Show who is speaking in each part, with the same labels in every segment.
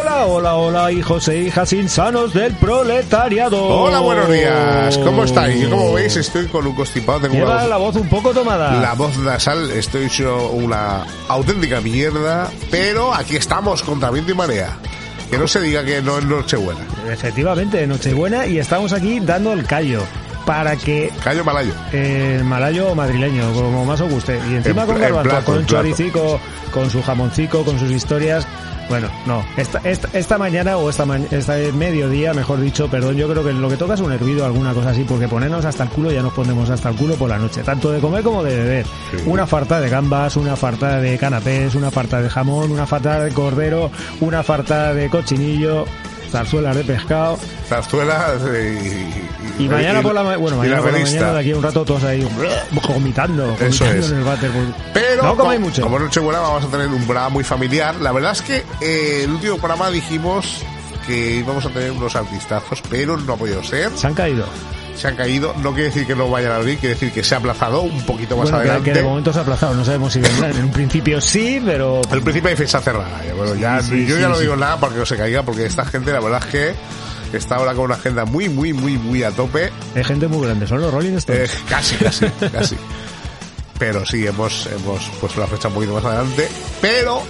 Speaker 1: Hola, hola, hola, hijos e hijas insanos del proletariado.
Speaker 2: Hola, buenos días. ¿Cómo estáis? Yo, como veis, estoy con un constipado. Tengo una
Speaker 1: Lleva
Speaker 2: voz-
Speaker 1: la voz un poco tomada.
Speaker 2: la voz nasal. Estoy hecho una auténtica mierda. Pero aquí estamos contra viento y marea. Que no se diga que no es Nochebuena.
Speaker 1: Efectivamente, Nochebuena y estamos aquí dando el callo para que
Speaker 2: Callo malayo.
Speaker 1: el malayo o madrileño, como más os guste. Y encima
Speaker 2: En
Speaker 1: con
Speaker 2: pla- en
Speaker 1: garbanzo,
Speaker 2: plato,
Speaker 1: con
Speaker 2: en plato.
Speaker 1: choricico, con su jamoncico, con sus historias. Bueno, no, esta, esta, esta mañana o esta, ma- esta mediodía, mejor dicho, perdón, yo creo que lo que toca es un hervido, alguna cosa así, porque ponernos hasta el culo ya nos ponemos hasta el culo por la noche, tanto de comer como de beber.
Speaker 2: Sí.
Speaker 1: Una farta de gambas, una farta de canapés, una farta de jamón, una farta de cordero, una farta de cochinillo, zarzuelas de pescado.
Speaker 2: Zarzuela eh,
Speaker 1: Y mañana por la ma- bueno,
Speaker 2: y
Speaker 1: mañana
Speaker 2: la
Speaker 1: por la
Speaker 2: revista.
Speaker 1: mañana de aquí a un rato todos ahí vomitando, vomitando
Speaker 2: Eso es.
Speaker 1: en el váter. porque-
Speaker 2: Pero
Speaker 1: no comáis
Speaker 2: co-
Speaker 1: mucho.
Speaker 2: como Nochebuena vamos a tener un programa muy familiar. La verdad es que eh, el último programa dijimos que íbamos a tener unos artistazos, pero no ha podido ser.
Speaker 1: Se han caído.
Speaker 2: Se han caído. No quiere decir que no vayan a abrir, quiere decir que se ha aplazado un poquito más
Speaker 1: Bueno, que,
Speaker 2: adelante.
Speaker 1: que de momento se ha aplazado, no sabemos si vendrán. En un principio sí, pero
Speaker 2: Al principio hay fecha cerrada. eh, bueno, ya-
Speaker 1: sí,
Speaker 2: yo
Speaker 1: sí,
Speaker 2: ya no
Speaker 1: sí.
Speaker 2: digo nada para que no se caiga, porque esta gente, la verdad es que está ahora con una agenda muy, muy, muy, muy a tope.
Speaker 1: hay gente muy grande. Son los Rolling
Speaker 2: Eh,
Speaker 1: Stones.
Speaker 2: casi, casi, casi. Pero sí, hemos, hemos puesto la fecha un poquito más adelante. Pero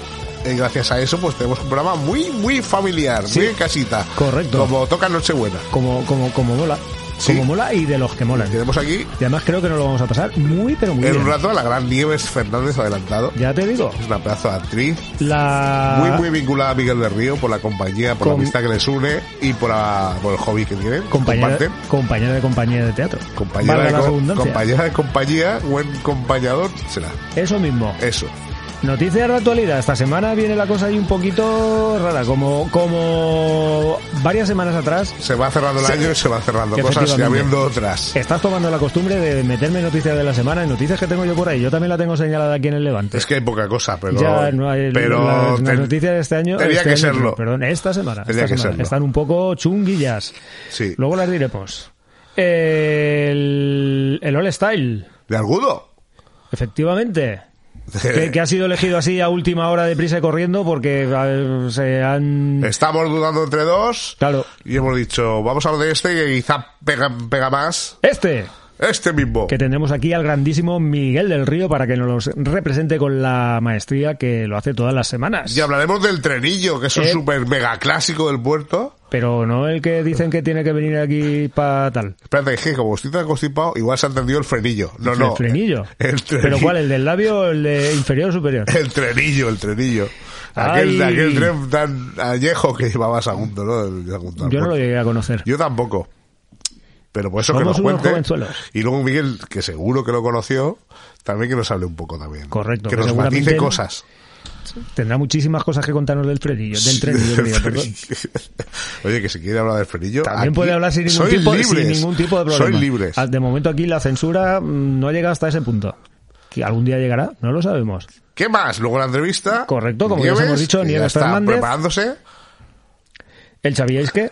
Speaker 2: eh, gracias a eso, pues tenemos un programa muy, muy familiar,
Speaker 1: Sí.
Speaker 2: muy en casita.
Speaker 1: Correcto.
Speaker 2: Como toca Nochebuena.
Speaker 1: Como, como, como mola.
Speaker 2: Sí.
Speaker 1: Como mola y de los que molan.
Speaker 2: Tenemos aquí
Speaker 1: Y además creo que nos lo vamos a pasar muy, pero muy
Speaker 2: en
Speaker 1: bien.
Speaker 2: un rato a la gran Nieves Fernández adelantado.
Speaker 1: Ya te digo.
Speaker 2: Es una pedazo de actriz.
Speaker 1: La...
Speaker 2: Muy, muy vinculada a Miguel del Río por la compañía, por
Speaker 1: Ah. Com-
Speaker 2: la amistad que les une y por, la- por el hobby que tienen. que
Speaker 1: compañera,
Speaker 2: comparten.
Speaker 1: compañera de compañía de teatro.
Speaker 2: Compañera
Speaker 1: Valga
Speaker 2: de,
Speaker 1: la
Speaker 2: co-
Speaker 1: redundancia.
Speaker 2: compañera de compañía, buen compañador será.
Speaker 1: Eso mismo.
Speaker 2: Eso.
Speaker 1: Noticias de actualidad. Esta semana viene la cosa ahí un poquito rara, como, como varias semanas atrás.
Speaker 2: Se va cerrando el año y se va cerrando cosas y
Speaker 1: Efectivamente. Eh,
Speaker 2: abriendo otras.
Speaker 1: Estás tomando la costumbre de meterme en noticias de la semana, en noticias que tengo yo por ahí. Yo también la tengo señalada aquí en el Levante.
Speaker 2: Es que hay poca cosa, pero.
Speaker 1: ya no hay
Speaker 2: pero
Speaker 1: las, las
Speaker 2: ten-
Speaker 1: noticias de este año.
Speaker 2: Tenía
Speaker 1: este
Speaker 2: que
Speaker 1: año,
Speaker 2: serlo.
Speaker 1: Perdón, esta semana.
Speaker 2: Tenía
Speaker 1: esta
Speaker 2: que
Speaker 1: semana.
Speaker 2: serlo.
Speaker 1: Están un poco chunguillas.
Speaker 2: Sí.
Speaker 1: Luego las diremos. El, el All Style,
Speaker 2: ¿De alguno?
Speaker 1: efectivamente.
Speaker 2: Eh.
Speaker 1: Que, que ha sido elegido así a última hora de prisa y corriendo porque a- se han
Speaker 2: Estamos dudando entre dos.
Speaker 1: Claro.
Speaker 2: Y hemos dicho, vamos a hablar de este que quizá pega, pega más.
Speaker 1: Este,
Speaker 2: Este mismo.
Speaker 1: que tendremos aquí al grandísimo Miguel del Río para que nos los represente con la maestría que lo hace todas las semanas.
Speaker 2: Y hablaremos del trenillo, que es un
Speaker 1: Eh.
Speaker 2: super mega clásico del puerto.
Speaker 1: Pero no el que dicen que tiene que venir aquí para tal.
Speaker 2: Espérate, es que como estoy tan constipado, igual se ha entendido el frenillo. No, no.
Speaker 1: el frenillo.
Speaker 2: El, Eh, el trenillo.
Speaker 1: ¿Pero cuál? ¿El del labio o el de inferior o superior?
Speaker 2: El trenillo, el trenillo.
Speaker 1: Ay.
Speaker 2: Aquel, aquel tren tan añejo que llevaba Sagunto, ¿no? El de Sagunto al
Speaker 1: Yo no lo
Speaker 2: puerto.
Speaker 1: llegué a conocer.
Speaker 2: Yo tampoco. Pero por eso
Speaker 1: Somos
Speaker 2: que
Speaker 1: unos
Speaker 2: nos cuente.
Speaker 1: jovenzuelos.
Speaker 2: Y luego Miguel, que seguro que lo conoció, también que nos hable un poco también.
Speaker 1: Correcto,
Speaker 2: Que,
Speaker 1: que
Speaker 2: nos
Speaker 1: seguramente-
Speaker 2: matice cosas.
Speaker 1: Tendrá muchísimas cosas que contarnos del frenillo, del trenillo.
Speaker 2: Del
Speaker 1: digo,
Speaker 2: frenillo.
Speaker 1: perdón.
Speaker 2: Oye, que si quiere hablar del frenillo.
Speaker 1: También
Speaker 2: aquí
Speaker 1: puede hablar sin ningún,
Speaker 2: sois
Speaker 1: tipo, sin
Speaker 2: libres.
Speaker 1: ningún tipo de problema.
Speaker 2: Sois libres.
Speaker 1: Ah, De momento aquí la censura mm, no ha llegado hasta ese punto. Que algún día llegará, no lo sabemos.
Speaker 2: ¿Qué más? Luego la entrevista.
Speaker 1: Correcto, como ya os hemos dicho,
Speaker 2: que ya
Speaker 1: Nieves
Speaker 2: está
Speaker 1: Fernández.
Speaker 2: preparándose.
Speaker 1: ¿El sabíais que?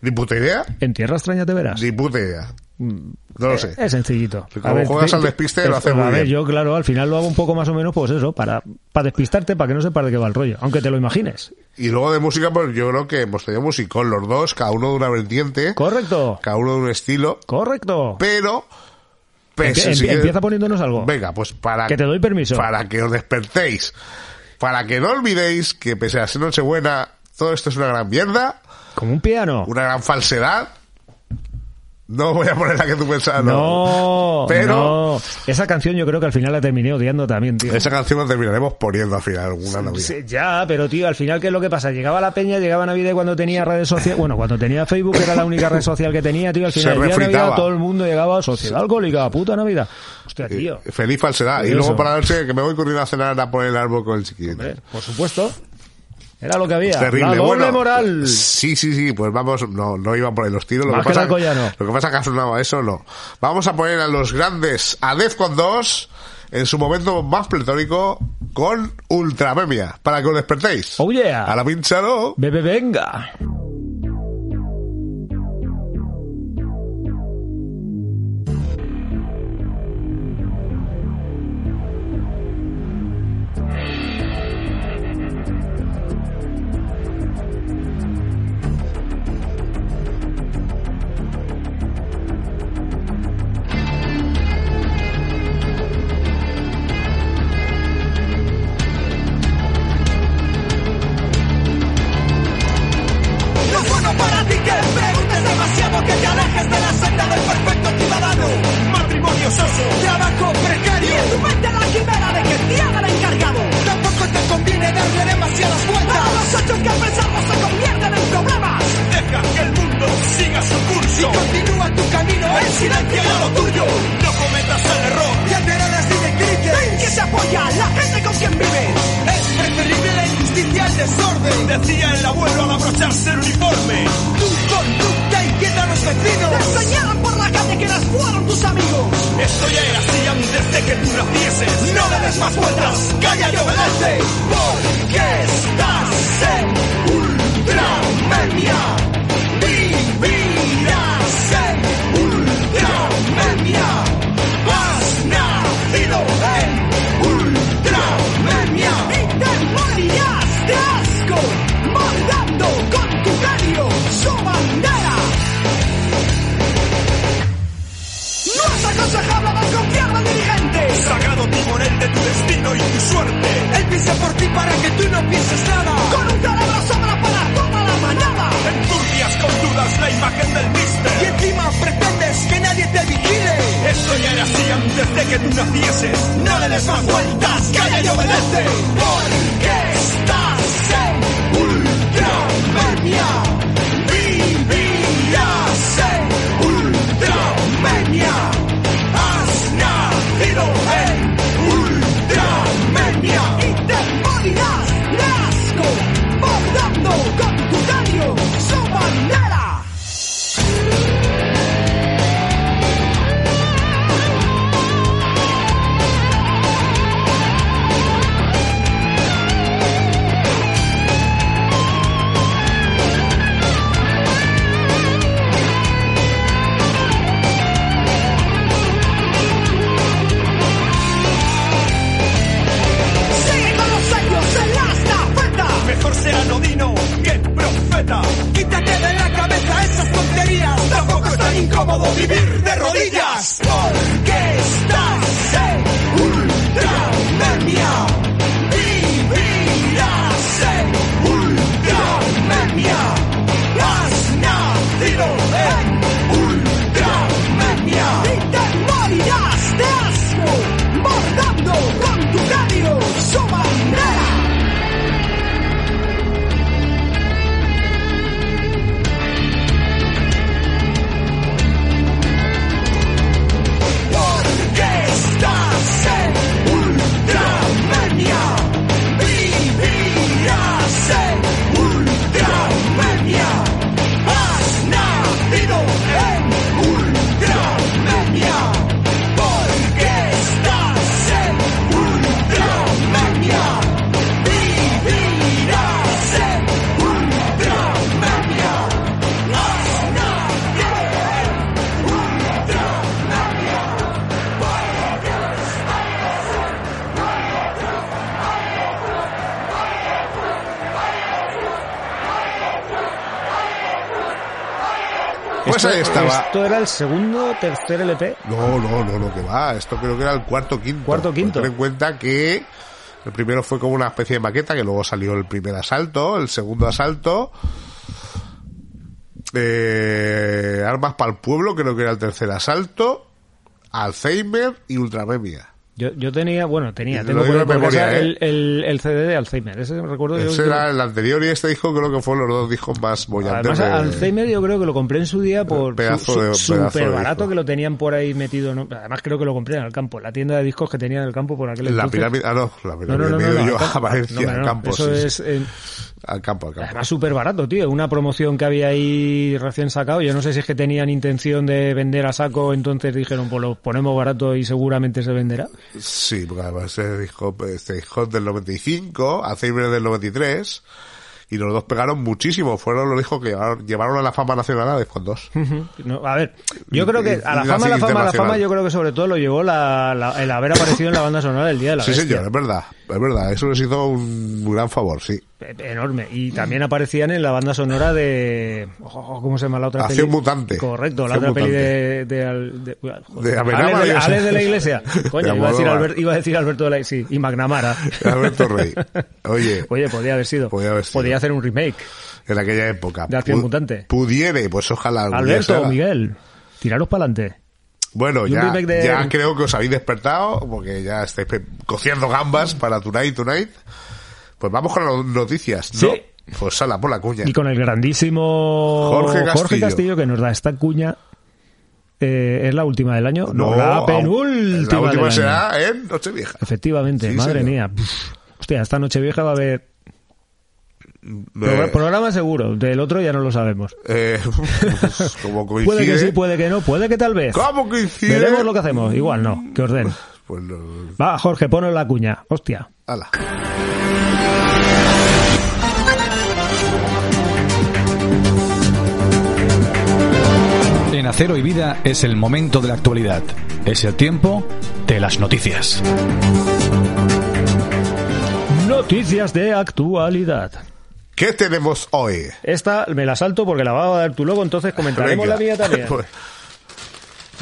Speaker 2: Ni puta idea.
Speaker 1: En tierra extraña te verás.
Speaker 2: Ni puta idea. No lo sé.
Speaker 1: Eh, Es sencillito.
Speaker 2: Pero como juegas
Speaker 1: te-
Speaker 2: al despiste,
Speaker 1: te-
Speaker 2: lo haces
Speaker 1: a
Speaker 2: muy
Speaker 1: ver,
Speaker 2: bien.
Speaker 1: yo, claro, al final lo hago un poco más o menos, pues eso, para, para despistarte, para que no sepas de qué va el rollo, aunque te lo imagines.
Speaker 2: Y luego de música, pues yo creo que hemos tenido musicón los dos, cada uno de una vertiente,
Speaker 1: Correcto.
Speaker 2: cada uno de un estilo.
Speaker 1: Correcto.
Speaker 2: pero Pues,
Speaker 1: Empie-
Speaker 2: si
Speaker 1: empie-
Speaker 2: quieres-
Speaker 1: empieza poniéndonos algo.
Speaker 2: Venga, pues para
Speaker 1: Que te doy permiso.
Speaker 2: Para que os despertéis. Para que no olvidéis que pese a ser Nochebuena, todo esto es una gran mierda,
Speaker 1: Como un piano.
Speaker 2: una gran falsedad. No voy a poner la que tú pensabas.
Speaker 1: No,
Speaker 2: Pero
Speaker 1: no. Esa canción yo creo que al final la terminé odiando también, tío.
Speaker 2: esa canción la terminaremos poniendo al final alguna novia.
Speaker 1: Sí, ya, pero tío, al final, ¿qué es lo que pasa? Llegaba la peña, llegaba Navidad y cuando tenía redes sociales. Bueno, cuando tenía Facebook era la única red social que tenía, tío. Al
Speaker 2: Se
Speaker 1: final, el día de
Speaker 2: refritaba.
Speaker 1: Navidad, todo el mundo llegaba a Sociedad Alcohólica, puta Navidad. Hostia, tío.
Speaker 2: Eh, Feliz falsedad. Y
Speaker 1: Curioso.
Speaker 2: luego para la noche que me voy corriendo a cenar a poner el árbol con el chiquillo.
Speaker 1: Hombre, por supuesto. Era lo que había.
Speaker 2: Terrible.
Speaker 1: La doble
Speaker 2: bueno,
Speaker 1: moral.
Speaker 2: Sí, sí, sí. Pues vamos, no, no iban por ahí los tiros. Lo
Speaker 1: Más
Speaker 2: que,
Speaker 1: que
Speaker 2: pasa,
Speaker 1: la colla, no.
Speaker 2: lo que pasa que ha sonado eso, no. Vamos a poner a los grandes, a Defcon 2, en su momento más pletórico, con Ultramemia, para que os despertéis.
Speaker 1: Oh, yeah.
Speaker 2: A la pincha no.
Speaker 1: Bebe, venga.
Speaker 3: No es bueno para ti que preguntes demasiado que te alejes de la senda del perfecto ciudadano. Matrimonio soso, trabajo precario. Y en tu mente la quimera de que te haga el encargado. Tampoco te conviene darle demasiadas vueltas. A los hechos que pensamos se convierten en problemas. Deja que el mundo siga su curso. Y continúa tu camino en silencio a lo tuyo. No cometas el error de alterar las directrices. ¿En qué se apoya la gente con quien vives? Es preferible la injusticia al desorden. Decía el abuelo al abrocharse el uniforme. Tu conducta inquieta a los vecinos. Te señalan por la calle que las fueron tus amigos. Esto ya era así antes de que tú nacieses. No le des más vueltas, calla y obedece. Porque estás en ultramedia. Vivirás en ultramedia. Has nacido en ultramedia. Y te morirás de asco. Moldando con tu genio su bandera. No es aconsejable desconfiar del dirigente. Sagrado timonel de tu destino y tu suerte. Él piensa por ti para que tú no pienses nada. Con un cerebro sobra para toda la manada. Enturbias con dudas la imagen del mister. Y encima pretendes que nadie te vigile. Esto ya era así antes de que tú nacieses. Oh. No le des más vueltas, calla y obedece. Porque estás en ultramedia. Vivirás en Ultramedia. Has nacido en Ultramedia. Y te morirás de asco, bordando con tu daño su bandera.
Speaker 2: Pues ahí estaba.
Speaker 1: Esto era el segundo, tercer LP.
Speaker 2: No, no, no, no, que va. Esto creo que era el cuarto quinto. Pues
Speaker 1: Cuarto, quinto.
Speaker 2: Ten en cuenta que el primero fue como una especie de maqueta, que luego salió el primer asalto, el segundo asalto. eh, armas para el pueblo, creo que era el tercer asalto. Alzheimer y Ultramemia.
Speaker 1: Yo, yo tenía, bueno, tenía,
Speaker 2: Lo
Speaker 1: tengo
Speaker 2: digo
Speaker 1: por,
Speaker 2: de
Speaker 1: por
Speaker 2: memoria,
Speaker 1: casa
Speaker 2: ¿eh?
Speaker 1: el, el, el CD de Alzheimer. Ese recuerdo yo
Speaker 2: Ese
Speaker 1: que-
Speaker 2: era el anterior y este disco creo que fueron los dos discos más bollantes.
Speaker 1: Además,
Speaker 2: de-
Speaker 1: Alzheimer yo creo que lo compré en su día por
Speaker 2: Pedazo
Speaker 1: su-
Speaker 2: de-
Speaker 1: su-
Speaker 2: pedazo de
Speaker 1: súper barato
Speaker 2: disco.
Speaker 1: que lo tenían por ahí metido. ¿no? Además, creo que lo compré en el campo, en la tienda de discos que tenía en el campo por aquel
Speaker 2: La
Speaker 1: entonces.
Speaker 2: pirámide, ah no, la
Speaker 1: No,
Speaker 2: pirámide
Speaker 1: no, no,
Speaker 2: me
Speaker 1: no,
Speaker 2: he ido
Speaker 1: no,
Speaker 2: yo
Speaker 1: al campo.
Speaker 2: a Valencia,
Speaker 1: No, no,
Speaker 2: al
Speaker 1: no,
Speaker 2: campo,
Speaker 1: Eso
Speaker 2: sí, sí.
Speaker 1: es, eh,
Speaker 2: al campo, al campo.
Speaker 1: además, súper barato, tío. Una promoción que había ahí recién sacado. Yo no sé si es que tenían intención de vender a saco, entonces dijeron, pues lo ponemos barato y seguramente se venderá.
Speaker 2: Sí, porque además este disco, este disco es del 95, Alzheimer del 93, y los dos pegaron muchísimo. Fueron los discos que llevaron, llevaron a la fama nacional a Defcon 2.
Speaker 1: No, a ver, yo creo que a la
Speaker 2: Y- y
Speaker 1: fama, a la fama,
Speaker 2: así
Speaker 1: a la fama,
Speaker 2: internacional.
Speaker 1: yo creo que sobre todo lo llevó la, la- el haber aparecido en la banda sonora del Día de la
Speaker 2: Sí,
Speaker 1: Bestia.
Speaker 2: señor, es verdad, es verdad. Eso les hizo un gran favor, sí.
Speaker 1: E- enorme y también aparecían en la banda sonora de oh, cómo se llama la otra
Speaker 2: Acción
Speaker 1: peli?
Speaker 2: Mutante.
Speaker 1: correcto la
Speaker 2: Acción
Speaker 1: otra peli
Speaker 2: Mutante.
Speaker 1: de de, al- de, uy, joder,
Speaker 2: De Amenábar,
Speaker 1: Alex de,
Speaker 2: yo sé.
Speaker 1: Alex de la Iglesia
Speaker 2: De
Speaker 1: coño iba a, decir
Speaker 2: Almodóvar.
Speaker 1: Albert- iba a decir Alberto de la sí y Magnamara
Speaker 2: Alberto Rey. Oye,
Speaker 1: oye podía haber sido
Speaker 2: Podía haber sido.
Speaker 1: Podía hacer un remake
Speaker 2: en aquella época.
Speaker 1: De Acción
Speaker 2: pu-
Speaker 1: Mutante.
Speaker 2: Pudiere, pues ojalá. algún día se
Speaker 1: Alberto
Speaker 2: haga.
Speaker 1: Miguel tiraros para adelante
Speaker 2: Bueno,
Speaker 1: Y un
Speaker 2: ya,
Speaker 1: remake de-
Speaker 2: ya creo que os habéis despertado, porque ya estáis pe- cociendo gambas para Tonight Tonight. Pues vamos con las noticias, ¿no?
Speaker 1: Sí.
Speaker 2: Pues sala por la cuña.
Speaker 1: y con el grandísimo
Speaker 2: Jorge Castillo.
Speaker 1: que nos da esta cuña eh, es la última del año no, la
Speaker 2: aún-
Speaker 1: penúltima
Speaker 2: La última
Speaker 1: del año.
Speaker 2: será en Nochevieja.
Speaker 1: Efectivamente,
Speaker 2: Sí,
Speaker 1: madre
Speaker 2: señor.
Speaker 1: mía. Pff, Hostia, esta noche vieja va a haber
Speaker 2: Eh,
Speaker 1: Pro- programa seguro, del otro ya no lo sabemos.
Speaker 2: eh, como coincide.
Speaker 1: Puede que sí, puede que no, puede que tal vez.
Speaker 2: ¿Cómo coincide?
Speaker 1: Veremos lo que hacemos, igual no, que orden.
Speaker 2: Pues no,
Speaker 1: Va, Jorge, ponos la cuña. Hostia.
Speaker 2: ala.
Speaker 4: En Acero y Vida es el momento de la actualidad. Es el tiempo de las noticias.
Speaker 1: Noticias de actualidad.
Speaker 2: ¿Qué tenemos hoy?
Speaker 1: Esta me la salto porque la va a dar tu lobo, entonces comentaremos
Speaker 2: Venga.
Speaker 1: la mía también.
Speaker 2: Pues,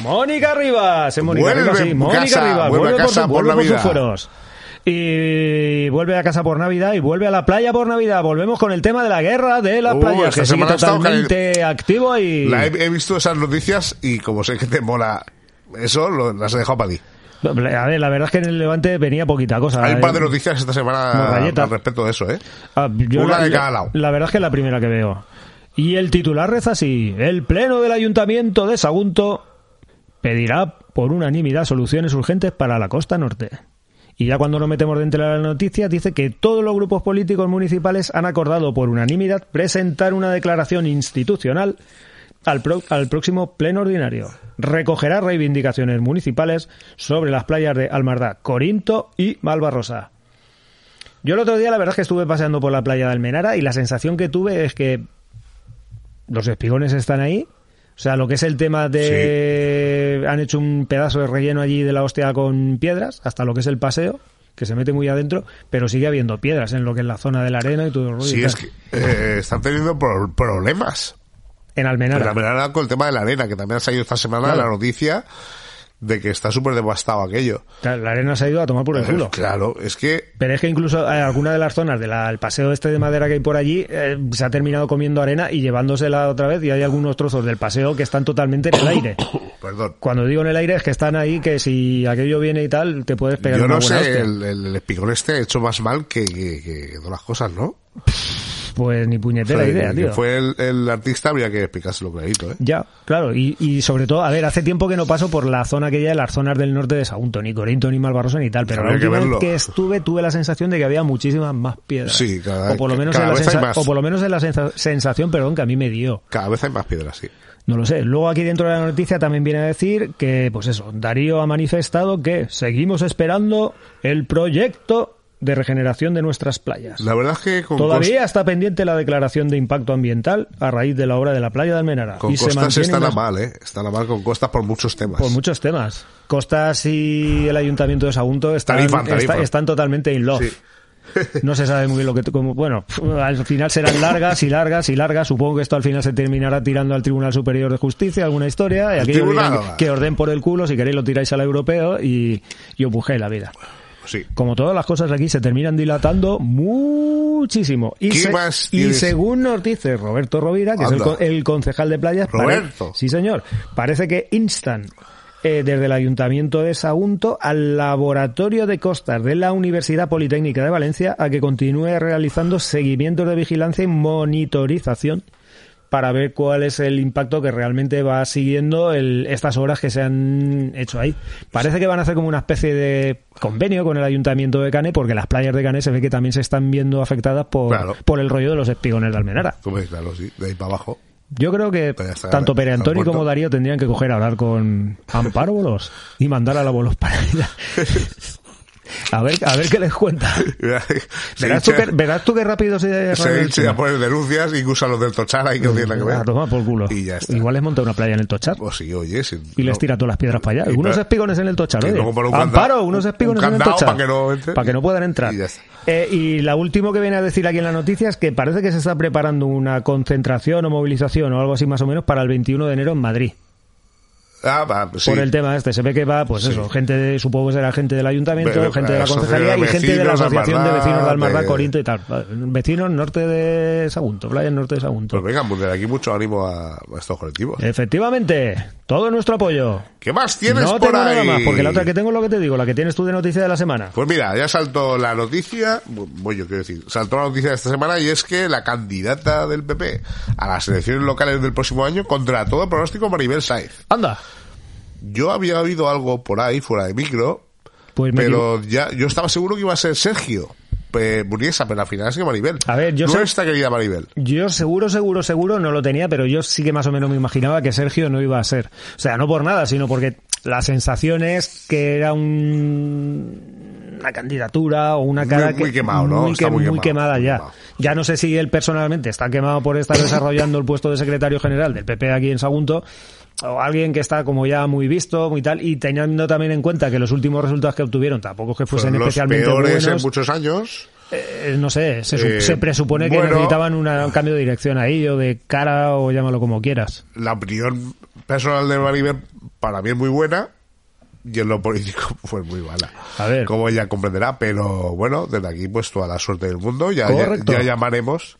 Speaker 1: Mónica Rivas, es Mónica
Speaker 2: Vuelve
Speaker 1: Rivas,
Speaker 2: a
Speaker 1: sí, Mónica
Speaker 2: casa,
Speaker 1: Rivas,
Speaker 2: vuelve a
Speaker 1: vuelve, por,
Speaker 2: casa
Speaker 1: su-
Speaker 2: por
Speaker 1: vuelve por sus
Speaker 2: Navidad.
Speaker 1: fueros. Y vuelve a casa por Navidad y vuelve a la playa por Navidad. Volvemos con el tema de la guerra de las
Speaker 2: Uh,
Speaker 1: playas,
Speaker 2: esta
Speaker 1: que sigue
Speaker 2: semana ha estado
Speaker 1: totalmente activo y...
Speaker 2: la he, he visto esas noticias y como sé que te mola eso, lo- las he dejado para ti.
Speaker 1: A ver, la verdad es que en el Levante venía poquita cosa.
Speaker 2: Hay un par de
Speaker 1: Eh,
Speaker 2: noticias esta semana
Speaker 1: Morrayeta.
Speaker 2: al respecto de eso, ¿eh?
Speaker 1: Ah, yo
Speaker 2: Una
Speaker 1: la,
Speaker 2: de cada lado.
Speaker 1: la verdad es que es la primera que veo. Y el titular reza así: El Pleno del Ayuntamiento de Sagunto pedirá por unanimidad soluciones urgentes para la costa norte. Y ya cuando nos metemos dentro de las noticias, dice que todos los grupos políticos municipales han acordado por unanimidad presentar una declaración institucional al, pro- al próximo pleno ordinario. Recogerá reivindicaciones municipales sobre las playas de Almardá, Corinto y Malvarrosa. Yo el otro día la verdad es que estuve paseando por la playa de Almenara y la sensación que tuve es que los espigones están ahí. O sea, lo que es el tema de... Han hecho un pedazo de relleno allí de la hostia con piedras, hasta lo que es el paseo, que se mete muy adentro, pero sigue habiendo piedras en lo que es la zona de la arena y todo el rollo. y
Speaker 2: Sí, es
Speaker 1: tal.
Speaker 2: que eh, están teniendo pro- problemas.
Speaker 1: En Almenara.
Speaker 2: Pero también ahora con el tema de la arena, que también ha salido esta semana
Speaker 1: Claro.
Speaker 2: la noticia de que está súper devastado aquello.
Speaker 1: Claro, La arena se ha ido a tomar por el culo.
Speaker 2: Pues Claro, es que
Speaker 1: Pero es que incluso eh, alguna de las zonas del paseo este de madera que hay por allí eh, se ha terminado comiendo arena y llevándosela otra vez y hay algunos trozos del paseo que están totalmente en el aire.
Speaker 2: Perdón.
Speaker 1: Cuando digo en el aire es que están ahí que si aquello viene y tal te puedes pegar
Speaker 2: Yo
Speaker 1: una
Speaker 2: no
Speaker 1: buena
Speaker 2: sé,
Speaker 1: hostia.
Speaker 2: el, el, el espigón este ha hecho más mal que, que- que- que todas las cosas, ¿no?
Speaker 1: Pues ni puñetera
Speaker 2: O sea,
Speaker 1: idea,
Speaker 2: que
Speaker 1: tío.
Speaker 2: Fue el, el artista, habría que explicárselo clarito, ¿eh?
Speaker 1: Ya, claro, y, y sobre todo, a ver, hace tiempo que no paso por la zona aquella de las zonas del norte de Sagunto, ni Corinto, ni Malvarrosa, ni tal, pero la
Speaker 2: Habría que
Speaker 1: última vez
Speaker 2: verlo.
Speaker 1: que estuve tuve la sensación de que había muchísimas más piedras.
Speaker 2: Sí, cada-
Speaker 1: o por lo menos
Speaker 2: cada
Speaker 1: en la
Speaker 2: vez hay
Speaker 1: sensa-
Speaker 2: más.
Speaker 1: O por lo menos en la sensa- sensación, perdón, que a mí me dio.
Speaker 2: Cada vez hay más piedras, sí.
Speaker 1: No lo sé. Luego aquí dentro de la noticia también viene a decir que, pues eso, Darío ha manifestado que seguimos esperando el proyecto de regeneración de nuestras playas.
Speaker 2: La verdad es que con,
Speaker 1: Todavía está pendiente la declaración de impacto ambiental a raíz de la obra de la playa de Almenara.
Speaker 2: cos- con
Speaker 1: y se
Speaker 2: costas
Speaker 1: mantienen
Speaker 2: está la
Speaker 1: las-
Speaker 2: mal, ¿eh? Está la mal con costas por muchos temas.
Speaker 1: Por muchos temas. Costas y el Ayuntamiento de Sagunto están,
Speaker 2: Tarifa, tarifa.
Speaker 1: está- están totalmente in love.
Speaker 2: Sí.
Speaker 1: No se sabe muy bien lo que. Como, bueno, al final serán largas y largas y largas. Supongo que esto al final se terminará tirando al Tribunal Superior de Justicia, alguna historia. Y aquí
Speaker 2: tribunal.
Speaker 1: que orden por el culo, si queréis lo tiráis al europeo y, y os busquéis la vida.
Speaker 2: Sí.
Speaker 1: Como todas las cosas aquí se terminan dilatando muchísimo. Y,
Speaker 2: ¿Qué
Speaker 1: se-
Speaker 2: más
Speaker 1: y
Speaker 2: tienes?
Speaker 1: según nos dice Roberto Rovira, que es el,
Speaker 2: Anda.
Speaker 1: con- el concejal de playas. pare-
Speaker 2: Roberto.
Speaker 1: sí, señor. Parece que instan eh, desde el Ayuntamiento de Sagunto al Laboratorio de Costas de la Universidad Politécnica de Valencia a que continúe realizando seguimientos de vigilancia y monitorización para ver cuál es el impacto que realmente va siguiendo el- estas obras que se han hecho ahí. Parece que van a hacer como una especie de convenio con el ayuntamiento de Cane, porque las playas de Cane se ve que también se están viendo afectadas por,
Speaker 2: Claro.
Speaker 1: por el rollo de los espigones de Almenara.
Speaker 2: Tú ves, claro, sí, de ahí para abajo.
Speaker 1: Yo creo que
Speaker 2: Pues ya está,
Speaker 1: tanto
Speaker 2: está
Speaker 1: Pere Antonio
Speaker 2: muerto.
Speaker 1: como Darío tendrían que coger a hablar con Amparo Bolos y mandar a la Bolos para allá. A ver, a ver qué les cuenta. Verás tú, que, verás tú qué rápido se...
Speaker 2: Se
Speaker 1: se-
Speaker 2: echa a poner denuncias, incluso a los del Tochara hay que no tiene nada que ver.
Speaker 1: Ah, toma por culo.
Speaker 2: Y ya está.
Speaker 1: Igual les monta una playa en el Tochar.
Speaker 2: O sí, oye, sí,
Speaker 1: Y les
Speaker 2: no.
Speaker 1: tira todas las piedras para allá.
Speaker 2: Y
Speaker 1: Unos
Speaker 2: claro.
Speaker 1: espigones en el tochar,
Speaker 2: Y
Speaker 1: oye.
Speaker 2: luego por un
Speaker 1: Amparo,
Speaker 2: candado-
Speaker 1: unos espigones
Speaker 2: un
Speaker 1: en el
Speaker 2: candado
Speaker 1: tochar.
Speaker 2: para que no entre.
Speaker 1: Para que no puedan entrar.
Speaker 2: Y ya está.
Speaker 1: Eh, y la última que viene a decir aquí en la noticia es que parece que se está preparando una concentración o movilización o algo así más o menos para el 21 de enero en Madrid.
Speaker 2: Ah, va, sí.
Speaker 1: Por el tema este. Se ve que va, pues
Speaker 2: Sí.
Speaker 1: eso, gente de, supongo que será gente del ayuntamiento,
Speaker 2: Pero,
Speaker 1: gente de
Speaker 2: eh,
Speaker 1: la concejalía
Speaker 2: asociación
Speaker 1: y
Speaker 2: de
Speaker 1: gente de la
Speaker 2: vecinos,
Speaker 1: asociación de
Speaker 2: Almarrá,
Speaker 1: vecinos de Almarrá,
Speaker 2: de-
Speaker 1: Corinto y tal. Vecinos norte de Sagunto, playa norte de Sagunto.
Speaker 2: Pues venga, pues desde aquí mucho ánimo a, a estos colectivos.
Speaker 1: Eh, Efectivamente, todo nuestro apoyo.
Speaker 2: ¿Qué más tienes
Speaker 1: no
Speaker 2: por
Speaker 1: tengo
Speaker 2: ahí?
Speaker 1: nada más, porque la otra que tengo es lo que te digo, la que tienes tú de noticia de la semana.
Speaker 2: Pues mira, ya saltó la noticia, voy yo quiero decir, saltó la noticia de esta semana y es que la candidata del PP a las elecciones locales del próximo año contra todo pronóstico Maribel Sáez.
Speaker 1: Anda.
Speaker 2: Yo había oído algo por ahí fuera de micro,
Speaker 1: Pues me equivo-
Speaker 2: pero ya yo estaba seguro que iba a ser Sergio eh, Muriesa, pero al final es que Maribel.
Speaker 1: A ver, yo sé-
Speaker 2: Nuestra querida Maribel.
Speaker 1: yo seguro, seguro, seguro no lo tenía, pero yo sí que más o menos me imaginaba que Sergio no iba a ser. O sea, no por nada, sino porque la sensación es que era un- una candidatura o una cara
Speaker 2: Muy-
Speaker 1: que
Speaker 2: muy quemado, ¿no?
Speaker 1: muy,
Speaker 2: Está
Speaker 1: que-
Speaker 2: muy
Speaker 1: muy
Speaker 2: quemado,
Speaker 1: quemada
Speaker 2: muy
Speaker 1: ya.
Speaker 2: quemado.
Speaker 1: Ya no sé si él personalmente está quemado por estar desarrollando el puesto de secretario general del PP aquí en Sagunto o alguien que está como ya muy visto, muy tal, y teniendo también en cuenta que los últimos resultados que obtuvieron tampoco que fuesen
Speaker 2: Fueron los
Speaker 1: Pues especialmente
Speaker 2: peores en
Speaker 1: buenos.
Speaker 2: muchos años.
Speaker 1: Eh, no sé, se, su-
Speaker 2: Eh,
Speaker 1: se presupone que
Speaker 2: bueno.
Speaker 1: necesitaban una- un cambio de dirección ahí, o de cara, o llámalo como quieras.
Speaker 2: La opinión personal de Maribel para mí es muy buena y en lo político fue muy mala.
Speaker 1: A ver.
Speaker 2: Como ella comprenderá, pero bueno, desde aquí pues toda la suerte del mundo. Ya, ya,
Speaker 1: Correcto.
Speaker 2: ya llamaremos.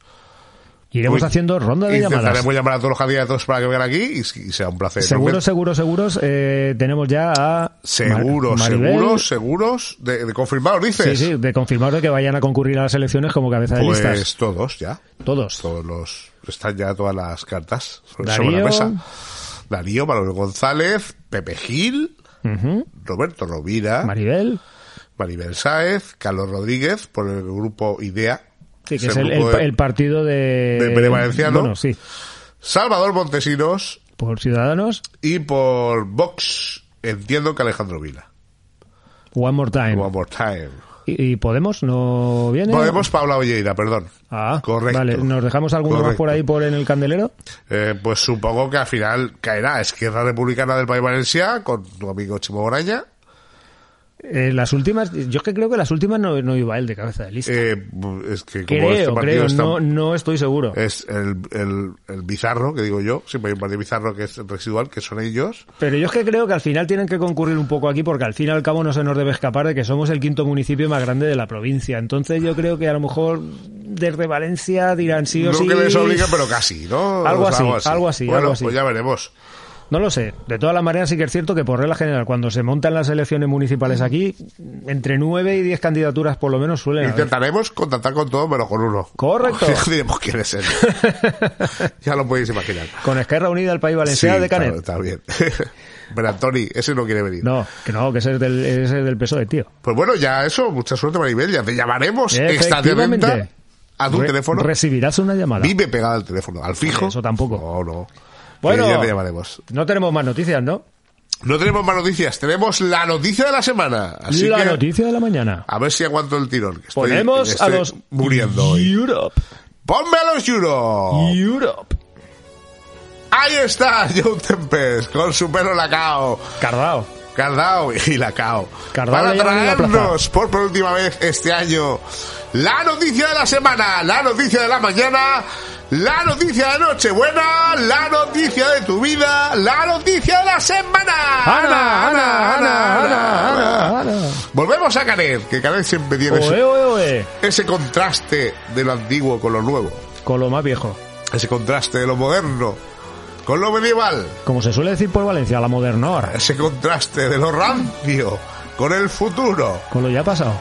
Speaker 1: Iremos
Speaker 2: Uy,
Speaker 1: haciendo ronda de llamadas.
Speaker 2: Pues, Intentaremos llamar a todos los candidatos para que vengan aquí y, y sea un placer.
Speaker 1: Seguros,
Speaker 2: Realmente-
Speaker 1: seguros, seguros, eh, tenemos ya a...
Speaker 2: Seguros,
Speaker 1: Mar- Maribel.
Speaker 2: seguros, seguros, de, de confirmados,
Speaker 1: Sí,
Speaker 2: dices.
Speaker 1: sí, de confirmar de que vayan a concurrir a las elecciones como cabeza de
Speaker 2: Pues
Speaker 1: listas.
Speaker 2: todos ya.
Speaker 1: Todos.
Speaker 2: Todos los. Están ya todas las cartas sobre
Speaker 1: Darío.
Speaker 2: la mesa. Darío, Manuel González, Pepe Gil,
Speaker 1: Ujú.
Speaker 2: Roberto Rovira,
Speaker 1: Maribel,
Speaker 2: Maribel Sáez, Carlos Rodríguez, por el grupo IDEA.
Speaker 1: sí, que
Speaker 2: Ese
Speaker 1: es el,
Speaker 2: grupo
Speaker 1: el-
Speaker 2: de-
Speaker 1: el partido de...
Speaker 2: de Pere Valenciano.
Speaker 1: Bueno, sí,
Speaker 2: Salvador Montesinos
Speaker 1: por Ciudadanos,
Speaker 2: y por Vox, entiendo que Alejandro Vila.
Speaker 1: One More Time.
Speaker 2: One more time.
Speaker 1: Y, y Podemos no viene?
Speaker 2: Podemos Paula Olleira, perdón.
Speaker 1: Ah,
Speaker 2: correcto.
Speaker 1: vale, ¿nos dejamos alguno más
Speaker 2: Correcto.
Speaker 1: por ahí por en el candelero?
Speaker 2: Eh, pues supongo que al final caerá Esquerra Republicana del País Valencia con tu amigo Chimo Moraña.
Speaker 1: Eh, las últimas, yo es que creo que las últimas no, no iba él de cabeza de lista.
Speaker 2: Eh, es que como
Speaker 1: creo,
Speaker 2: este partido
Speaker 1: creo,
Speaker 2: es tan-
Speaker 1: no, no estoy seguro.
Speaker 2: es el, el, el bizarro, que digo yo, siempre hay un partido bizarro que es residual, que son ellos.
Speaker 1: Pero yo es que creo que al final tienen que concurrir un poco aquí porque al fin y al cabo no se nos debe escapar de que somos el quinto municipio más grande de la provincia. Entonces yo creo que a lo mejor desde Valencia dirán sí o
Speaker 2: no
Speaker 1: sí.
Speaker 2: que les obliga, pero casi, ¿no?
Speaker 1: Algo
Speaker 2: O sea,
Speaker 1: así, algo así,
Speaker 2: Bueno,
Speaker 1: algo así.
Speaker 2: pues ya veremos.
Speaker 1: No lo sé. De todas las maneras sí que es cierto que por regla general cuando se montan las elecciones
Speaker 2: Mm.
Speaker 1: municipales aquí, entre nueve y diez candidaturas por lo menos suelen haber.
Speaker 2: Intentaremos contactar con todos menos con uno.
Speaker 1: Correcto.
Speaker 2: Diremos quién es él. ya lo podéis imaginar.
Speaker 1: Con Esquerra Unida el País Valenciano
Speaker 2: Sí,
Speaker 1: de Canet.
Speaker 2: claro, Está bien. Pero Antoni, ese no quiere venir.
Speaker 1: No, que no, que ese es del, ese es del PSOE, E, tío.
Speaker 2: Pues bueno, ya eso, mucha suerte Maribel, ya te llamaremos extra de
Speaker 1: Efectivamente.
Speaker 2: venta a tu
Speaker 1: Re-
Speaker 2: teléfono.
Speaker 1: Recibirás una llamada.
Speaker 2: Vive pegada al teléfono, al fijo.
Speaker 1: Eso tampoco.
Speaker 2: No, no.
Speaker 1: Bueno.
Speaker 2: Que ya te llamaremos.
Speaker 1: No tenemos más noticias, ¿no?
Speaker 2: No tenemos más noticias, tenemos la noticia de la semana. Así
Speaker 1: la
Speaker 2: que
Speaker 1: noticia de la mañana.
Speaker 2: a ver si aguanto el tirón. que estoy-
Speaker 1: Ponemos
Speaker 2: estoy
Speaker 1: a los
Speaker 2: muriendo hoy. Oh.
Speaker 1: Europe.
Speaker 2: ¡Ponme a los Euro!
Speaker 1: Europe.
Speaker 2: Ahí está Joe Tempest con su pelo lacao.
Speaker 1: Cardao.
Speaker 2: Cardao y Lacao.
Speaker 1: Cardao
Speaker 2: Para
Speaker 1: le llaman en la
Speaker 2: traernos por, por última vez este año la noticia de la semana, la noticia de la mañana, la noticia de Nochebuena, la noticia de tu vida, la noticia de la semana.
Speaker 1: Ana, Ana, Ana, Ana, Ana, Ana.
Speaker 2: Volvemos a Canet, que Canet siempre tiene
Speaker 1: Oe,
Speaker 2: ese,
Speaker 1: oe, oe.
Speaker 2: ese contraste de lo antiguo con lo nuevo,
Speaker 1: Con lo más viejo.
Speaker 2: ese contraste de lo moderno con lo medieval,
Speaker 1: Como se suele decir por Valencia, la modernor.
Speaker 2: ese contraste de lo rancio con el futuro.
Speaker 1: Con lo ya pasado.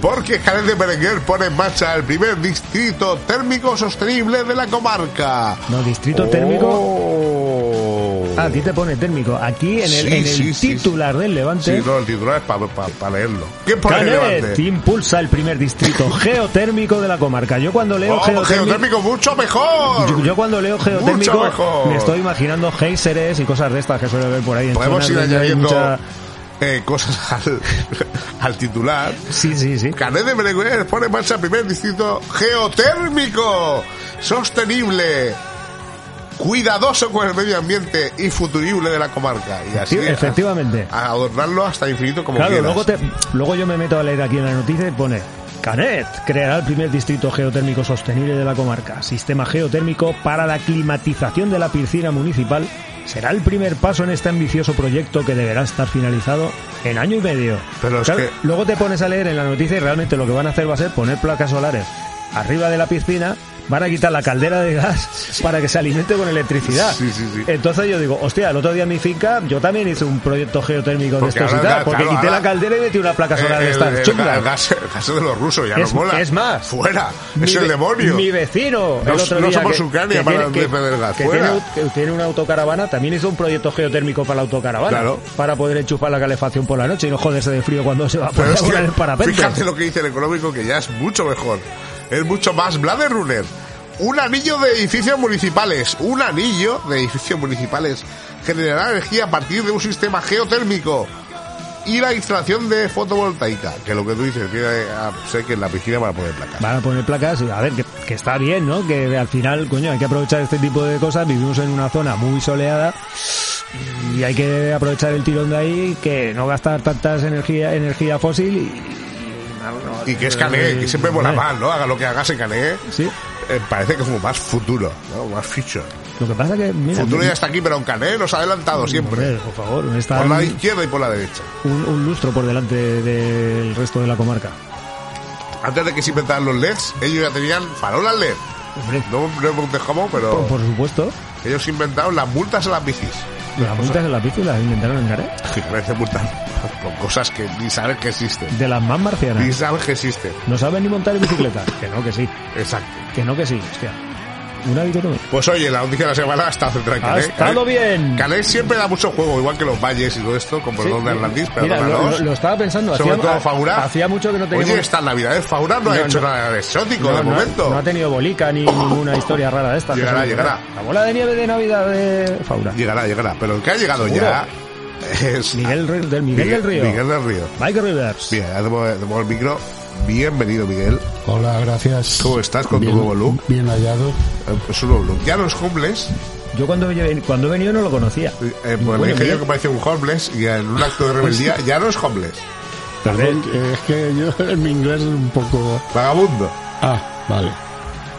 Speaker 2: Porque Jared de Berenguer pone en marcha el primer distrito térmico sostenible de la comarca.
Speaker 1: No,
Speaker 2: Oh.
Speaker 1: distrito térmico. Ah, a ti te pone térmico. Aquí en el,
Speaker 2: Sí,
Speaker 1: en el
Speaker 2: sí, sí,
Speaker 1: titular del Levante.
Speaker 2: Sí, no, el titular es para leerlo. ¿Qué pone en el
Speaker 1: Canet
Speaker 2: Levante? Oh,
Speaker 1: impulsa el primer distrito geotérmico de la comarca. Yo cuando leo
Speaker 2: Oh,
Speaker 1: geotérmico,
Speaker 2: geotérmico mucho mejor.
Speaker 1: yo, yo cuando leo
Speaker 2: Mucho
Speaker 1: geotérmico
Speaker 2: mejor.
Speaker 1: me estoy imaginando géiseres y cosas de estas que suele ver por ahí. en
Speaker 2: Podemos
Speaker 1: zonas
Speaker 2: ir
Speaker 1: donde hay
Speaker 2: añadiendo
Speaker 1: mucha-
Speaker 2: eh, cosas al, al titular.
Speaker 1: Sí, sí, sí.
Speaker 2: Canet de Berenguer pone en marcha el primer distrito geotérmico, sostenible, cuidadoso con el medio ambiente y futurible de la comarca. Y así
Speaker 1: Sí, efectivamente.
Speaker 2: A, a adornarlo hasta infinito como
Speaker 1: Claro,
Speaker 2: quieras.
Speaker 1: luego, te, luego yo me meto a leer aquí en la noticia y pone Canet creará el primer distrito geotérmico sostenible de la comarca. Sistema geotérmico para la climatización de la piscina municipal será el primer paso en este ambicioso proyecto que deberá estar finalizado en año y medio.
Speaker 2: Pero es
Speaker 1: Claro,
Speaker 2: que-
Speaker 1: Luego te pones a leer en la noticia y realmente lo que van a hacer va a ser poner placas solares arriba de la piscina. Van a quitar la caldera de gas para que se alimente con electricidad.
Speaker 2: Sí, sí, sí.
Speaker 1: Entonces yo digo, hostia, el otro día en mi finca yo también hice un proyecto geotérmico
Speaker 2: Porque
Speaker 1: de estos y
Speaker 2: ahora,
Speaker 1: tal, porque
Speaker 2: claro,
Speaker 1: quité
Speaker 2: ahora-
Speaker 1: la caldera y metí una placa
Speaker 2: Eh,
Speaker 1: solar
Speaker 2: el,
Speaker 1: de estas
Speaker 2: el-
Speaker 1: chungas.
Speaker 2: el gas, el gas es de los rusos, ya
Speaker 1: Es-
Speaker 2: no mola.
Speaker 1: es más.
Speaker 2: Fuera,
Speaker 1: Mi
Speaker 2: es el
Speaker 1: ve-
Speaker 2: demonio.
Speaker 1: Mi vecino. el
Speaker 2: No-
Speaker 1: otro
Speaker 2: no
Speaker 1: día
Speaker 2: somos
Speaker 1: que-
Speaker 2: Ucrania
Speaker 1: que
Speaker 2: para
Speaker 1: tiene- que-
Speaker 2: defender el gas,
Speaker 1: que
Speaker 2: fuera.
Speaker 1: tiene, que tiene una autocaravana, también hizo un proyecto geotérmico para la autocaravana.
Speaker 2: Claro.
Speaker 1: Para poder enchufar la calefacción por la noche y no joderse de frío cuando se va a
Speaker 2: Pero
Speaker 1: poner
Speaker 2: es que
Speaker 1: el parapente.
Speaker 2: fíjate lo que dice el económico, que ya es mucho mejor. Es mucho más Blader Runner. Un anillo de edificios municipales. Un anillo de edificios municipales generará energía a partir de un sistema geotérmico. Y la instalación de fotovoltaica, que lo que tú dices, tiene, ah, sé que en la piscina van a poner placas.
Speaker 1: Van a poner placas, y, a ver, que, que está bien, ¿no? Que al final, coño, hay que aprovechar este tipo de cosas. Vivimos en una zona muy soleada y hay que aprovechar el tirón de ahí, que no gastar tantas energía, energía fósil y...
Speaker 2: Y que es Cané, que siempre mola más, ¿no? Haga lo que hagas en Cané.
Speaker 1: Sí.
Speaker 2: eh, parece como más futuro, ¿no? Más future.
Speaker 1: Lo que pasa que, mira...
Speaker 2: Futuro ya está aquí, pero en Cané nos ha adelantado siempre.
Speaker 1: Hombre, por favor, está
Speaker 2: Por la
Speaker 1: un,
Speaker 2: izquierda y por la derecha.
Speaker 1: un lustro por delante del resto de la comarca.
Speaker 2: Antes de que se inventaran los LEDs, ellos ya tenían farolas LED.
Speaker 1: Hombre,
Speaker 2: No no me preguntes cómo, pero
Speaker 1: por, por supuesto,
Speaker 2: ellos inventaron las multas a las bicis.
Speaker 1: las multas en la bici las inventaron en Garay.
Speaker 2: Parece multas con cosas que ni sabes que existen.
Speaker 1: De las más marcianas.
Speaker 2: Ni sabes que existen.
Speaker 1: No saben ni montar en bicicleta. Que no, que sí.
Speaker 2: Exacto.
Speaker 1: Que no, que sí. Hostia. Una dicotomía.
Speaker 2: Pues oye, la noticia de la semana está centrada en
Speaker 1: Ha
Speaker 2: Cané.
Speaker 1: estado bien.
Speaker 2: Cané siempre da mucho juego, igual que los valles y todo esto, con perdón
Speaker 1: Sí,
Speaker 2: de Atlantis, pero
Speaker 1: mira, lo,
Speaker 2: perdónanos.
Speaker 1: lo- lo estaba pensando.
Speaker 2: Sobre
Speaker 1: hacía,
Speaker 2: todo Faura.
Speaker 1: hacía mucho que no teníamos...
Speaker 2: Oye, esta Navidad de Faura no, ha
Speaker 1: No,
Speaker 2: hecho
Speaker 1: no.
Speaker 2: nada de exótico
Speaker 1: no,
Speaker 2: de
Speaker 1: no-
Speaker 2: momento.
Speaker 1: no ha tenido bolica ni ninguna historia rara de estas.
Speaker 2: Llegará,
Speaker 1: Que son-
Speaker 2: llegará.
Speaker 1: La bola de nieve de Navidad de Faura.
Speaker 2: Llegará, llegará. Pero el que ha llegado
Speaker 1: Seguro.
Speaker 2: ya es.
Speaker 1: Miguel, Re- del Miguel, del Río.
Speaker 2: Miguel del Río.
Speaker 1: Mike Rivers.
Speaker 2: Bien, ya tenemos tenemos el micro. Bienvenido, Miguel.
Speaker 5: Hola, gracias.
Speaker 2: ¿Cómo estás con tu
Speaker 5: Bien-
Speaker 2: nuevo look?
Speaker 5: Bien hallado.
Speaker 2: Eh, Es un oblong. Ya los homeless,
Speaker 1: Yo cuando, lle- cuando he venido no lo conocía.
Speaker 2: eh, eh, pues
Speaker 1: Bueno,
Speaker 2: le dije
Speaker 1: mira.
Speaker 2: yo que parecía un homeless y en un acto
Speaker 1: Pues
Speaker 2: de rebeldía, ya no es homeless.
Speaker 5: Perdón, eh, es que yo en mi inglés es un poco.
Speaker 2: Vagabundo.
Speaker 5: Ah, vale,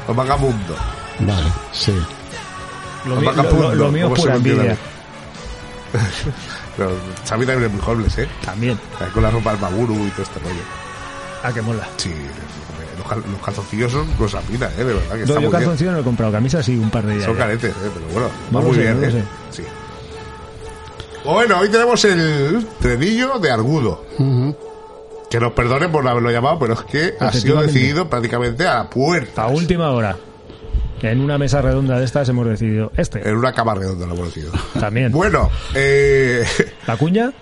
Speaker 2: O vagabundo.
Speaker 5: vale, sí.
Speaker 1: Lo, mío-
Speaker 2: Macapundo,
Speaker 1: lo- lo mío
Speaker 2: ¿cómo
Speaker 1: es
Speaker 2: se
Speaker 1: pura
Speaker 2: mantiene?
Speaker 1: envidia.
Speaker 2: Pero Xavi también es muy homeless, ¿eh?
Speaker 1: También.
Speaker 2: Ahí Con la ropa al Maguru y todo este rollo.
Speaker 1: Ah, que mola.
Speaker 2: Sí, eh, los, cal- los calzoncillos son cosa fina, ¿eh? De verdad que
Speaker 1: No,
Speaker 2: está
Speaker 1: yo
Speaker 2: muy bien.
Speaker 1: calzoncillo no he comprado camisas sí, un par de días.
Speaker 2: Son
Speaker 1: ya.
Speaker 2: caretes, eh, pero bueno,
Speaker 1: No
Speaker 2: va
Speaker 1: lo
Speaker 2: muy
Speaker 1: sé,
Speaker 2: bien,
Speaker 1: no lo
Speaker 2: eh.
Speaker 1: sé.
Speaker 2: Sí. Pues Bueno, hoy tenemos el trenillo de Argudo. Que nos perdonen por no haberlo llamado, pero es que ha sido
Speaker 1: Efectivamente.
Speaker 2: decidido prácticamente a la puerta.
Speaker 1: A última hora. En una mesa redonda de estas hemos decidido este.
Speaker 2: En una cama redonda lo hemos decidido.
Speaker 1: También.
Speaker 2: Bueno, eh,
Speaker 1: La cuña,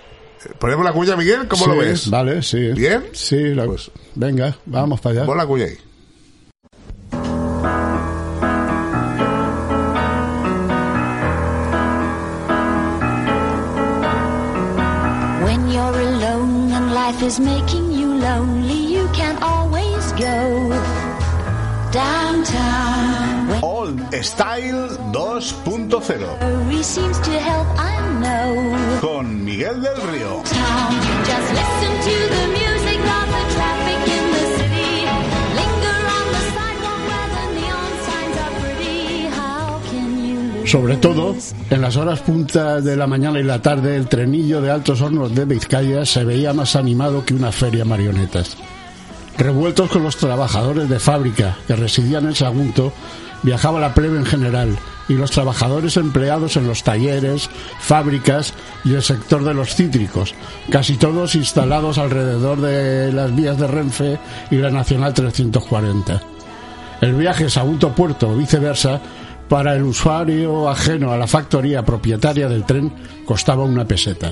Speaker 2: ponemos la cuña, Miguel, ¿cómo lo
Speaker 5: Sí,
Speaker 2: ves?
Speaker 5: Vale, sí.
Speaker 2: ¿Bien?
Speaker 5: Sí, la-
Speaker 2: Pues-
Speaker 5: venga, vamos para allá.
Speaker 2: Pon la cuña ahí.
Speaker 6: When you're alone and life is making you lonely, you can always go downtown. When
Speaker 7: Old Style 2.0
Speaker 6: worry seems to help, I know.
Speaker 7: con Miguel del Río.
Speaker 6: Town. Just listen to the music of the traffic in the city.
Speaker 5: sobre todo en las horas puntas de la mañana y la tarde, el trenillo de Altos Hornos de Vizcaya se veía más animado que una feria marionetas. Revueltos con los trabajadores de fábrica que residían en Sagunto, viajaba la plebe en general y los trabajadores empleados en los talleres, fábricas y el sector de los cítricos, casi todos instalados alrededor de las vías de Renfe y la Nacional 340. El viaje Sagunto-Puerto o viceversa para el usuario ajeno a la factoría propietaria del tren costaba una peseta.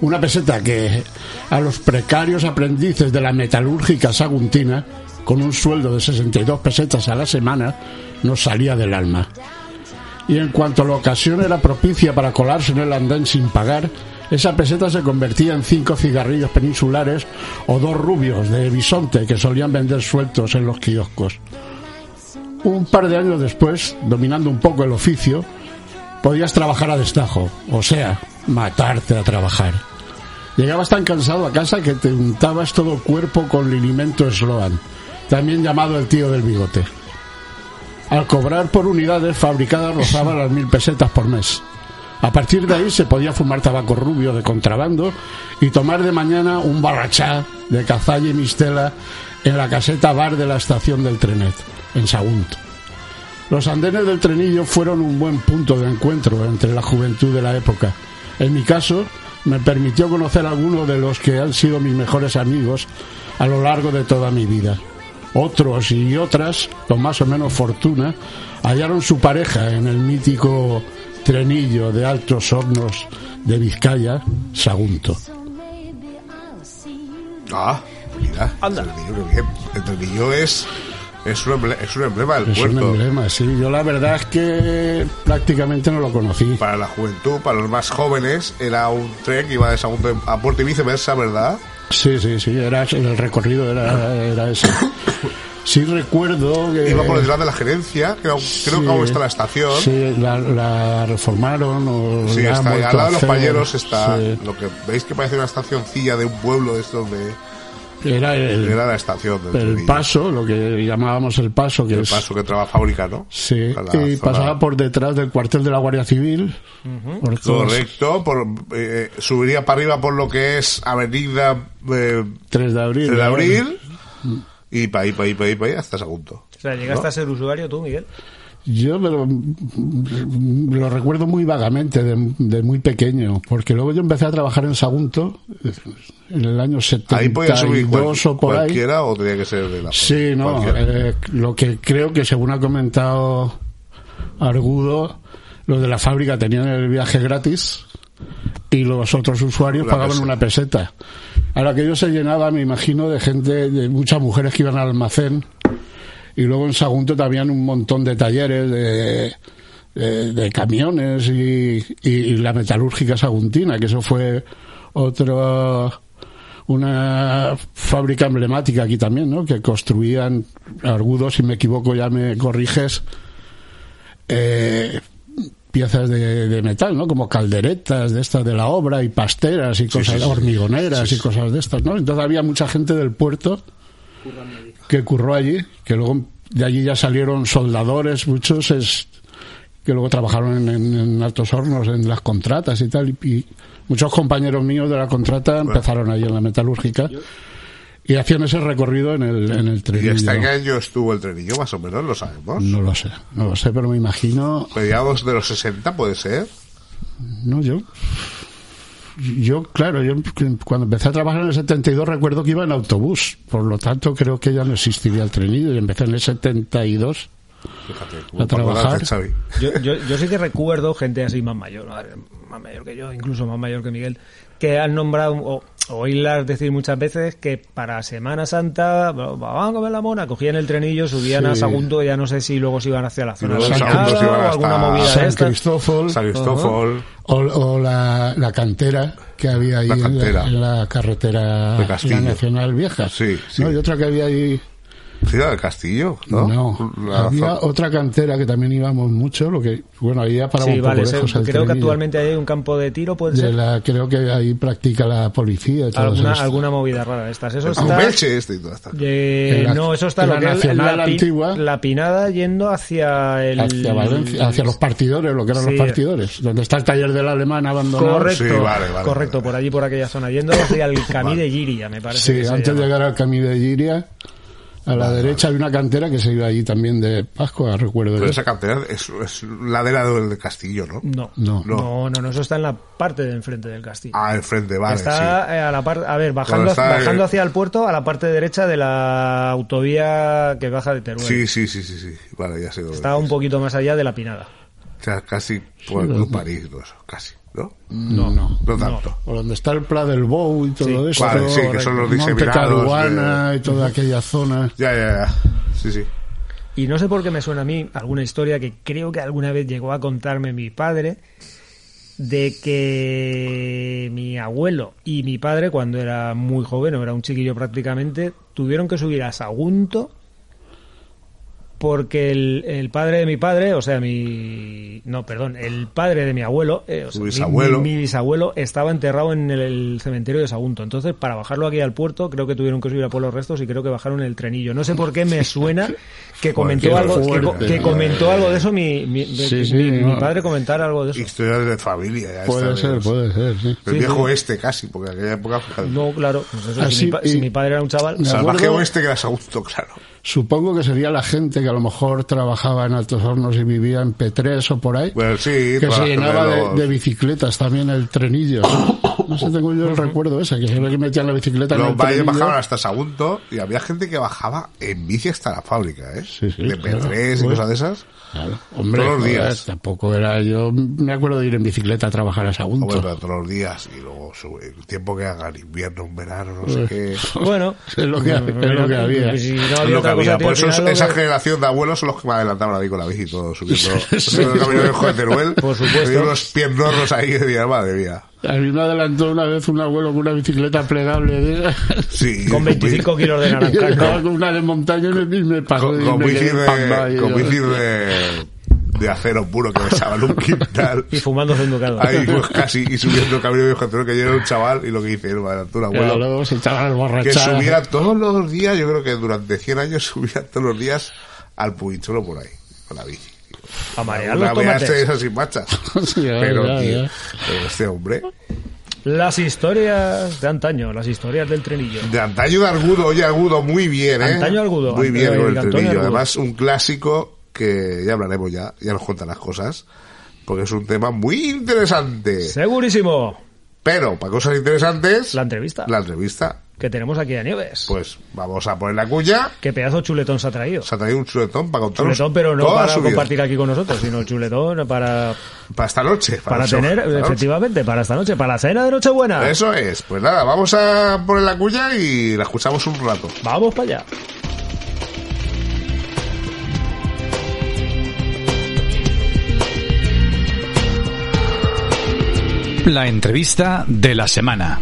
Speaker 5: Una peseta que a los precarios aprendices de la metalúrgica saguntina, con un sueldo de 62 pesetas a la semana, nos salía del alma. Y en cuanto la ocasión era propicia para colarse en el andén sin pagar, esa peseta se convertía en cinco cigarrillos peninsulares o dos rubios de bisonte que solían vender sueltos en los kioscos. Un par de años después, dominando un poco el oficio, podías trabajar a destajo, o sea, matarte a trabajar. Llegabas tan cansado a casa que te untabas todo el cuerpo con linimento Sloan, también llamado el tío del bigote. Al cobrar por unidades fabricadas rozaba las mil pesetas por mes. A partir de ahí se podía fumar tabaco rubio de contrabando y tomar de mañana un barrachá de cazalla y mistela en la caseta bar de la estación del Trenet, en Sagunto. Los andenes del trenillo fueron un buen punto de encuentro entre la juventud de la época. En mi caso, me permitió conocer a algunos de los que han sido mis mejores amigos a lo largo de toda mi vida. Otros y otras, con más o menos fortuna, hallaron su pareja en el mítico trenillo de altos hornos de Vizcaya, Sagunto.
Speaker 2: Ah, mira. Anda. El trenillo es. Es un, emblema, es un emblema del
Speaker 5: Es un
Speaker 2: puerto.
Speaker 5: emblema, sí. Yo la verdad es que prácticamente no lo conocí.
Speaker 2: Para la juventud, para los más jóvenes, era un tren que iba de Sagunto a Puerto y viceversa, ¿verdad?
Speaker 5: Sí, sí, sí. Era, el recorrido era, era ese. Sí recuerdo que...
Speaker 2: Iba por detrás de la gerencia, creo, creo que aún está la estación.
Speaker 5: Sí, la, la reformaron o
Speaker 2: Sí,
Speaker 5: la han
Speaker 2: está ahí.
Speaker 5: vuelto
Speaker 2: Al lado
Speaker 5: a
Speaker 2: de los
Speaker 5: hacer.
Speaker 2: payeros está
Speaker 5: Sí.
Speaker 2: lo que veis que parece una estacioncilla de un pueblo de estos de.
Speaker 5: Era el,
Speaker 2: Era la estación del
Speaker 5: el
Speaker 2: Trinillo.
Speaker 5: paso, lo que llamábamos el paso, que
Speaker 2: El
Speaker 5: es...
Speaker 2: paso que trae la fábrica, ¿no?
Speaker 5: Sí,
Speaker 2: A la
Speaker 5: y
Speaker 2: zona-
Speaker 5: pasaba por detrás del cuartel de la Guardia Civil. por todos-
Speaker 2: Correcto, por, eh, subiría para arriba por lo que es Avenida eh,
Speaker 5: 3 de abril.
Speaker 2: 3 de Abril y para ahí, para ahí, para ahí, pa' ahí, hasta Sagunto.
Speaker 8: O sea, llegaste a ser usuario tú, Miguel.
Speaker 5: Yo me lo, lo recuerdo muy vagamente, de, de muy pequeño, porque luego yo empecé a trabajar en Sagunto en el año
Speaker 2: Ahí podía subir cual-
Speaker 5: 72 o por ahí.
Speaker 2: cualquiera o tenía que ser de la
Speaker 5: Sí, no,
Speaker 2: cualquiera.
Speaker 5: eh, lo que creo que según ha comentado Argudo, los de la fábrica tenían el viaje gratis y los otros usuarios
Speaker 2: Una
Speaker 5: pagaban
Speaker 2: peseta.
Speaker 5: una peseta. Ahora que yo se llenaba, me imagino, de gente, de muchas mujeres que iban al almacén y luego en Sagunto también un montón de talleres de, de- de camiones y, y- y la metalúrgica saguntina, que eso fue otro una fábrica emblemática aquí también, ¿no? Que construían Argudo, si me equivoco ya me corriges, eh, piezas de, de metal, ¿no? Como calderetas de estas de la obra y pasteras y cosas
Speaker 2: sí, sí.
Speaker 5: hormigoneras y cosas de estas, ¿no? Entonces había mucha gente del puerto que curró allí, que luego de allí ya salieron soldadores, muchos es, que luego trabajaron en, en- en altos hornos, en las contratas y tal. Y, y muchos compañeros míos de la contrata empezaron allí en la metalúrgica y hacían ese recorrido en el, en el
Speaker 2: ¿Y hasta qué
Speaker 5: trenillo.
Speaker 2: año estuvo el trenillo, más o menos? Lo sabemos.
Speaker 5: No lo sé, no lo sé, pero me imagino,
Speaker 2: Mediados de los 60, puede ser.
Speaker 5: no yo. Yo, claro, yo cuando empecé a trabajar en el 72 recuerdo que iba en autobús, por lo tanto creo que ya no existiría el trenillo y empecé en el 72
Speaker 2: Fíjate,
Speaker 5: A trabajar.
Speaker 2: acordaste, Xavi.
Speaker 8: Yo, yo, yo sí que recuerdo gente así más mayor, a ver, más mayor que yo, incluso más mayor que Miguel, que han nombrado o oírlas decir muchas veces que para Semana Santa bueno, vamos a comer la mona, cogían el trenillo, subían a
Speaker 5: Sí.
Speaker 8: Sagunto, ya no sé si luego se iban hacia la zona
Speaker 2: luego
Speaker 8: de la
Speaker 5: Sagunto
Speaker 8: Alcalá
Speaker 5: se
Speaker 2: iban
Speaker 8: o alguna
Speaker 2: hasta
Speaker 8: movida de
Speaker 5: San
Speaker 8: estas.
Speaker 5: Cristóbal
Speaker 2: San Cristóbal,
Speaker 5: O, o la, la cantera que había ahí
Speaker 2: La
Speaker 5: en, la,
Speaker 2: cantera.
Speaker 5: en la carretera
Speaker 2: De Castillo.
Speaker 5: la nacional vieja.
Speaker 2: Sí, sí.
Speaker 5: ¿No? Y otra que había ahí
Speaker 2: Ciudad del Castillo, ¿no?
Speaker 5: No.
Speaker 2: La-
Speaker 5: Había otra cantera que también íbamos mucho, lo que, bueno, ahí ya paraba
Speaker 1: Sí,
Speaker 5: un poco
Speaker 1: vale,
Speaker 5: lejos
Speaker 1: sé- creo
Speaker 5: al
Speaker 1: que
Speaker 5: Trenillo.
Speaker 1: actualmente hay un campo de tiro, puede
Speaker 5: De
Speaker 1: ser.
Speaker 5: la, creo que ahí practica la policía y todo
Speaker 1: Alguna,
Speaker 5: eso.
Speaker 1: alguna movida rara de estas. Eso
Speaker 2: Ah,
Speaker 1: está.
Speaker 2: Belche este y todo está.
Speaker 1: Eh,
Speaker 5: En la-
Speaker 1: no, eso está
Speaker 5: en
Speaker 1: lo
Speaker 5: la
Speaker 1: que es
Speaker 5: Nacional
Speaker 1: pi-
Speaker 5: Antigua.
Speaker 1: la pinada yendo hacia el
Speaker 5: hacia Valencia, hacia los partidores, lo que eran
Speaker 1: Sí.
Speaker 5: los partidores, donde está el taller del alemán abandonado.
Speaker 1: correcto,
Speaker 2: Sí, vale, vale,
Speaker 1: correcto,
Speaker 2: vale.
Speaker 1: por allí por aquella zona yendo hacia el Camí
Speaker 2: Vale.
Speaker 1: de Giria, me parece.
Speaker 5: Sí,
Speaker 1: que se
Speaker 5: antes de
Speaker 1: llama.
Speaker 5: llegar al camino de Giria, a la derecha hay una cantera que se iba allí también de Pascua, recuerdo
Speaker 2: Pero
Speaker 5: yo.
Speaker 2: esa cantera es, es ladera del castillo, ¿no?
Speaker 1: No,
Speaker 5: No.
Speaker 1: no, no, no, eso está en la parte de enfrente del castillo.
Speaker 2: Ah, enfrente, vale,
Speaker 1: está eh, a la parte, a ver, bajando,
Speaker 2: Cuando está,
Speaker 1: bajando
Speaker 2: eh,
Speaker 1: hacia el puerto, a la parte derecha de la autovía que baja de Teruel.
Speaker 2: sí. Sí, sí, sí, sí, sí. Vale, ya sé dónde
Speaker 1: Está un poquito más allá de la pinada.
Speaker 2: O sea, casi por el Club París, no, eso, casi, ¿no?
Speaker 5: No, no.
Speaker 2: No tanto.
Speaker 5: O donde está el Pla del Bou y todo eso.
Speaker 2: Vale, sí, que son los
Speaker 5: Monte
Speaker 2: diseminados
Speaker 5: Caruana
Speaker 2: de-
Speaker 5: y toda aquella zona.
Speaker 2: Ya, ya, ya. Sí, sí.
Speaker 1: Y no sé por qué me suena a mí alguna historia que creo que alguna vez llegó a contarme mi padre de que mi abuelo y mi padre cuando era muy joven, o era un chiquillo prácticamente, tuvieron que subir a Sagunto porque el, el padre de mi padre, o sea, mi... No, perdón, el padre de mi abuelo, eh, o sea,
Speaker 2: Tu
Speaker 1: mi-
Speaker 2: bisabuelo.
Speaker 1: Mi, mi bisabuelo estaba enterrado en el, el cementerio de Sagunto. Entonces, para bajarlo aquí al puerto, creo que tuvieron que subir a por los restos y creo que bajaron el trenillo. No sé por qué me suena que comentó,
Speaker 2: qué
Speaker 1: algo, que, co-
Speaker 5: fuerte,
Speaker 1: que
Speaker 5: ¿no?
Speaker 1: comentó algo de eso mi, mi,
Speaker 5: Sí,
Speaker 1: mi-
Speaker 5: sí,
Speaker 1: mi
Speaker 5: no.
Speaker 1: padre comentar algo de eso.
Speaker 2: Historias de familia, ya
Speaker 5: Puede
Speaker 2: está,
Speaker 5: ser,
Speaker 2: Dios.
Speaker 5: puede ser, sí.
Speaker 2: Del
Speaker 1: Sí,
Speaker 2: viejo
Speaker 1: sí.
Speaker 2: oeste casi, porque en aquella época fíjate,
Speaker 1: No, claro. pues eso,
Speaker 5: Así,
Speaker 1: si, mi, pa- si
Speaker 5: y-
Speaker 1: mi padre era un chaval...
Speaker 5: Me
Speaker 2: salvaje
Speaker 5: acuerdo-
Speaker 2: oeste que era Sagunto, claro.
Speaker 5: Supongo que sería la gente que a lo mejor trabajaba en Altos Hornos y vivía en Petrés o por ahí.
Speaker 2: Bueno, sí,
Speaker 5: que se
Speaker 2: toda la
Speaker 5: llenaba
Speaker 2: gente de
Speaker 5: de,
Speaker 2: los-
Speaker 5: de bicicletas también el trenillo. No sé, tengo yo el recuerdo ese, que se ve que metían la bicicleta en
Speaker 2: Los
Speaker 5: el
Speaker 2: valles
Speaker 5: trenillo.
Speaker 2: bajaban hasta Sagunto y había gente que bajaba en bici hasta la fábrica, ¿eh?
Speaker 5: Sí, sí,
Speaker 2: de
Speaker 5: claro. Pues
Speaker 2: P3 y
Speaker 5: Bueno.
Speaker 2: cosas de esas.
Speaker 5: Claro, hombre,
Speaker 2: Todos los
Speaker 5: joder,
Speaker 2: días.
Speaker 5: tampoco era yo. Me acuerdo de ir en bicicleta a trabajar a Sagunto.
Speaker 2: Hombre, pero todos los días y luego su- el tiempo que hagan, invierno, verano, no
Speaker 5: Pues,
Speaker 2: sé qué.
Speaker 1: pues, Bueno, pues,
Speaker 5: Es lo que- es lo que había.
Speaker 1: Si no
Speaker 2: Es
Speaker 1: había
Speaker 2: lo que
Speaker 1: otra
Speaker 2: había.
Speaker 1: cosa, tío, al
Speaker 2: Por eso
Speaker 1: final lo
Speaker 2: esa
Speaker 1: que-
Speaker 2: generación de abuelos son los que me adelantaban a mí con la bici y todo, subiendo subiendo el camino viejo de Teruel.
Speaker 1: Por supuesto.
Speaker 2: Y unos piernozos ahí de día, madre mía.
Speaker 5: A mí me adelantó una vez un abuelo con una bicicleta plegable. de-
Speaker 2: Sí,
Speaker 1: Con 25 kilos de
Speaker 5: y yo
Speaker 1: naranja.
Speaker 5: estaba con una de montaña y me, y me pasó.
Speaker 2: Con,
Speaker 5: y
Speaker 2: con
Speaker 5: me
Speaker 2: bici
Speaker 5: quedé empantado
Speaker 2: de,
Speaker 5: y
Speaker 2: con
Speaker 5: yo-
Speaker 2: bici de, de acero puro que echaban un quintal.
Speaker 1: Y fumándose un ducado.
Speaker 2: Ahí pues casi, y subiendo el camino viejo de Teruel, que yo era un chaval y lo que hice, era una adelantura,
Speaker 5: Claro,
Speaker 2: abuelo.
Speaker 5: luego se echaban al
Speaker 2: que
Speaker 5: borrachar.
Speaker 2: subía todos los días, yo creo que durante 100 años subía todos los días al pubicholo por ahí, con la este bici.
Speaker 1: A marear
Speaker 2: Una
Speaker 1: los
Speaker 2: vez
Speaker 1: tomates.
Speaker 2: esas sin marchas.
Speaker 5: Sí, ya,
Speaker 2: pero,
Speaker 5: ya,
Speaker 2: tío,
Speaker 5: ya.
Speaker 2: pero este hombre,
Speaker 1: Las historias de antaño, las historias del trenillo.
Speaker 2: de antaño de Argudo, oye Argudo, muy bien, ¿eh?
Speaker 1: Antaño Argudo,
Speaker 2: Muy bien
Speaker 1: Antonio
Speaker 2: con el
Speaker 1: Argudo.
Speaker 2: trenillo. Además, un clásico que ya hablaremos ya, ya nos cuentan las cosas, porque es un tema muy interesante.
Speaker 1: Segurísimo.
Speaker 2: Pero, para cosas interesantes,
Speaker 1: La entrevista
Speaker 2: la entrevista,
Speaker 1: que tenemos aquí a Nieves.
Speaker 2: pues vamos a poner la cuña.
Speaker 1: Qué pedazo de chuletón se ha traído.
Speaker 2: Se ha traído un chuletón para contarnos
Speaker 1: Chuletón, pero no
Speaker 2: toda
Speaker 1: para
Speaker 2: su vida.
Speaker 1: compartir aquí con nosotros, sino chuletón para,
Speaker 2: Para esta noche.
Speaker 1: para
Speaker 2: esta
Speaker 1: tener,
Speaker 2: noche, para esta noche.
Speaker 1: efectivamente, para esta noche, para la cena de Nochebuena.
Speaker 2: Eso es. Pues nada, vamos a poner la cuña y la escuchamos un rato.
Speaker 1: Vamos para allá.
Speaker 4: La entrevista de la semana.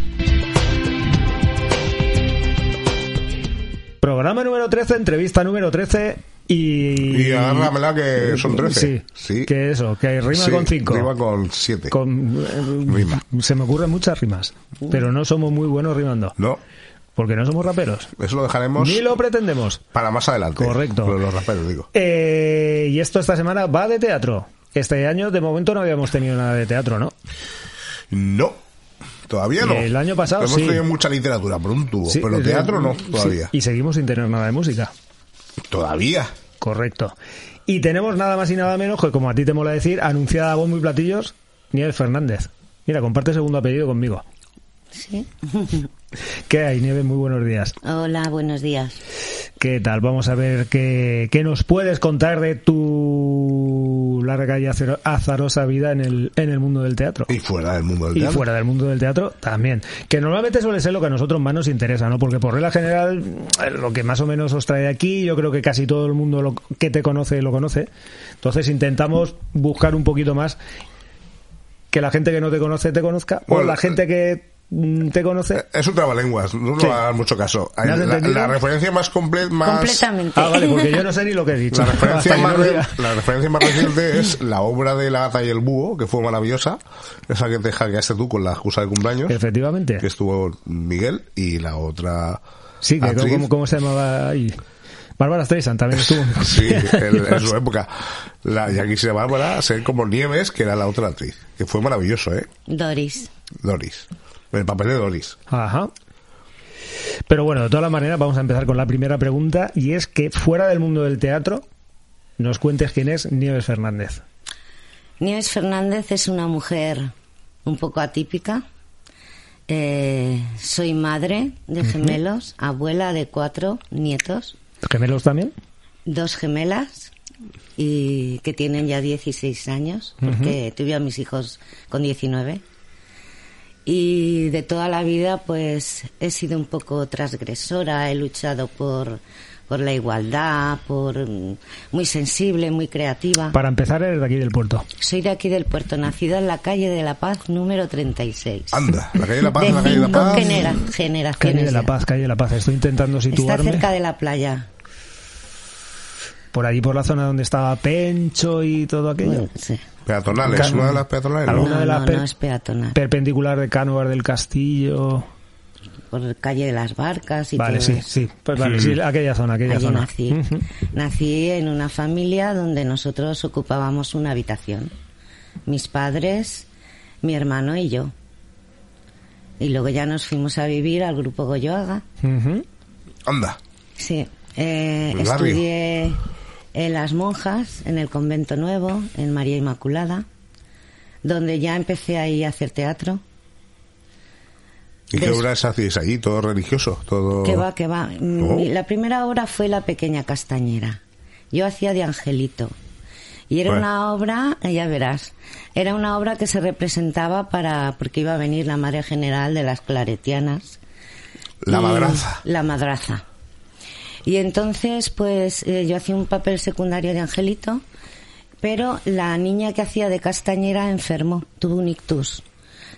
Speaker 1: Programa número 13, entrevista número 13 y...
Speaker 2: Y agárramela que son 13.
Speaker 1: Sí,
Speaker 2: Sí.
Speaker 1: que eso, que rima
Speaker 2: Sí,
Speaker 1: con 5.
Speaker 2: Rima con 7. Rima.
Speaker 1: Se me ocurren muchas rimas, pero no somos muy buenos rimando,
Speaker 2: No,
Speaker 1: porque no somos raperos.
Speaker 2: eso lo dejaremos
Speaker 1: Ni lo pretendemos.
Speaker 2: para más adelante.
Speaker 1: Correcto.
Speaker 2: Pero los raperos, digo.
Speaker 1: Eh, y esto esta semana va de teatro. Este año de momento no habíamos tenido nada de teatro, ¿no?
Speaker 2: No. Todavía no.
Speaker 1: Y el año pasado,
Speaker 2: Hemos
Speaker 1: sí.
Speaker 2: tenido mucha literatura por un tubo,
Speaker 1: Sí,
Speaker 2: pero
Speaker 1: eh,
Speaker 2: teatro no,
Speaker 1: sí,
Speaker 2: todavía.
Speaker 1: y seguimos sin tener nada de música.
Speaker 2: Todavía.
Speaker 1: Correcto. Y tenemos nada más y nada menos que, como a ti te mola decir, anunciada a bombo y platillos, Nieves Fernández. Mira, comparte segundo apellido conmigo.
Speaker 9: Sí.
Speaker 1: ¿Qué hay, Nieves? Muy buenos días.
Speaker 9: Hola, buenos días.
Speaker 1: ¿Qué tal? Vamos a ver qué, qué nos puedes contar de tu larga y acero- azarosa vida en el, en el mundo del teatro.
Speaker 2: Y fuera del mundo del
Speaker 1: Y
Speaker 2: teatro.
Speaker 1: fuera del mundo del teatro también. Que normalmente suele ser lo que a nosotros más nos interesa, ¿no? Porque por regla general, eh, lo que más o menos os trae aquí, yo creo que casi todo el mundo lo, que te conoce lo conoce. Entonces intentamos buscar un poquito más que la gente que no te conoce te conozca, o
Speaker 2: Bueno,
Speaker 1: la gente que mm, te conoce.
Speaker 2: Es un trabalenguas, no le
Speaker 1: Sí.
Speaker 2: hagas mucho caso.
Speaker 1: ¿Me has
Speaker 2: La, la
Speaker 1: entendido?
Speaker 2: referencia más completa. Más...
Speaker 10: Completamente.
Speaker 1: Ah, vale, porque yo no sé ni lo que he dicho.
Speaker 2: La referencia,
Speaker 1: Hasta que
Speaker 2: más
Speaker 1: no
Speaker 2: re-
Speaker 1: diga.
Speaker 2: la referencia más reciente es la obra de La gata y el búho, que fue maravillosa, esa que te hackeaste tú con la excusa de cumpleaños,
Speaker 1: Efectivamente.
Speaker 2: que estuvo Miguel, y la otra...
Speaker 1: Sí, que
Speaker 2: actriz,
Speaker 1: ¿cómo, cómo se llamaba ahí? Bárbara Streisand también estuvo.
Speaker 2: Sí, en, en su
Speaker 1: Llevas-
Speaker 2: época. La, y aquí se Bárbara, ser como Nieves, que era la otra actriz, que fue maravilloso, ¿eh?
Speaker 10: Doris.
Speaker 2: Doris. El papel de Doris.
Speaker 1: Ajá. Pero bueno, de todas las maneras, vamos a empezar con la primera pregunta, y es que fuera del mundo del teatro, nos cuentes quién es Nieves Fernández.
Speaker 10: Nieves Fernández es una mujer un poco atípica. Eh, soy madre de gemelos, abuela de cuatro nietos,
Speaker 1: ¿Gemelos también?
Speaker 10: dos gemelas y que tienen ya 16 años, porque tuve a mis hijos con 19. Y de toda la vida, pues he sido un poco transgresora, he luchado por, por la igualdad, por mm, muy sensible, muy creativa.
Speaker 1: Para empezar, eres de aquí del puerto.
Speaker 10: Soy de aquí del puerto, nacida en la calle de La Paz número 36.
Speaker 2: Anda, la calle de Ah, la paz,
Speaker 10: de
Speaker 2: la calle de la
Speaker 10: cinco
Speaker 2: paz.
Speaker 10: genera-
Speaker 1: Calle
Speaker 10: generaciones.
Speaker 1: de la
Speaker 10: ya.
Speaker 1: Paz, Calle de la Paz. Estoy intentando
Speaker 10: Está
Speaker 1: situarme
Speaker 10: cerca de la playa.
Speaker 1: por allí, por la zona donde estaba Pencho y todo aquello.
Speaker 10: Bueno, sí.
Speaker 2: Peatonales,
Speaker 1: Can-
Speaker 2: una de las peatonales. ¿no?
Speaker 1: Alguna
Speaker 10: No,
Speaker 1: de las
Speaker 10: no,
Speaker 1: pe-
Speaker 10: no es peatonal.
Speaker 1: Perpendicular de Cánovas del Castillo.
Speaker 10: Por calle de las barcas y
Speaker 1: Vale,
Speaker 10: todo
Speaker 1: sí,
Speaker 10: eso.
Speaker 1: sí. Pues vale, sí, aquella zona, aquella
Speaker 10: Allí
Speaker 1: zona.
Speaker 10: nací.
Speaker 1: Ujú.
Speaker 10: Nací en una familia donde nosotros ocupábamos una habitación. Mis padres, mi hermano y yo. Y luego ya nos fuimos a vivir al grupo Goyoaga.
Speaker 1: Ujú.
Speaker 2: Anda.
Speaker 10: Sí, eh,
Speaker 2: El barrio.
Speaker 10: estudié en las monjas, en el convento nuevo, en María Inmaculada, donde ya empecé ahí a hacer teatro.
Speaker 2: ¿Y qué
Speaker 10: Des-
Speaker 2: obras hacéis allí? Todo religioso, todo...
Speaker 10: Que va, que va. Mm,
Speaker 2: Oh.
Speaker 10: La primera obra fue La Pequeña Castañera. Yo hacía de Angelito. Y era
Speaker 2: Bueno.
Speaker 10: una obra, eh, ya verás, era una obra que se representaba para, porque iba a venir la madre general de las claretianas.
Speaker 2: La
Speaker 10: Y-
Speaker 2: madraza.
Speaker 10: La madraza. Y entonces, pues, eh, yo hacía un papel secundario de Angelito, pero la niña que hacía de castañera enfermó, tuvo un ictus.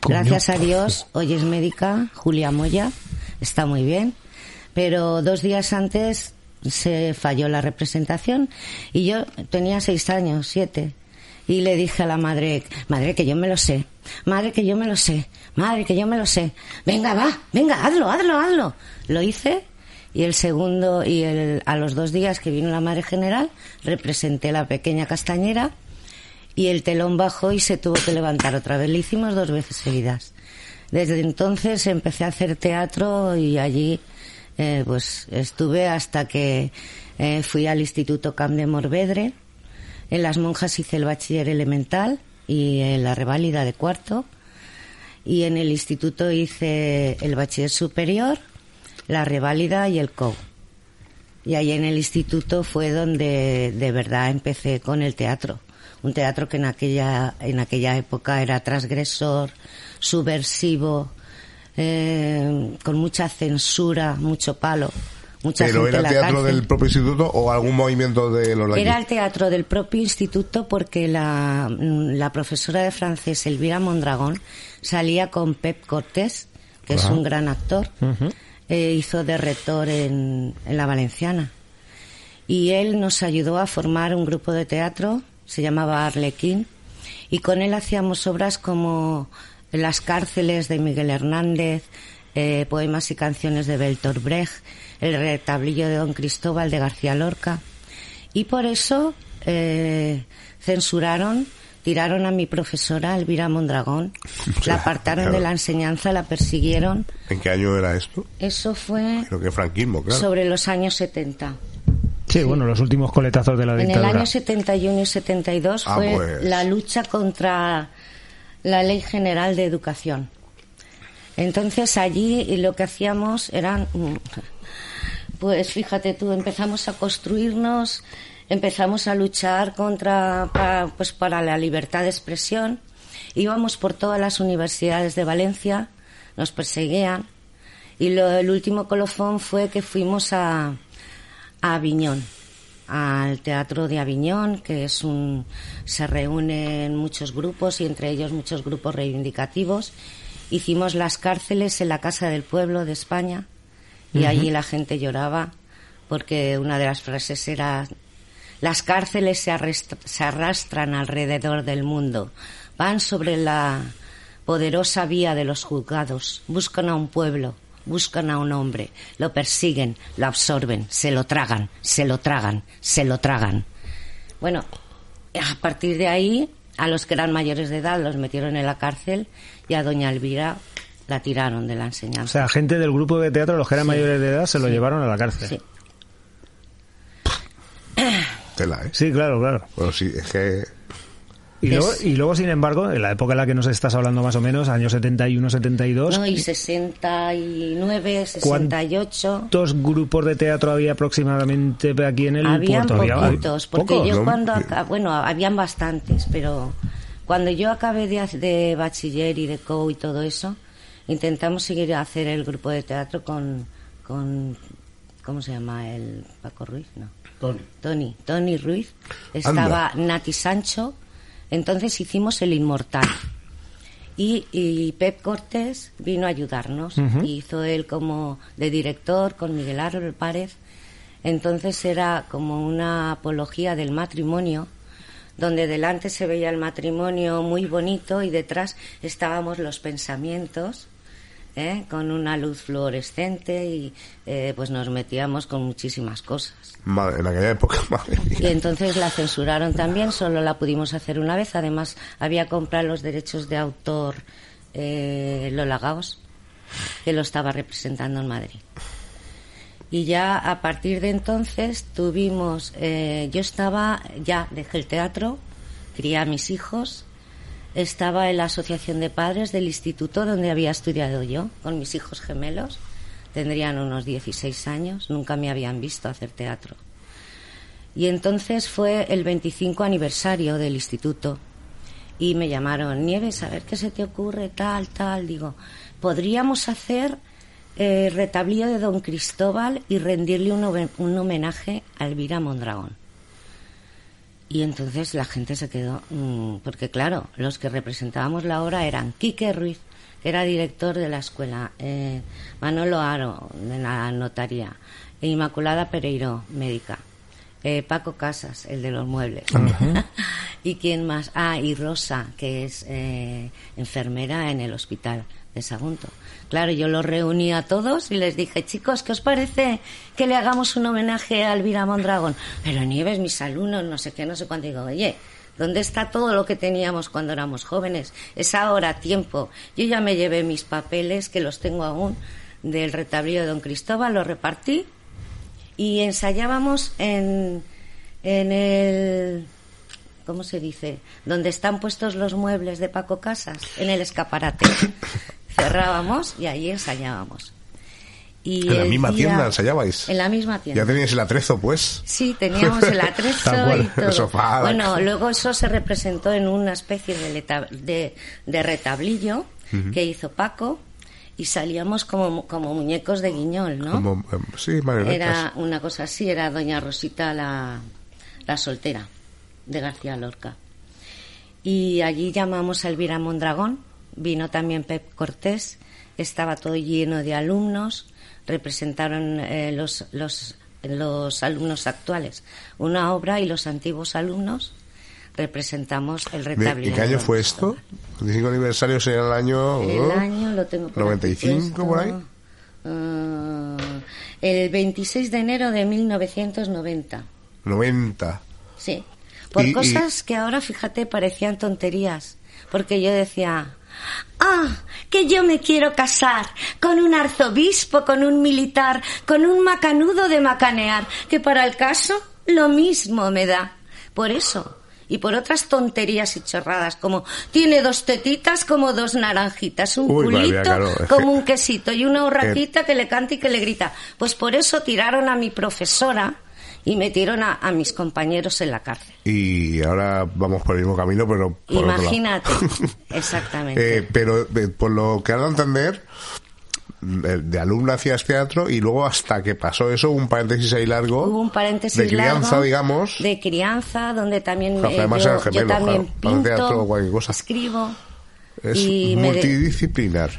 Speaker 1: Coño.
Speaker 10: Gracias a Dios, hoy es médica, Julia Moya, está muy bien, pero dos días antes se falló la representación y yo tenía seis años, siete. Y le dije a la madre, madre que yo me lo sé, madre que yo me lo sé, madre que yo me lo sé. Venga, va, venga, hazlo, hazlo, hazlo. Lo hice y el segundo y el, a los dos días que vino la madre general representé la pequeña castañera y el telón bajó y se tuvo que levantar otra vez. Le hicimos dos veces seguidas. Desde entonces empecé a hacer teatro y allí eh, pues estuve hasta que eh, fui al Instituto Camp de Morvedre. En las monjas hice el bachiller elemental y en la reválida de cuarto. Y en el instituto hice el bachiller superior, la reválida y el COU. Y ahí en el instituto fue donde de verdad empecé con el teatro. Un teatro que en aquella, en aquella época era transgresor, subversivo, eh, con mucha censura, mucho palo. Mucha
Speaker 2: ¿Pero
Speaker 10: gente en
Speaker 2: era
Speaker 10: la
Speaker 2: teatro
Speaker 10: cárcel.
Speaker 2: del propio instituto o algún movimiento de los de
Speaker 10: Era
Speaker 2: allí?
Speaker 10: el teatro del propio instituto porque la, mm, la profesora de francés, Elvira Mondragón, salía con Pep Cortés, que es
Speaker 2: Ajá.
Speaker 10: un gran actor, eh, hizo de retor en, en La Valenciana. Y él nos ayudó a formar un grupo de teatro, se llamaba Arlequín, y con él hacíamos obras como Las cárceles de Miguel Hernández, eh, poemas y canciones de Beltor Brecht, El retablillo de Don Cristóbal de García Lorca. Y por eso eh, censuraron, tiraron a mi profesora Elvira Mondragón, la apartaron
Speaker 2: claro.
Speaker 10: de la enseñanza, la persiguieron.
Speaker 2: ¿En qué año era esto?
Speaker 10: Eso fue
Speaker 2: Creo que franquismo, claro.
Speaker 10: sobre los años 70.
Speaker 1: Sí, bueno, los últimos coletazos de la
Speaker 10: En el
Speaker 1: dictadura.
Speaker 10: año 71 y 72
Speaker 2: Ah,
Speaker 10: fue
Speaker 2: pues.
Speaker 10: la lucha contra la Ley General de Educación. Entonces allí lo que hacíamos eran, mm, pues fíjate tú, empezamos a construirnos, empezamos a luchar contra, pa- pues para la libertad de expresión. Íbamos por todas las universidades de Valencia, nos perseguían. Y lo, el último colofón fue que fuimos a, a Aviñón, al Teatro de Aviñón, que es un se reúnen muchos grupos y entre ellos muchos grupos reivindicativos Hicimos las cárceles en la Casa del Pueblo de España y
Speaker 9: Ujú.
Speaker 10: allí la gente lloraba porque una de las frases era las cárceles se, arrest- se arrastran alrededor del mundo, van sobre la poderosa vía de los juzgados, buscan a un pueblo, buscan a un hombre, lo persiguen, lo absorben, se lo tragan, se lo tragan, se lo tragan. Bueno, a partir de ahí, a los que eran mayores de edad los metieron en la cárcel y a doña Elvira la tiraron de la
Speaker 1: O
Speaker 10: enseñanza.
Speaker 1: sea, gente del grupo de teatro, los que eran
Speaker 10: Sí.
Speaker 1: mayores de edad, se lo llevaron a la cárcel.
Speaker 10: Sí.
Speaker 2: Tela, ¿eh?
Speaker 1: Sí, claro, claro.
Speaker 2: Bueno, sí, es que.
Speaker 1: Y,
Speaker 2: Es-
Speaker 1: luego, y luego, sin embargo, en la época en la que nos estás hablando más o menos, años 71, 72,
Speaker 10: No, y 69, 68.
Speaker 1: ¿cuántos grupos de teatro había aproximadamente aquí en el
Speaker 10: Habían
Speaker 1: puerto?
Speaker 10: poquitos, porque
Speaker 1: ¿Pocos?
Speaker 10: yo
Speaker 1: No,
Speaker 10: cuando aca- bueno, habían bastantes, pero cuando yo acabé de, hac- de bachiller y de co y todo eso, intentamos seguir a hacer el grupo de teatro con con ¿cómo se llama el Paco Ruiz? No.
Speaker 5: Tony.
Speaker 10: Tony, Tony Ruiz,
Speaker 5: Anda.
Speaker 10: estaba Nati Sancho, entonces hicimos El Inmortal. Y, y Pep Cortés vino a ayudarnos,
Speaker 9: Ujú.
Speaker 10: y hizo él como de director con Miguel Ángel Párez. Entonces era como una apología del matrimonio, donde delante se veía el matrimonio muy bonito y detrás estábamos los pensamientos ¿eh? con una luz fluorescente y eh, pues nos metíamos con muchísimas cosas.
Speaker 2: Madre, en aquella época, madre mía.
Speaker 10: Y entonces la censuraron también, solo la pudimos hacer una vez. Además, había comprado los derechos de autor eh, Lola Gaos, que lo estaba representando en Madrid. Y ya a partir de entonces tuvimos. eh, yo estaba, ya dejé el teatro, crié a mis hijos, estaba en la asociación de padres del instituto donde había estudiado yo, con mis hijos gemelos. Tendrían unos 16 años, nunca me habían visto hacer teatro. Y entonces fue el 25 aniversario del instituto. Y me llamaron, Nieves, a ver qué se te ocurre, tal, tal. Digo, podríamos hacer eh, retablío de Don Cristóbal y rendirle un, homen- un homenaje a Elvira Mondragón. Y entonces la gente se quedó, mm, porque claro, los que representábamos la obra eran Quique Ruiz, que era director de la escuela, eh, Manolo Aro, de la notaría, e Inmaculada Pereiro, médica, eh, Paco Casas, el de los muebles, y quién más, ah, y Rosa, que es eh, enfermera en el hospital de Sagunto. Claro, yo los reuní a todos y les dije, chicos, ¿qué os parece que le hagamos un homenaje a Elvira Mondragón? Pero Nieves, mis alumnos, no sé qué, no sé cuánto. Digo, oye, ¿dónde está todo lo que teníamos cuando éramos jóvenes? Es ahora tiempo. Yo ya me llevé mis papeles, que los tengo aún, del retablío de Don Cristóbal, los repartí y ensayábamos en, en el... ¿Cómo se dice? Donde están puestos los muebles de Paco Casas, en el escaparate. Cerrábamos y ahí ensayábamos. Y
Speaker 2: en la
Speaker 10: el
Speaker 2: misma
Speaker 10: día-
Speaker 2: tienda ensayabais.
Speaker 10: En la misma tienda.
Speaker 2: Ya teníais el atrezo, pues.
Speaker 10: Sí, teníamos el atrezo
Speaker 2: Tal cual,
Speaker 10: y todo.
Speaker 2: el sofá, la
Speaker 10: bueno,
Speaker 2: cama.
Speaker 10: luego eso se representó en una especie de, leta- de, de retablillo
Speaker 2: Ujú.
Speaker 10: que hizo Paco y salíamos como, mu- como muñecos de guiñol, ¿no?
Speaker 2: Como, eh, sí, marionetas.
Speaker 10: Era una cosa así, era Doña Rosita la, la soltera de García Lorca. Y allí llamamos a Elvira Mondragón, vino también Pep Cortés, estaba todo lleno de alumnos, representaron eh, los, los, los alumnos actuales una obra y los antiguos alumnos representamos el
Speaker 2: De-
Speaker 10: retablo.
Speaker 2: ¿Y qué año fue esto? El 25 aniversario sería el año. oh,
Speaker 10: El
Speaker 2: ¿no?
Speaker 10: año lo tengo por aquí
Speaker 2: 95 por ahí.
Speaker 10: puesto. Ah, el 26 de enero de 1990.
Speaker 2: 90.
Speaker 10: Sí. Por
Speaker 2: Y- y-
Speaker 10: cosas que ahora, fíjate, parecían tonterías. Porque yo decía, ah, que yo me quiero casar con un arzobispo, con un militar, con un macanudo de macanear, que para el caso lo mismo me da. Por eso. Y por otras tonterías y chorradas, como tiene dos tetitas como dos naranjitas, un
Speaker 2: Uy, madre
Speaker 10: culito
Speaker 2: mía, claro, es
Speaker 10: como
Speaker 2: que-
Speaker 10: un quesito y una horraquita que le canta y que le grita. Pues por eso tiraron a mi profesora y metieron a, a mis compañeros en la cárcel.
Speaker 2: Y ahora vamos por el mismo camino, pero. Por otro lado.
Speaker 10: Imagínate. Exactamente.
Speaker 2: Eh, pero eh, por lo que han de entender, de, de alumna hacías teatro y luego hasta que pasó eso, un paréntesis ahí largo.
Speaker 10: Hubo un paréntesis
Speaker 2: de crianza,
Speaker 10: largo
Speaker 2: digamos.
Speaker 10: De crianza, donde también
Speaker 2: Claro,
Speaker 10: eh,
Speaker 2: además
Speaker 10: yo,
Speaker 2: eran
Speaker 10: yo
Speaker 2: gemelos,
Speaker 10: también
Speaker 2: claro, para el
Speaker 10: pinto,
Speaker 2: teatro o cualquier cosa.
Speaker 10: escribo.
Speaker 2: Es
Speaker 10: y me de-
Speaker 2: multidisciplinar.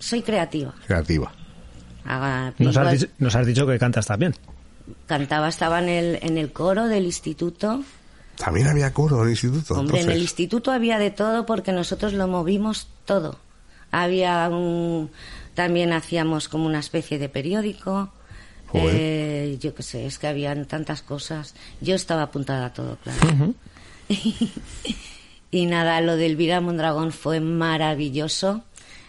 Speaker 10: soy creativa.
Speaker 2: Creativa.
Speaker 10: Haga-
Speaker 1: Nos has,
Speaker 10: igual-
Speaker 1: dicho, nos has dicho que cantas también.
Speaker 10: Cantaba, estaba en el, en el coro del instituto.
Speaker 2: También había coro en el instituto.
Speaker 10: Hombre, en el
Speaker 2: entonces.
Speaker 10: instituto había de todo porque nosotros lo movimos todo. Había un... También hacíamos como una especie de periódico.
Speaker 2: Joder.
Speaker 10: Eh, yo qué sé, es que habían tantas cosas. Yo estaba apuntada a todo, claro. Y nada, lo de Elvira Mondragón fue maravilloso.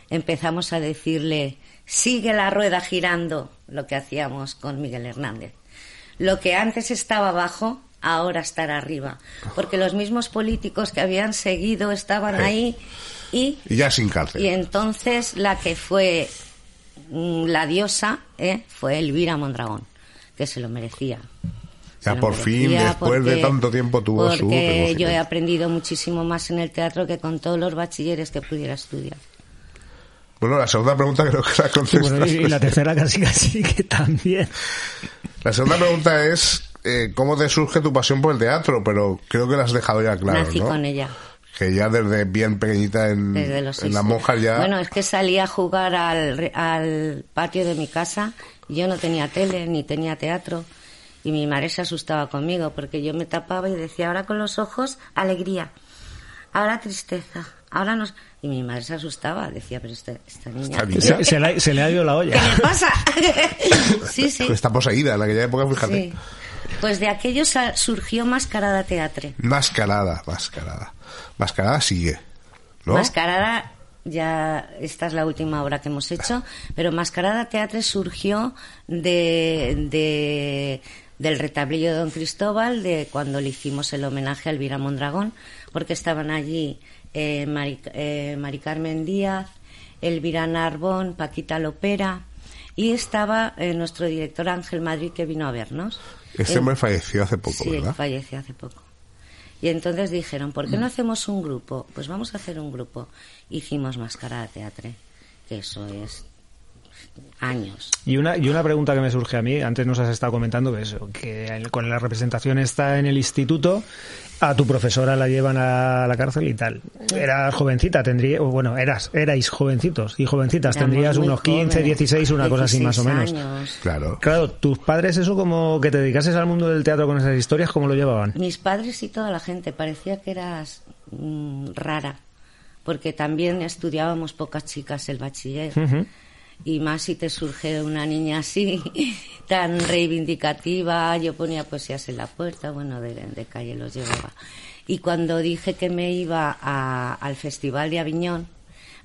Speaker 10: Empezamos a decirle, sigue la rueda girando, lo que hacíamos con Miguel Hernández. Lo que antes estaba abajo, ahora estará arriba. Porque los mismos políticos que habían seguido estaban
Speaker 2: Sí.
Speaker 10: ahí y,
Speaker 2: Y ya sin cárcel.
Speaker 10: y entonces la que fue mm, la diosa ¿eh? fue Elvira Mondragón, que se lo merecía.
Speaker 2: ya
Speaker 10: Pero
Speaker 2: por
Speaker 10: me
Speaker 2: fin,
Speaker 10: decía
Speaker 2: después de
Speaker 10: porque-
Speaker 2: tanto tiempo, tuvo su.
Speaker 10: porque yo he
Speaker 2: reconocimiento.
Speaker 10: aprendido muchísimo más en el teatro que con todos los bachilleres que pudiera estudiar.
Speaker 2: Bueno, la segunda pregunta creo que la
Speaker 1: Sí, bueno,
Speaker 2: contestas.
Speaker 1: y, y la tercera casi casi que también.
Speaker 2: La segunda pregunta es eh, cómo te surge tu pasión por el teatro, pero creo que la has dejado ya claro,
Speaker 10: Nací
Speaker 2: ¿no?
Speaker 10: con ella.
Speaker 2: Que ya desde bien pequeñita en,
Speaker 10: Desde los
Speaker 2: Mm, en
Speaker 10: seis.
Speaker 2: la monja ya...
Speaker 10: Bueno, es que salía a jugar al, re- al patio de mi casa. Yo no tenía tele ni tenía teatro. Y mi madre se asustaba conmigo porque yo me tapaba y decía, ahora con los ojos, alegría. Ahora tristeza. Ahora nos... Y mi madre se asustaba. Decía, pero esta, esta niña...
Speaker 2: Esta niña.
Speaker 1: Se, se le, ha- se le ha ido la olla.
Speaker 10: ¿Qué pasa? sí, sí.
Speaker 2: pues, Está poseída en aquella época, fíjate.
Speaker 10: Sí. Pues de aquello sa- surgió Mascarada Teatre.
Speaker 2: Mascarada, mascarada. Mascarada sigue, ¿no?
Speaker 10: Mascarada, ya esta es la última obra que hemos hecho, pero Mascarada Teatre surgió de, de- del retablillo de Don Cristóbal, de cuando le hicimos el homenaje a Elvira Mondragón, porque estaban allí eh, Mari, eh, Mari Carmen Díaz, Elvira Narbón, Paquita Lopera. Y estaba eh, nuestro director Ángel Madrid que vino a vernos.
Speaker 2: Este
Speaker 10: Eh,
Speaker 2: hombre falleció hace poco,
Speaker 10: sí, él
Speaker 2: ¿verdad?
Speaker 10: falleció hace poco. Y entonces dijeron, ¿por
Speaker 8: Mm.
Speaker 10: qué no hacemos un grupo? Pues vamos a hacer un grupo. Hicimos Máscara de Teatre, que eso es años.
Speaker 8: Y una, y una pregunta que me surge a mí, antes nos has estado comentando que eso, que el- con la representación está en el instituto, a tu profesora la llevan a la cárcel y tal. Eras jovencita, tendría, o bueno, eras, erais jovencitos y jovencitas,
Speaker 10: Éramos
Speaker 8: tendrías
Speaker 10: muy
Speaker 8: unos 15,
Speaker 10: jóvenes,
Speaker 8: 16, una cosa así más o
Speaker 10: 16
Speaker 8: menos.
Speaker 10: años.
Speaker 2: Claro.
Speaker 8: Claro, tus padres eso como que te dedicases al mundo del teatro con esas historias, ¿cómo lo llevaban?
Speaker 10: Mis padres y toda la gente, parecía que eras mm, rara, porque también estudiábamos pocas chicas el bachiller.
Speaker 8: Ujú.
Speaker 10: y más si te surge una niña así, tan reivindicativa, yo ponía poesías en la puerta, bueno, de, de calle los llevaba. Y cuando dije que me iba a- al Festival de Aviñón,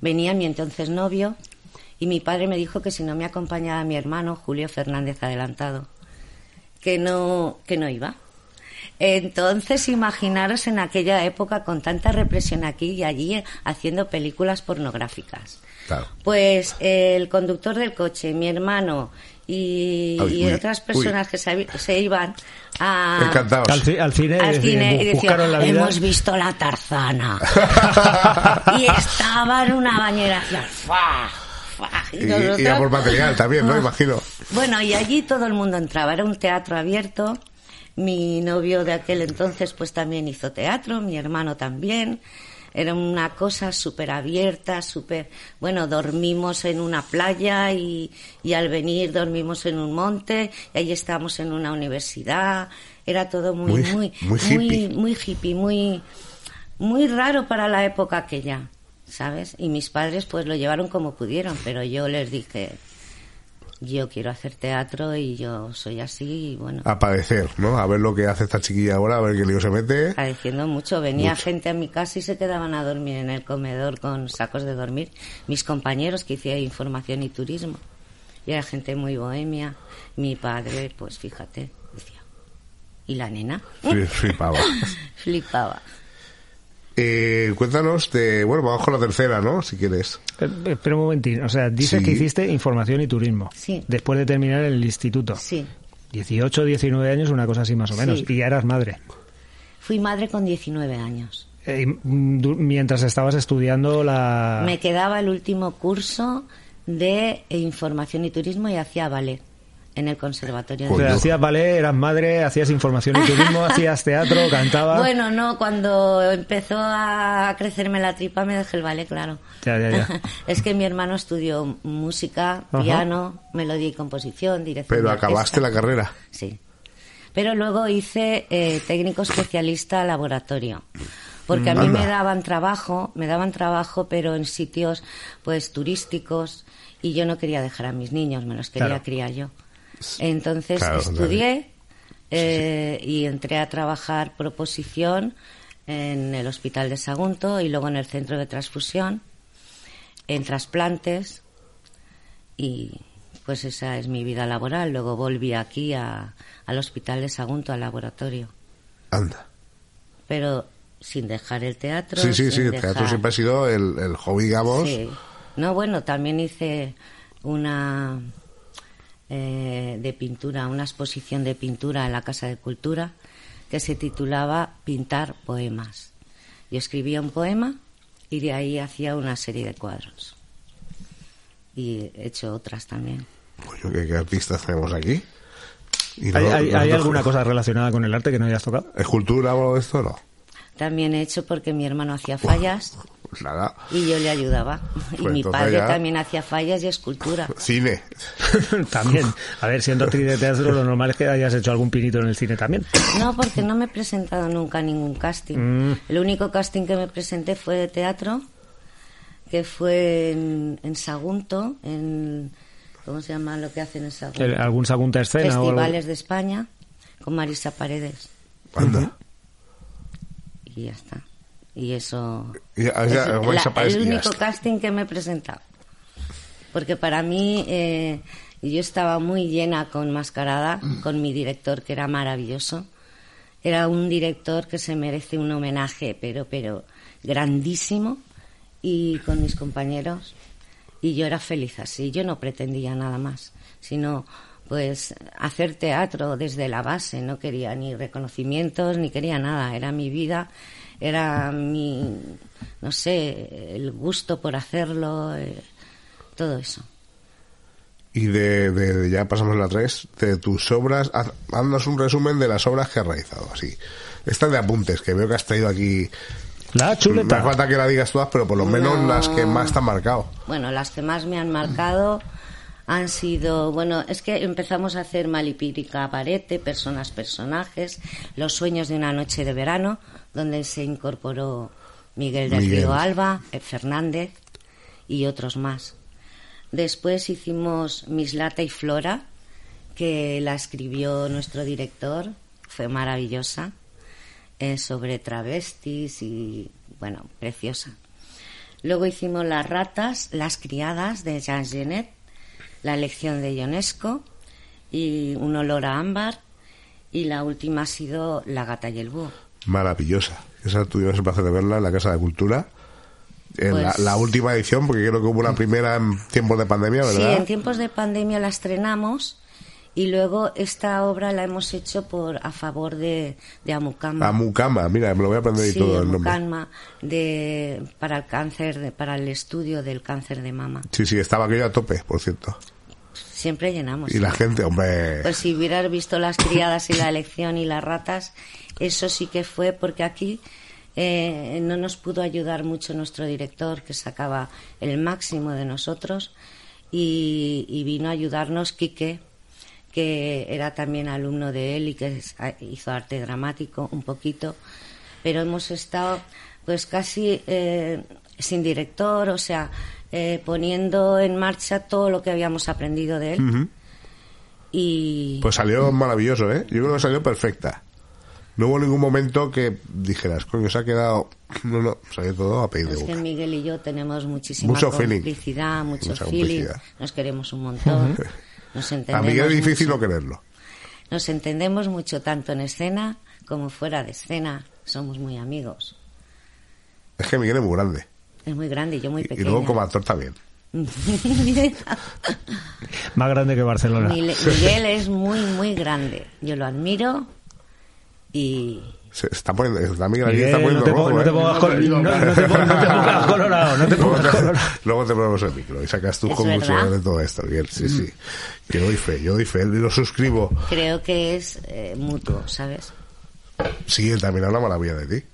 Speaker 10: venía mi entonces novio y mi padre me dijo que si no me acompañaba mi hermano, Julio Fernández Adelantado, que no, que no iba. Entonces, imaginaros en aquella época con tanta represión aquí y allí eh, haciendo películas pornográficas.
Speaker 2: Claro.
Speaker 10: Pues eh, el conductor del coche, mi hermano y,
Speaker 2: Ay,
Speaker 10: y
Speaker 2: Ah, uy,
Speaker 10: otras
Speaker 2: uy.
Speaker 10: personas que se, habi- se iban a,
Speaker 2: Encantados.
Speaker 8: Al, ci- al cine,
Speaker 10: al
Speaker 8: eh,
Speaker 10: cine
Speaker 8: bu-
Speaker 10: y
Speaker 8: buscaron
Speaker 10: decían,
Speaker 8: la vida.
Speaker 10: hemos visto la tarzana. y estaba en una bañera. hacían, "Fua, fua",
Speaker 2: Y,
Speaker 10: nosotros-
Speaker 2: y a por material también,
Speaker 10: Ah.
Speaker 2: ¿no? Imagino.
Speaker 10: bueno, y allí todo el mundo entraba, era un teatro abierto. Mi novio de aquel entonces pues también hizo teatro, mi hermano también. Era una cosa súper abierta, súper... Bueno, dormimos en una playa y, y al venir dormimos en un monte y ahí estábamos en una universidad. Era todo muy,
Speaker 2: Muy-
Speaker 10: muy,
Speaker 2: muy hippie.
Speaker 10: muy hippie, muy, muy raro para la época aquella, ¿sabes? Y mis padres pues lo llevaron como pudieron, pero yo les dije, yo quiero hacer teatro y yo soy así y bueno
Speaker 2: A padecer, ¿no? A ver lo que hace esta chiquilla ahora, a ver qué lío se mete.
Speaker 10: padeciendo mucho venía
Speaker 2: Mucho.
Speaker 10: gente a mi casa y se quedaban a dormir en el comedor con sacos de dormir mis compañeros que hacía información y turismo y era gente muy bohemia mi padre pues fíjate decía y la nena
Speaker 2: Fli- Flipaba.
Speaker 10: flipaba
Speaker 2: Eh, cuéntanos de... Bueno, vamos con la tercera, ¿no? Si quieres.
Speaker 8: Eh, Espera un momentín, o sea, dices
Speaker 2: Sí.
Speaker 8: que hiciste información y turismo.
Speaker 10: Sí.
Speaker 8: Después de terminar el instituto.
Speaker 10: sí
Speaker 8: 18, 19 años, una cosa así más o menos.
Speaker 10: Sí.
Speaker 8: Y ya eras madre.
Speaker 10: fui madre con 19 años
Speaker 8: Eh, y, mm, du- mientras estabas estudiando
Speaker 1: Ah.
Speaker 8: la...
Speaker 10: Me quedaba el último curso de información y turismo y hacía ballet en el conservatorio.
Speaker 8: O sea, hacías ballet, eras madre, hacías información y turismo, hacías teatro, cantabas.
Speaker 10: Bueno, no, cuando empezó a crecerme la tripa me dejé el ballet, claro.
Speaker 8: Ya, ya, ya.
Speaker 10: es que mi hermano estudió música,
Speaker 2: Ajá.
Speaker 10: piano, melodía y composición, dirección.
Speaker 2: Pero
Speaker 10: de orquesta.
Speaker 2: acabaste la carrera.
Speaker 10: Sí. Pero luego hice eh, técnico especialista laboratorio. Porque a mí
Speaker 2: Anda.
Speaker 10: me daban trabajo, me daban trabajo, pero en sitios pues turísticos y yo no quería dejar a mis niños, me los quería
Speaker 9: Claro.
Speaker 10: criar yo. Entonces
Speaker 9: Claro,
Speaker 10: estudié eh, y entré a trabajar proposición en el Hospital de Sagunto y luego en el Centro de Transfusión, en trasplantes y pues esa es mi vida laboral. Luego volví aquí a- al Hospital de Sagunto, al laboratorio.
Speaker 2: Anda.
Speaker 10: Pero sin dejar el teatro.
Speaker 2: Sí, sí,
Speaker 10: sin
Speaker 2: sí, el teatro
Speaker 10: dejar-
Speaker 2: siempre ha sido el, el hobby, digamos.
Speaker 10: eh, Sí. No, bueno, también hice una eh, de pintura, una exposición de pintura en la Casa de Cultura que se titulaba Pintar poemas. Yo escribía un poema y de ahí hacía una serie de cuadros. Y he hecho otras también.
Speaker 2: Coño, Pues ¿qué, qué artistas tenemos aquí? Y no-
Speaker 8: ¿Hay, hay-
Speaker 2: nosotros-
Speaker 8: hay alguna cosa relacionada con el arte que no hayas tocado?
Speaker 2: ¿Escultura o algo de esto? No.
Speaker 10: También he hecho porque mi hermano hacía fallas
Speaker 2: Pues nada.
Speaker 10: y yo le ayudaba. y
Speaker 2: Pues
Speaker 10: mi
Speaker 2: entonces
Speaker 10: padre
Speaker 2: ya-
Speaker 10: también hacía fallas y escultura.
Speaker 2: Cine.
Speaker 8: también. A ver, siendo actriz de teatro, lo normal es que hayas hecho algún pinito en el cine también.
Speaker 10: No, porque no me he presentado nunca a ningún casting.
Speaker 8: Mm.
Speaker 10: El único casting que me presenté fue de teatro, que fue en, en Sagunto, en... ¿Cómo se llama lo que hacen en Sagunto?
Speaker 8: El- ¿Algún Sagunta escena o algo?
Speaker 10: Festivales de España, con Marisa Paredes. Y ya está. Y eso...
Speaker 2: Y ya- ya-
Speaker 10: es
Speaker 2: Marisa
Speaker 10: la-
Speaker 2: Paredes,
Speaker 10: el
Speaker 2: y ya
Speaker 10: único
Speaker 2: está.
Speaker 10: casting que me he presentado. Porque para mí, eh, yo estaba muy llena con Mascarada,
Speaker 2: Mm.
Speaker 10: con mi director, que era maravilloso. Era un director que se merece un homenaje, pero, pero grandísimo, y con mis compañeros. Y yo era feliz así, yo no pretendía nada más, sino pues hacer teatro desde la base, no quería ni reconocimientos, ni quería nada, era mi vida, era mi, no sé, el gusto por hacerlo, eh, todo eso.
Speaker 2: Y de, de- de- ya pasamos a la 3, de tus obras, haz- haznos un resumen de las obras que has realizado, así. Esta de apuntes, que veo que has traído aquí.
Speaker 8: La
Speaker 2: chuleta. No hace falta que la digas todas, pero por lo menos
Speaker 10: No.
Speaker 2: las que más te han marcado.
Speaker 10: Bueno, las que más me han marcado han sido, bueno, es que empezamos a hacer Malipírica Parete, Personas, Personajes, Los Sueños de una Noche de Verano, donde se incorporó Miguel del
Speaker 9: Miguel.
Speaker 10: Río Alba, eh, Fernández y otros más. Después hicimos Mislata y Flora, que la escribió nuestro director, fue maravillosa, eh, sobre travestis y, bueno, preciosa. Luego hicimos Las ratas, Las criadas de Jean Genet, La elección de Ionesco y Un olor a ámbar y la última ha sido La gata y el búho.
Speaker 2: Maravillosa. Esa tuvimos el placer de verla en la Casa de Cultura. En la-
Speaker 10: Pues- Mm.
Speaker 2: la, última edición, porque creo que hubo una primera en tiempos de pandemia, Ah, ¿verdad?
Speaker 10: Sí, en tiempos de pandemia la estrenamos y luego esta obra la hemos hecho por a favor de, de Amucama.
Speaker 2: A Mucama, mira, me lo voy a aprender y
Speaker 10: Sí,
Speaker 2: todo el nombre.
Speaker 10: Amucama, de, para el cáncer, de- para el estudio del cáncer de mama.
Speaker 2: Sí, sí, estaba aquello a tope, por cierto.
Speaker 10: Siempre llenamos.
Speaker 2: Y la gente, hombre.
Speaker 10: Pues si hubieras visto las criadas y la elección y las ratas, eso sí que fue porque aquí eh, no nos pudo ayudar mucho nuestro director que sacaba el máximo de nosotros y, y vino a ayudarnos Quique, que era también alumno de él y que es- a- hizo arte dramático un poquito, pero hemos estado pues casi eh, sin director, o sea, eh, poniendo en marcha todo lo que habíamos aprendido de él.
Speaker 2: Ujú.
Speaker 10: Y
Speaker 2: Pues salió maravilloso, ¿eh? Yo creo que salió perfecta. No hubo ningún momento que dijeras, coño, se ha quedado. No, no, salió todo a pedir de
Speaker 10: Es que
Speaker 2: boca.
Speaker 10: Miguel y yo tenemos muchísima
Speaker 2: Mucho feeling.
Speaker 10: complicidad, mucho
Speaker 2: Mucha
Speaker 10: feeling,
Speaker 2: complicidad.
Speaker 10: nos queremos un montón, nos
Speaker 2: A
Speaker 10: entendemos.
Speaker 2: Miguel es difícil
Speaker 10: mucho.
Speaker 2: no quererlo.
Speaker 10: Nos entendemos mucho tanto en escena como fuera de escena, somos muy amigos.
Speaker 2: Es que Miguel es muy grande.
Speaker 10: Es muy grande y yo muy
Speaker 2: Y
Speaker 10: pequeña.
Speaker 2: luego como actor también.
Speaker 8: Más grande que Barcelona.
Speaker 10: Mile- Miguel es muy muy grande, yo lo admiro y,
Speaker 2: Se está poniendo, está Miguel aquí
Speaker 8: Miguel,
Speaker 2: está poniendo
Speaker 8: no te
Speaker 2: rojo,
Speaker 8: po- no
Speaker 2: ¿eh?
Speaker 8: te pongas col- no- no te po- no te pongas colorado, no te
Speaker 2: Luego
Speaker 8: pongas colorado.
Speaker 2: Luego te ponemos el micro y sacas tus
Speaker 10: Es
Speaker 2: conclusiones
Speaker 10: verdad. Mm.
Speaker 2: de todo esto, Miguel. Sí, sí. Yo doy fe, yo doy fe, y lo suscribo.
Speaker 10: Creo que es eh, mutuo, ¿sabes?
Speaker 2: Sí, él también habla maravilla de ti.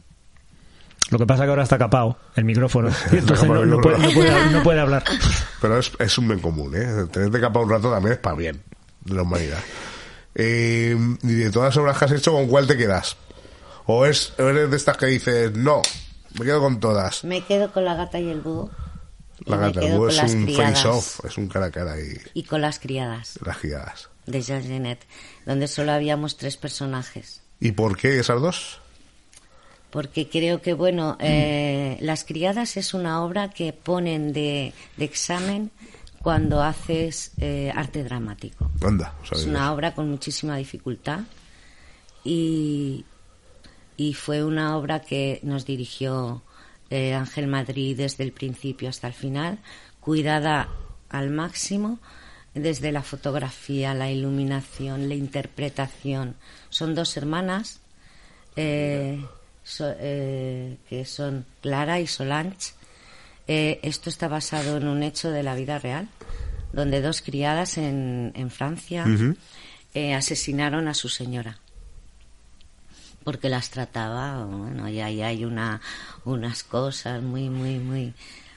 Speaker 8: Lo que pasa que ahora está capado el micrófono. Y entonces
Speaker 2: capado
Speaker 8: no,
Speaker 2: el
Speaker 8: no puede,
Speaker 2: micrófono.
Speaker 8: no puede- no puede hablar.
Speaker 2: Pero es, es un bien común, ¿eh? Tenerte capa un rato también es para bien de la humanidad. Eh, y de todas las obras que has hecho, ¿con cuál te quedas? ¿O, es, o eres de estas que dices, no, me quedo con todas?
Speaker 10: Me quedo con la gata y el búho
Speaker 2: La
Speaker 10: me
Speaker 2: gata
Speaker 10: quedo
Speaker 2: Búho
Speaker 10: con
Speaker 2: es
Speaker 10: las
Speaker 2: un
Speaker 10: criadas.
Speaker 2: face-off, es un cara a cara y
Speaker 10: y con las criadas
Speaker 2: las giradas.
Speaker 10: de Jean Genet, donde solo habíamos tres personajes.
Speaker 2: ¿Y por qué esas dos?
Speaker 10: Porque creo que, bueno, eh, Las criadas es una obra que ponen de, de examen cuando haces eh, arte dramático.
Speaker 2: Anda, o sea,
Speaker 10: Es una obra con muchísima dificultad y, y fue una obra que nos dirigió eh, Ángel Madrid desde el principio hasta el final, cuidada al máximo desde la fotografía, la iluminación, la interpretación. Son dos hermanas eh, so- eh, que son Clara y Solange. Eh, esto está basado en un hecho de la vida real, donde dos criadas en, en Francia
Speaker 2: Ujú.
Speaker 10: eh, asesinaron a su señora porque las trataba, bueno, y ahí hay una, unas cosas muy, muy, muy,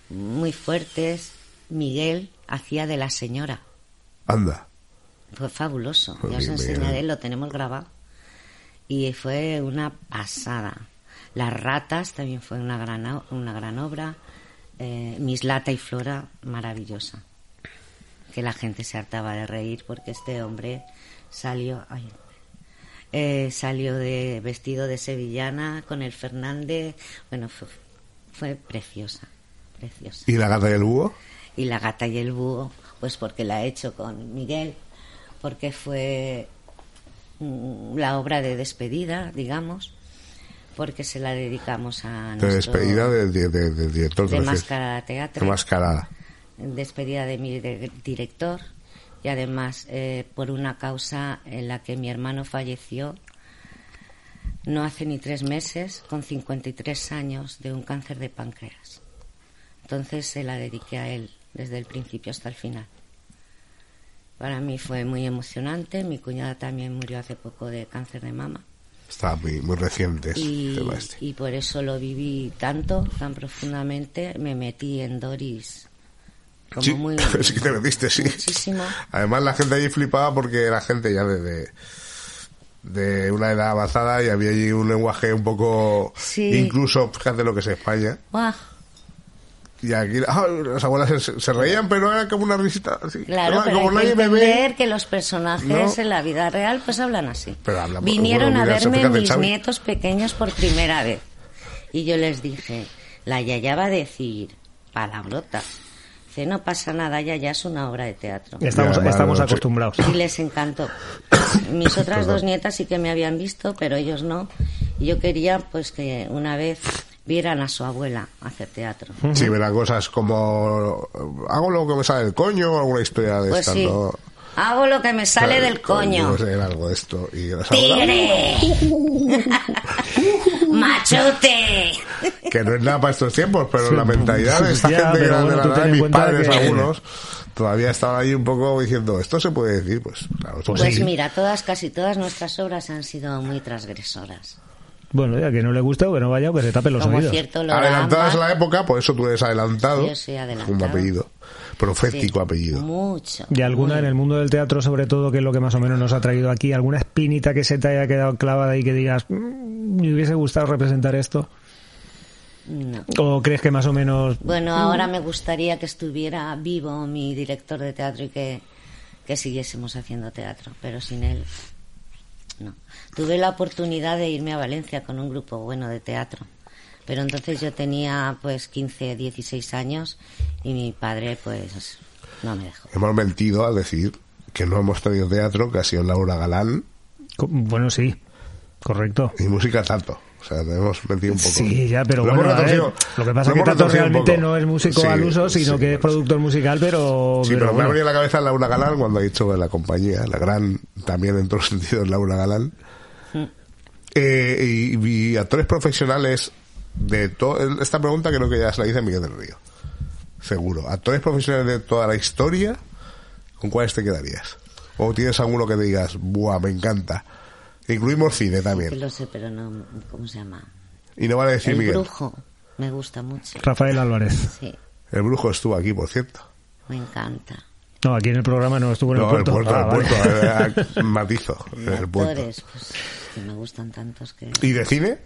Speaker 10: muy fuertes. Miguel hacía de la señora.
Speaker 2: Anda.
Speaker 10: Fue fabuloso. Ya os
Speaker 2: Joder,
Speaker 10: enseñaré,
Speaker 2: Miguel.
Speaker 10: lo tenemos grabado. Y fue una pasada. Las ratas también fue una gran, o- una gran obra. Eh, Mis Lata y Flora, maravillosa. Que la gente se hartaba de reír porque este hombre salió, ay, eh, salió de vestido de sevillana con el Fernández. Bueno, fue, fue preciosa, preciosa.
Speaker 2: ¿Y la gata y el búho?
Speaker 10: Y la gata y el búho, pues porque la he hecho con Miguel, porque fue mm, la obra de despedida, digamos, porque se la dedicamos a
Speaker 2: De
Speaker 10: nuestro
Speaker 2: despedida del de, de- del director.
Speaker 10: de
Speaker 2: te refieres.
Speaker 10: Máscara de Teatro.
Speaker 2: De mascarada.
Speaker 10: despedida de mi de- director y además eh, por una causa en la que mi hermano falleció no hace ni tres meses con 53 años de un cáncer de páncreas. Entonces se la dediqué a él desde el principio hasta el final. Para mí fue muy emocionante. Mi cuñada también murió hace poco de cáncer de mama
Speaker 2: Está muy, muy reciente ese
Speaker 10: y,
Speaker 2: tema este.
Speaker 10: y por eso lo viví tanto, tan profundamente. Me metí en Doris como
Speaker 2: Sí,
Speaker 10: muy
Speaker 2: sí que te metiste, sí.
Speaker 10: muchísimo.
Speaker 2: Además, la gente allí flipaba porque era gente ya desde de una edad avanzada y había allí un lenguaje un poco
Speaker 10: Sí.
Speaker 2: incluso fíjate lo que es España
Speaker 10: Buah,
Speaker 2: y aquí ah, las abuelas se, se reían pero era como una risita así.
Speaker 10: claro,
Speaker 2: Era
Speaker 10: pero
Speaker 2: Ah, como
Speaker 10: hay que
Speaker 2: nadie me
Speaker 10: entender
Speaker 2: ve
Speaker 10: que los personajes
Speaker 2: No.
Speaker 10: en la vida real pues hablan así.
Speaker 2: Pero hablan-
Speaker 10: Vinieron
Speaker 2: bueno,
Speaker 10: a
Speaker 2: mira, eso,
Speaker 10: verme
Speaker 2: fíjate,
Speaker 10: mis
Speaker 2: Xavi.
Speaker 10: nietos pequeños por primera vez. Y yo les dije, la Yaya va a decir palabrotas. Dice, no pasa nada, Yaya es una obra de teatro.
Speaker 8: Estamos,
Speaker 2: Ya,
Speaker 8: estamos
Speaker 2: madre, sí.
Speaker 8: acostumbrados.
Speaker 10: y les encantó. Mis otras dos nietas sí que me habían visto, pero ellos no. Y yo quería pues que una vez vieran a su abuela hacer teatro.
Speaker 2: sí verán cosas como hago lo que me sale del coño o alguna historia de
Speaker 10: Pues
Speaker 2: estas
Speaker 10: sí.
Speaker 2: ¿no?
Speaker 10: Hago lo que me sale
Speaker 2: Sale ¿eh?
Speaker 10: del coño.
Speaker 2: era algo de esto y las abuelas,
Speaker 10: ¡Tigre! ¡Machote!
Speaker 2: que no es nada para estos tiempos, pero la mentalidad de esta
Speaker 8: Ya,
Speaker 2: gente que
Speaker 8: pero
Speaker 2: era de
Speaker 8: bueno,
Speaker 2: la
Speaker 8: tú
Speaker 2: edad
Speaker 8: ten
Speaker 2: de
Speaker 8: en
Speaker 2: mis
Speaker 8: cuenta
Speaker 2: padres,
Speaker 8: que-
Speaker 2: algunos, todavía estaban ahí un poco diciendo, ¿esto se puede decir? Pues claro,
Speaker 10: Pues,
Speaker 2: sí.
Speaker 10: mira, todas, casi todas nuestras obras han sido muy transgresoras.
Speaker 8: Bueno, ya que no le guste o que no vaya o que se tape los
Speaker 10: Como
Speaker 8: oídos.
Speaker 2: Ah,
Speaker 10: cierto lo
Speaker 2: Adelantadas a la época, por eso tú eres adelantado.
Speaker 10: Yo soy adelantado.
Speaker 2: Un apellido. Profético apellido.
Speaker 10: Mucho.
Speaker 8: Y alguna en el mundo del teatro, sobre todo, que es lo que más o menos nos ha traído aquí, alguna espinita que se te haya quedado clavada y que digas, "Mm, me hubiese gustado representar esto.
Speaker 10: No.
Speaker 8: ¿O crees que más o menos
Speaker 10: Bueno, ahora me gustaría que estuviera vivo mi director de teatro y que, que siguiésemos haciendo teatro, pero sin él no. Tuve la oportunidad de irme a Valencia con un grupo bueno de teatro, pero entonces yo tenía pues 15, 16 años y mi padre pues no me dejó.
Speaker 2: Hemos mentido al decir que no hemos tenido teatro, que ha sido Laura Galán
Speaker 8: Co- Bueno, sí, correcto.
Speaker 2: y música tanto. O sea, tenemos mentido un poco.
Speaker 8: Sí, ya, pero
Speaker 2: Lo
Speaker 8: bueno,
Speaker 2: hemos
Speaker 8: a ver,
Speaker 2: retorcido-
Speaker 8: lo que pasa
Speaker 2: lo
Speaker 8: es que Tato
Speaker 2: hemos retorcido un
Speaker 8: realmente
Speaker 2: poco.
Speaker 8: no es músico
Speaker 2: Sí,
Speaker 8: al uso, sino que
Speaker 2: sí,
Speaker 8: es
Speaker 2: bueno, sí.
Speaker 8: productor musical, pero...
Speaker 2: Sí, pero, me ha
Speaker 8: bueno.
Speaker 2: venido a la cabeza Laura Galán cuando ha dicho de la compañía, la gran, también en todos los sentidos, Laura Galán. Eh, y, y actores profesionales de todo. Esta pregunta creo que ya se la dice Miguel del Río. Seguro. Actores profesionales de toda la historia, ¿con cuáles te quedarías? ¿O tienes alguno que te digas, ¡buah, me encanta! Incluimos cine
Speaker 10: Que
Speaker 2: también.
Speaker 10: lo sé, pero no. ¿Cómo se llama?
Speaker 2: Y no vale decir
Speaker 10: el
Speaker 2: Miguel.
Speaker 10: brujo. Me gusta mucho.
Speaker 1: Rafael Álvarez.
Speaker 10: Sí,
Speaker 2: El brujo estuvo aquí, por cierto.
Speaker 10: me encanta.
Speaker 1: No, aquí en el programa no estuvo en
Speaker 2: No,
Speaker 1: el puerto. Ah,
Speaker 2: el
Speaker 1: vale.
Speaker 2: puerto, eh, matizo. El puerto.
Speaker 10: Actores, pues, que me gustan tantos que.
Speaker 2: ¿Y de cine?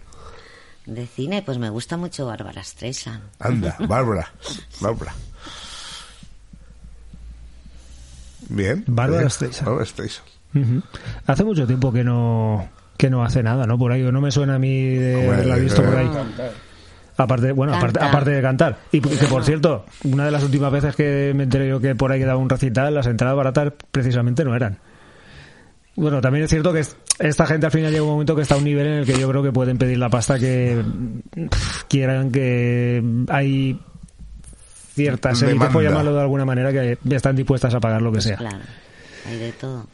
Speaker 10: De cine, pues me gusta mucho Bárbara Streisand.
Speaker 2: Anda, Bárbara. Bárbara. Bien.
Speaker 1: Bárbara
Speaker 2: Bien.
Speaker 1: Streisand.
Speaker 2: Bárbara Streisand.
Speaker 1: Ujú. Hace mucho tiempo que no que no hace nada, ¿no? Por ahí, o no me suena a mí de
Speaker 2: Hombre,
Speaker 1: haberla visto por ahí.
Speaker 2: eh,
Speaker 1: Aparte, bueno, aparte,
Speaker 10: Canta.
Speaker 1: aparte de cantar. Y que, por cierto, una de las últimas veces que me enteré yo que por ahí quedaba un recital, las entradas baratas precisamente no eran. Bueno, también es cierto que es- esta gente al final llega un momento que está a un nivel en el que yo creo que pueden pedir la pasta que pff, quieran, que hay ciertas élites, por
Speaker 2: Demanda.
Speaker 1: llamarlo de alguna manera, que están dispuestas a pagar lo que sea.
Speaker 10: Claro, hay de todo.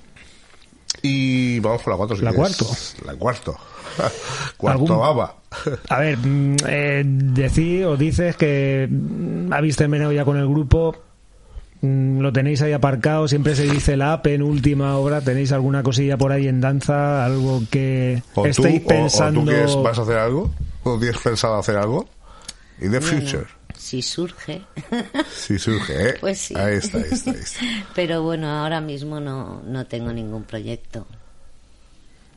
Speaker 2: Y vamos con la cuarto. si
Speaker 1: La
Speaker 2: quieres.
Speaker 1: cuarto.
Speaker 2: La cuarto. cuarto
Speaker 1: ¿Algún-
Speaker 2: baba.
Speaker 1: A ver, mm, eh, decís o dices que mm, habéis terminado ya con el grupo, mm, lo tenéis ahí aparcado, siempre se dice la penúltima obra, ¿tenéis alguna cosilla por ahí en danza, algo que
Speaker 2: O tú,
Speaker 1: estéis
Speaker 2: o-
Speaker 1: pensando?
Speaker 2: o, tú quieres, vas a hacer algo. O tienes pensado hacer algo. In the
Speaker 10: Bueno,
Speaker 2: future.
Speaker 10: si surge.
Speaker 2: Si surge, ¿eh?
Speaker 10: Pues sí.
Speaker 2: Ahí está, ahí está, ahí está.
Speaker 10: Pero bueno, ahora mismo no, no tengo ningún proyecto.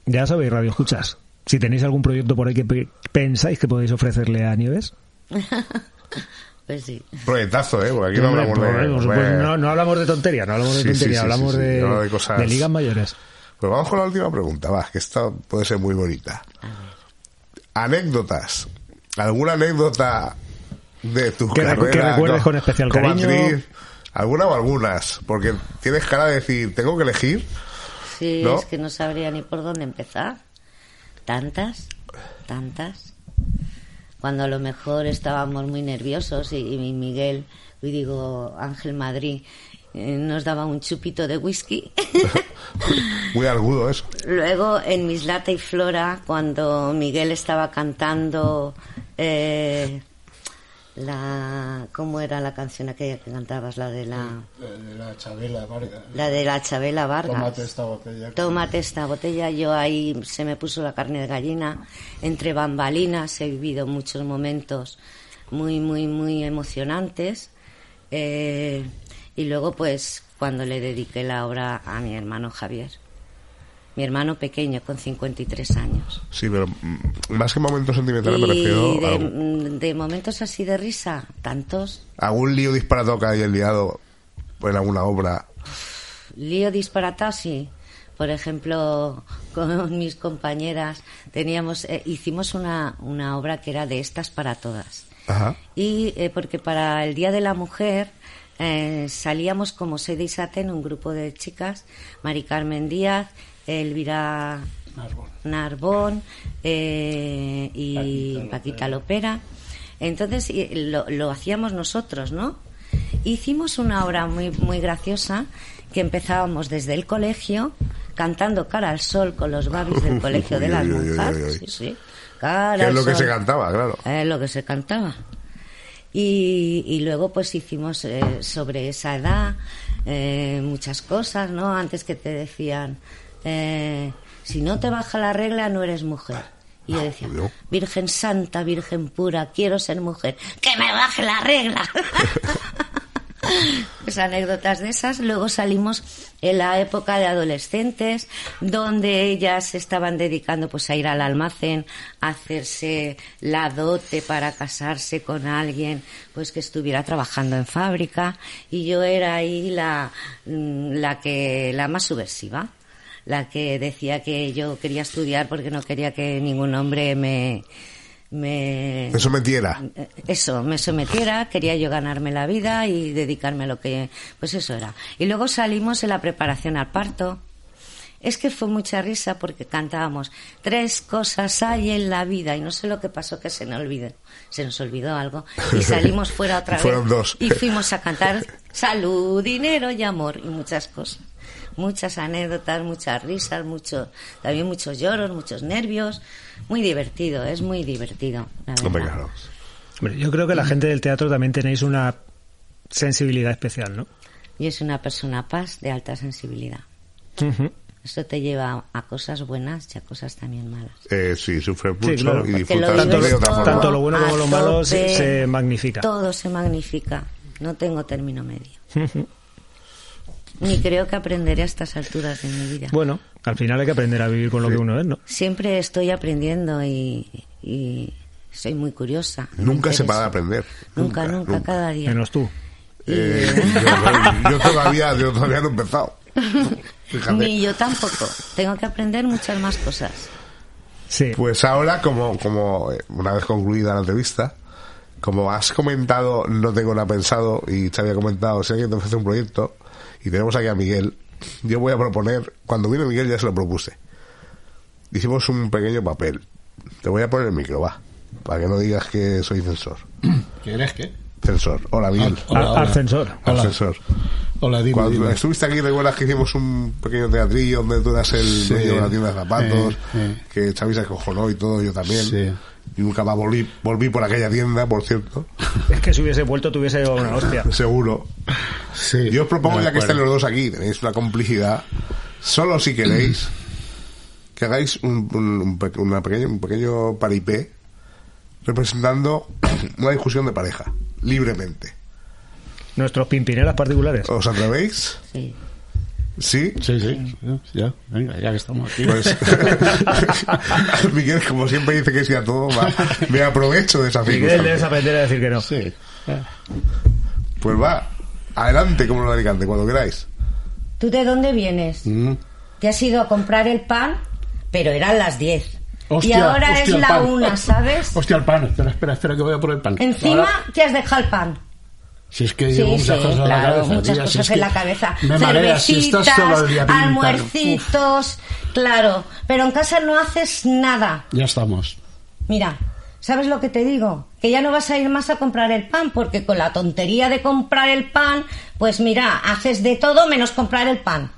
Speaker 1: Ya sabéis, radio escuchas. Si tenéis algún proyecto por ahí que pe- pensáis que podéis ofrecerle a Nieves,
Speaker 10: Pues sí.
Speaker 2: Proyectazo, ¿eh? Porque aquí no
Speaker 1: Hombre,
Speaker 2: hablamos de...
Speaker 1: pues, pues,
Speaker 2: bueno.
Speaker 1: no, no hablamos de tontería, no hablamos de
Speaker 2: Sí, sí,
Speaker 1: tontería,
Speaker 2: sí, sí,
Speaker 1: hablamos
Speaker 2: sí,
Speaker 1: de,
Speaker 2: no, de cosas-
Speaker 1: de ligas mayores.
Speaker 2: Pues vamos con la última pregunta, va, que esta puede ser muy bonita. Anécdotas. ¿Alguna anécdota de tu
Speaker 1: Que recu-
Speaker 2: carrera?
Speaker 1: que recuerdes
Speaker 2: co-
Speaker 1: con especial
Speaker 2: como
Speaker 1: cariño.
Speaker 2: actriz? ¿Alguna o algunas? Porque tienes cara de decir, tengo que elegir.
Speaker 10: Sí,
Speaker 2: ¿No?
Speaker 10: es que no sabría ni por dónde empezar. Tantas, tantas. Cuando a lo mejor estábamos muy nerviosos y, y Miguel, y digo Ángel Madrid, eh, nos daba un chupito de whisky.
Speaker 2: Muy argudo eso.
Speaker 10: Luego en Mislata y Flora, cuando Miguel estaba cantando eh, la... ¿Cómo era la canción aquella que cantabas? La de la...
Speaker 5: De la Chabela Vargas.
Speaker 10: La de la Chabela Vargas.
Speaker 5: Tómate esta botella.
Speaker 10: Tómate esta botella. Yo ahí se me puso la carne de gallina. Entre bambalinas he vivido muchos momentos muy, muy, muy emocionantes. Eh, y luego, pues, cuando le dediqué la obra a mi hermano Javier. Mi hermano pequeño, con 53 años.
Speaker 2: Sí, pero mm, más que momentos sentimentales me
Speaker 10: y
Speaker 2: refiero a algún,
Speaker 10: de, mm, de momentos así de risa, tantos.
Speaker 2: algún lío disparatado que hayas liado en alguna obra.
Speaker 10: lío disparatado, sí. Por ejemplo, con mis compañeras teníamos, eh, hicimos una, una obra que era de estas para todas.
Speaker 2: Ajá.
Speaker 10: Y eh, porque para el Día de la Mujer eh, salíamos como sede y satén un grupo de chicas, Mari Carmen Díaz, Elvira Narbón eh, y Paquita Lopera. Entonces y- lo, lo hacíamos nosotros, ¿no? Hicimos una obra muy, muy graciosa que empezábamos desde el colegio cantando Cara al Sol con los babis del colegio de las
Speaker 2: Uy, uy, uy, uy,
Speaker 10: monjas.
Speaker 2: uy.
Speaker 10: Sí, sí. Cara
Speaker 2: Que es
Speaker 10: al
Speaker 2: lo que
Speaker 10: sol.
Speaker 2: se cantaba, claro.
Speaker 10: Eh, lo que se cantaba. Y, y luego pues hicimos eh, sobre esa edad eh, muchas cosas, ¿no? Antes que te decían, eh, si no te baja la regla no eres mujer. Y yo decía,
Speaker 2: Dios.
Speaker 10: Virgen Santa, Virgen Pura, quiero ser mujer, que me baje la regla. Pues anécdotas de esas. Luego salimos en la época de adolescentes, donde ellas se estaban dedicando pues a ir al almacén, a hacerse la dote para casarse con alguien, pues que estuviera trabajando en fábrica. Y yo era ahí la, mm, la que, la más subversiva. La que decía que yo quería estudiar porque no quería que ningún hombre me, me,
Speaker 2: Eso me tiera.
Speaker 10: eh, eso, me sometiera, quería yo ganarme la vida y dedicarme a lo que, pues eso era. Y luego salimos en la preparación al parto. Es que fue mucha risa porque cantábamos tres cosas hay en la vida y no sé lo que pasó que se nos olvidó, se nos olvidó algo y salimos fuera otra
Speaker 2: Fueron
Speaker 10: vez
Speaker 2: dos.
Speaker 10: y fuimos a cantar salud, dinero y amor y muchas cosas. muchas anécdotas, muchas risas, mucho, también muchos lloros, muchos nervios. Muy divertido, es muy divertido. la
Speaker 2: Hombre,
Speaker 10: verdad.
Speaker 2: claro.
Speaker 1: Hombre, yo creo que la gente del teatro también tenéis una sensibilidad especial, ¿no?
Speaker 10: Y es una persona paz de alta sensibilidad.
Speaker 1: Ujú.
Speaker 10: Eso te lleva a cosas buenas y a cosas también malas.
Speaker 2: Eh, sí, sufre mucho
Speaker 1: claro.
Speaker 2: y
Speaker 10: Te lo
Speaker 2: disfruta
Speaker 10: digo
Speaker 2: de otra forma.
Speaker 1: Tanto lo bueno como
Speaker 10: a
Speaker 1: lo malo se-
Speaker 10: tope.
Speaker 1: se magnifica.
Speaker 10: Todo se magnifica. No tengo término medio. Ni creo que aprenderé a estas alturas de mi vida.
Speaker 1: Bueno, al final hay que aprender a vivir con lo que uno es, ¿no?
Speaker 10: Siempre estoy aprendiendo y, y soy muy curiosa. Me
Speaker 2: Nunca se
Speaker 10: interesa.
Speaker 2: para de aprender.
Speaker 10: Nunca, nunca, cada día.
Speaker 1: Menos tú.
Speaker 2: Eh, yo, yo todavía, yo todavía no he empezado. Fíjate.
Speaker 10: Ni yo tampoco. Tengo que aprender muchas más cosas.
Speaker 2: Pues ahora, como, como eh, una vez concluida la entrevista, como has comentado, no tengo nada pensado y te había comentado, si alguien te ofrece un proyecto y tenemos aquí a Miguel, yo voy a proponer, cuando vino Miguel ya se lo propuse. Hicimos un pequeño papel. Te voy a poner el micro, va, para que no digas que soy censor.
Speaker 5: ¿Quieres qué?
Speaker 2: Censor. Hola, Miguel.
Speaker 5: Ah, hola, hola.
Speaker 1: Ascensor.
Speaker 5: Hola.
Speaker 2: Ascensor.
Speaker 5: Hola, dime,
Speaker 2: Cuando
Speaker 5: dime.
Speaker 2: estuviste aquí, recuerdas que hicimos un pequeño teatrillo donde tú eras el
Speaker 5: Sí.
Speaker 2: dueño de la tienda de zapatos,
Speaker 5: Eh, eh.
Speaker 2: que Xavi se acojonó y todo, yo también.
Speaker 5: Sí.
Speaker 2: Y nunca más volví, volví por aquella tienda, por cierto,
Speaker 1: Es que si hubiese vuelto te hubiese llevado una hostia.
Speaker 2: seguro.
Speaker 5: Sí,
Speaker 2: Yo os propongo,
Speaker 5: me
Speaker 2: ya que
Speaker 5: acuerdo.
Speaker 2: estén los dos aquí, tenéis una complicidad, solo si queréis que hagáis un, un- un pe- una pequeña- un pequeño paripé representando una discusión de pareja, libremente.
Speaker 1: Nuestros pimpinelas particulares.
Speaker 2: ¿Os atrevéis?
Speaker 10: Sí.
Speaker 2: ¿Sí?
Speaker 5: Sí, sí, ya, venga, ya que estamos aquí.
Speaker 2: Pues Miguel, como siempre dice que sí a todo, va, me aprovecho de esa
Speaker 1: Miguel debes
Speaker 2: circunstancia.
Speaker 1: aprender a decir que no.
Speaker 5: Sí.
Speaker 2: Pues va, adelante como un alicante, cuando queráis.
Speaker 10: ¿Tú de dónde vienes?
Speaker 5: Mm.
Speaker 10: Te has ido a comprar el pan, pero eran las 10. y
Speaker 5: Hostia,
Speaker 10: ahora
Speaker 5: hostia,
Speaker 10: es
Speaker 5: el
Speaker 10: la
Speaker 5: pan.
Speaker 10: 1, ¿sabes?
Speaker 5: Hostia, el pan, espera, espera, espera, que voy a por el pan.
Speaker 10: Encima
Speaker 5: Ahora-
Speaker 10: te has dejado el pan.
Speaker 5: si es que llevo
Speaker 10: sí,
Speaker 5: muchas
Speaker 10: sí,
Speaker 5: cosas en la
Speaker 10: claro,
Speaker 5: cabeza. tía,
Speaker 10: muchas
Speaker 5: si
Speaker 10: cosas
Speaker 5: es que
Speaker 10: en la cabeza.
Speaker 5: Me mareas, si estás todo el día
Speaker 10: Cervecitas,
Speaker 5: pintando. Uf,
Speaker 10: almuercitos, claro. Pero en casa no haces nada.
Speaker 5: ya estamos.
Speaker 10: Mira, ¿sabes lo que te digo? Que ya no vas a ir más a comprar el pan, porque con la tontería de comprar el pan, pues mira, haces de todo menos comprar el pan.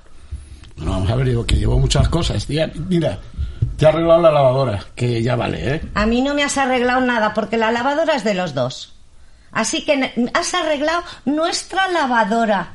Speaker 5: Bueno, vamos a ver, digo que llevo muchas cosas. tía. mira, te he arreglado la lavadora, que ya vale, ¿eh?
Speaker 10: A mí no me has arreglado nada porque la lavadora es de los dos. Así que n- has arreglado nuestra lavadora.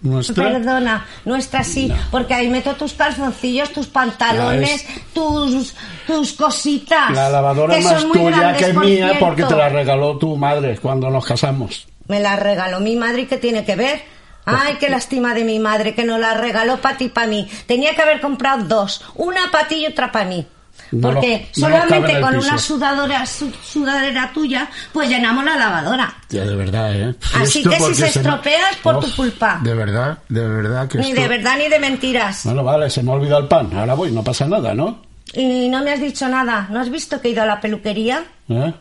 Speaker 5: Nuestra...
Speaker 10: Perdona, nuestra sí,
Speaker 5: No.
Speaker 10: porque ahí meto tus calzoncillos, tus pantalones, tus tus cositas.
Speaker 5: La lavadora
Speaker 10: que
Speaker 5: es más
Speaker 10: son muy
Speaker 5: tuya
Speaker 10: grandes,
Speaker 5: que
Speaker 10: por
Speaker 5: mía
Speaker 10: cierto.
Speaker 5: porque te la regaló tu madre cuando nos casamos.
Speaker 10: Me la regaló mi madre y qué tiene que ver.
Speaker 5: Pues
Speaker 10: Ay, qué lástima de mi madre que no la regaló para ti y para mí. Tenía que haber comprado dos, una para ti y otra para mí.
Speaker 5: No
Speaker 10: Porque
Speaker 5: lo- no lo cabe en
Speaker 10: solamente
Speaker 5: el
Speaker 10: con
Speaker 5: piso.
Speaker 10: una sudadora, su- sudadera tuya, pues llenamos la lavadora.
Speaker 5: Ya, de verdad, ¿eh?
Speaker 10: Así que si
Speaker 5: porque
Speaker 10: se
Speaker 5: me-
Speaker 10: estropea es por tu
Speaker 5: Uf,
Speaker 10: culpa.
Speaker 5: De verdad, de verdad que
Speaker 10: Ni
Speaker 5: esto-
Speaker 10: de verdad ni de mentiras.
Speaker 5: Bueno, vale, se me ha olvidado el pan. Ahora voy, no pasa nada, ¿no?
Speaker 10: Y no me has dicho nada. ¿No has visto que he ido a la peluquería?
Speaker 5: ¿Eh?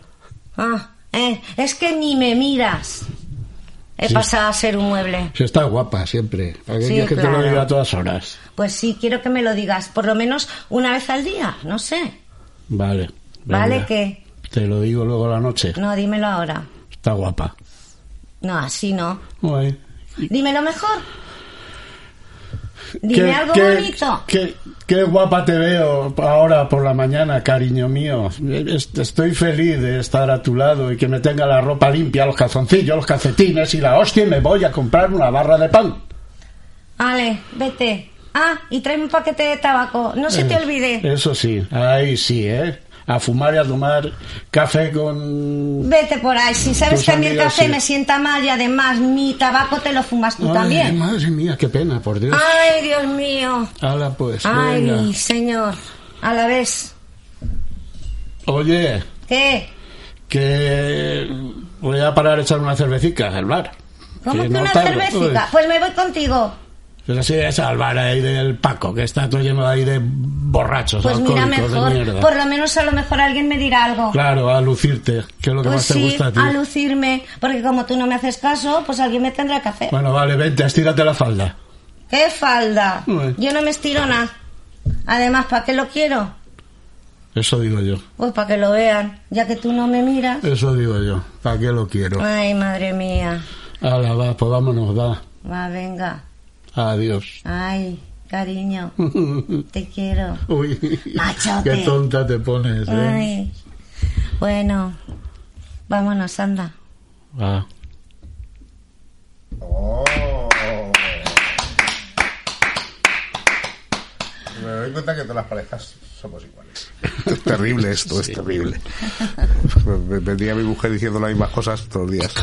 Speaker 10: Ah, eh, es que ni me miras. He
Speaker 5: Sí.
Speaker 10: pasado a ser un mueble.
Speaker 5: Si está guapa siempre. ¿Para qué
Speaker 10: Sí,
Speaker 5: quieres que te
Speaker 10: claro.
Speaker 5: lo diga a todas horas?
Speaker 10: Pues sí, quiero que me lo digas. Por lo menos una vez al día. No sé.
Speaker 5: Vale. venga.
Speaker 10: ¿Vale qué?
Speaker 5: Te lo digo luego a la noche.
Speaker 10: No, dímelo ahora.
Speaker 5: Está guapa.
Speaker 10: No, así no.
Speaker 5: Uy.
Speaker 10: Dímelo mejor. Dime algo bonito.
Speaker 5: Qué, qué guapa te veo ahora por la mañana, cariño mío. Es- Estoy feliz de estar a tu lado y que me tenga la ropa limpia, los calzoncillos, los calcetines y la hostia y me voy a comprar una barra de pan.
Speaker 10: Vale, vete. Ah, y tráeme un paquete de tabaco. No se te
Speaker 5: Eh,
Speaker 10: olvide.
Speaker 5: Eso sí, ahí sí, ¿eh? A fumar y a tomar café con...
Speaker 10: Vete por ahí. Si sabes
Speaker 5: Tus
Speaker 10: que a mí el
Speaker 5: amigas,
Speaker 10: café
Speaker 5: sí.
Speaker 10: me sienta mal y además mi tabaco te lo fumas tú
Speaker 5: Ay,
Speaker 10: también.
Speaker 5: Madre mía, qué pena, por Dios.
Speaker 10: Ay, Dios mío.
Speaker 5: Hala, pues,
Speaker 10: Ay,
Speaker 5: venga.
Speaker 10: mi señor. A la vez.
Speaker 5: Oye,
Speaker 10: ¿Qué?
Speaker 5: que voy a parar a echar una cervecita al bar.
Speaker 10: ¿Cómo que
Speaker 5: no
Speaker 10: una
Speaker 5: tardo.
Speaker 10: cervecita?
Speaker 5: Uy.
Speaker 10: Pues me voy contigo.
Speaker 5: Pero sí, es al bar ahí del Paco, que está todo lleno ahí de borrachos,
Speaker 10: Pues mira
Speaker 5: alcohólicos, de
Speaker 10: mejor.
Speaker 5: mierda.
Speaker 10: Por lo menos a lo mejor alguien me dirá algo.
Speaker 5: Claro, a lucirte, que es lo que
Speaker 10: Pues
Speaker 5: más te
Speaker 10: sí,
Speaker 5: gusta a ti.
Speaker 10: a lucirme, porque como tú no me haces caso, pues alguien me tendrá café.
Speaker 5: Bueno, vale, vente, estírate la falda.
Speaker 10: ¡Qué falda!
Speaker 5: Bueno.
Speaker 10: Yo no me estiro nada. Además, ¿para qué lo quiero?
Speaker 5: Eso digo yo,
Speaker 10: Pues para que lo vean, ya que tú no me miras.
Speaker 5: eso digo yo. ¿Para qué lo quiero?
Speaker 10: Ay, madre mía.
Speaker 5: Ahora va, pues vámonos, va.
Speaker 10: Va, venga.
Speaker 5: Adiós.
Speaker 10: Ay, cariño, te quiero.
Speaker 5: Uy,
Speaker 10: Machote.
Speaker 5: qué tonta te pones, ¿eh?
Speaker 10: Ay. Bueno, vámonos, anda.
Speaker 5: Ah.
Speaker 2: Oh. Me doy cuenta que todas las parejas somos iguales. Es terrible esto, es terrible. Me- me- Vendría mi mujer diciendo las mismas cosas todos los días.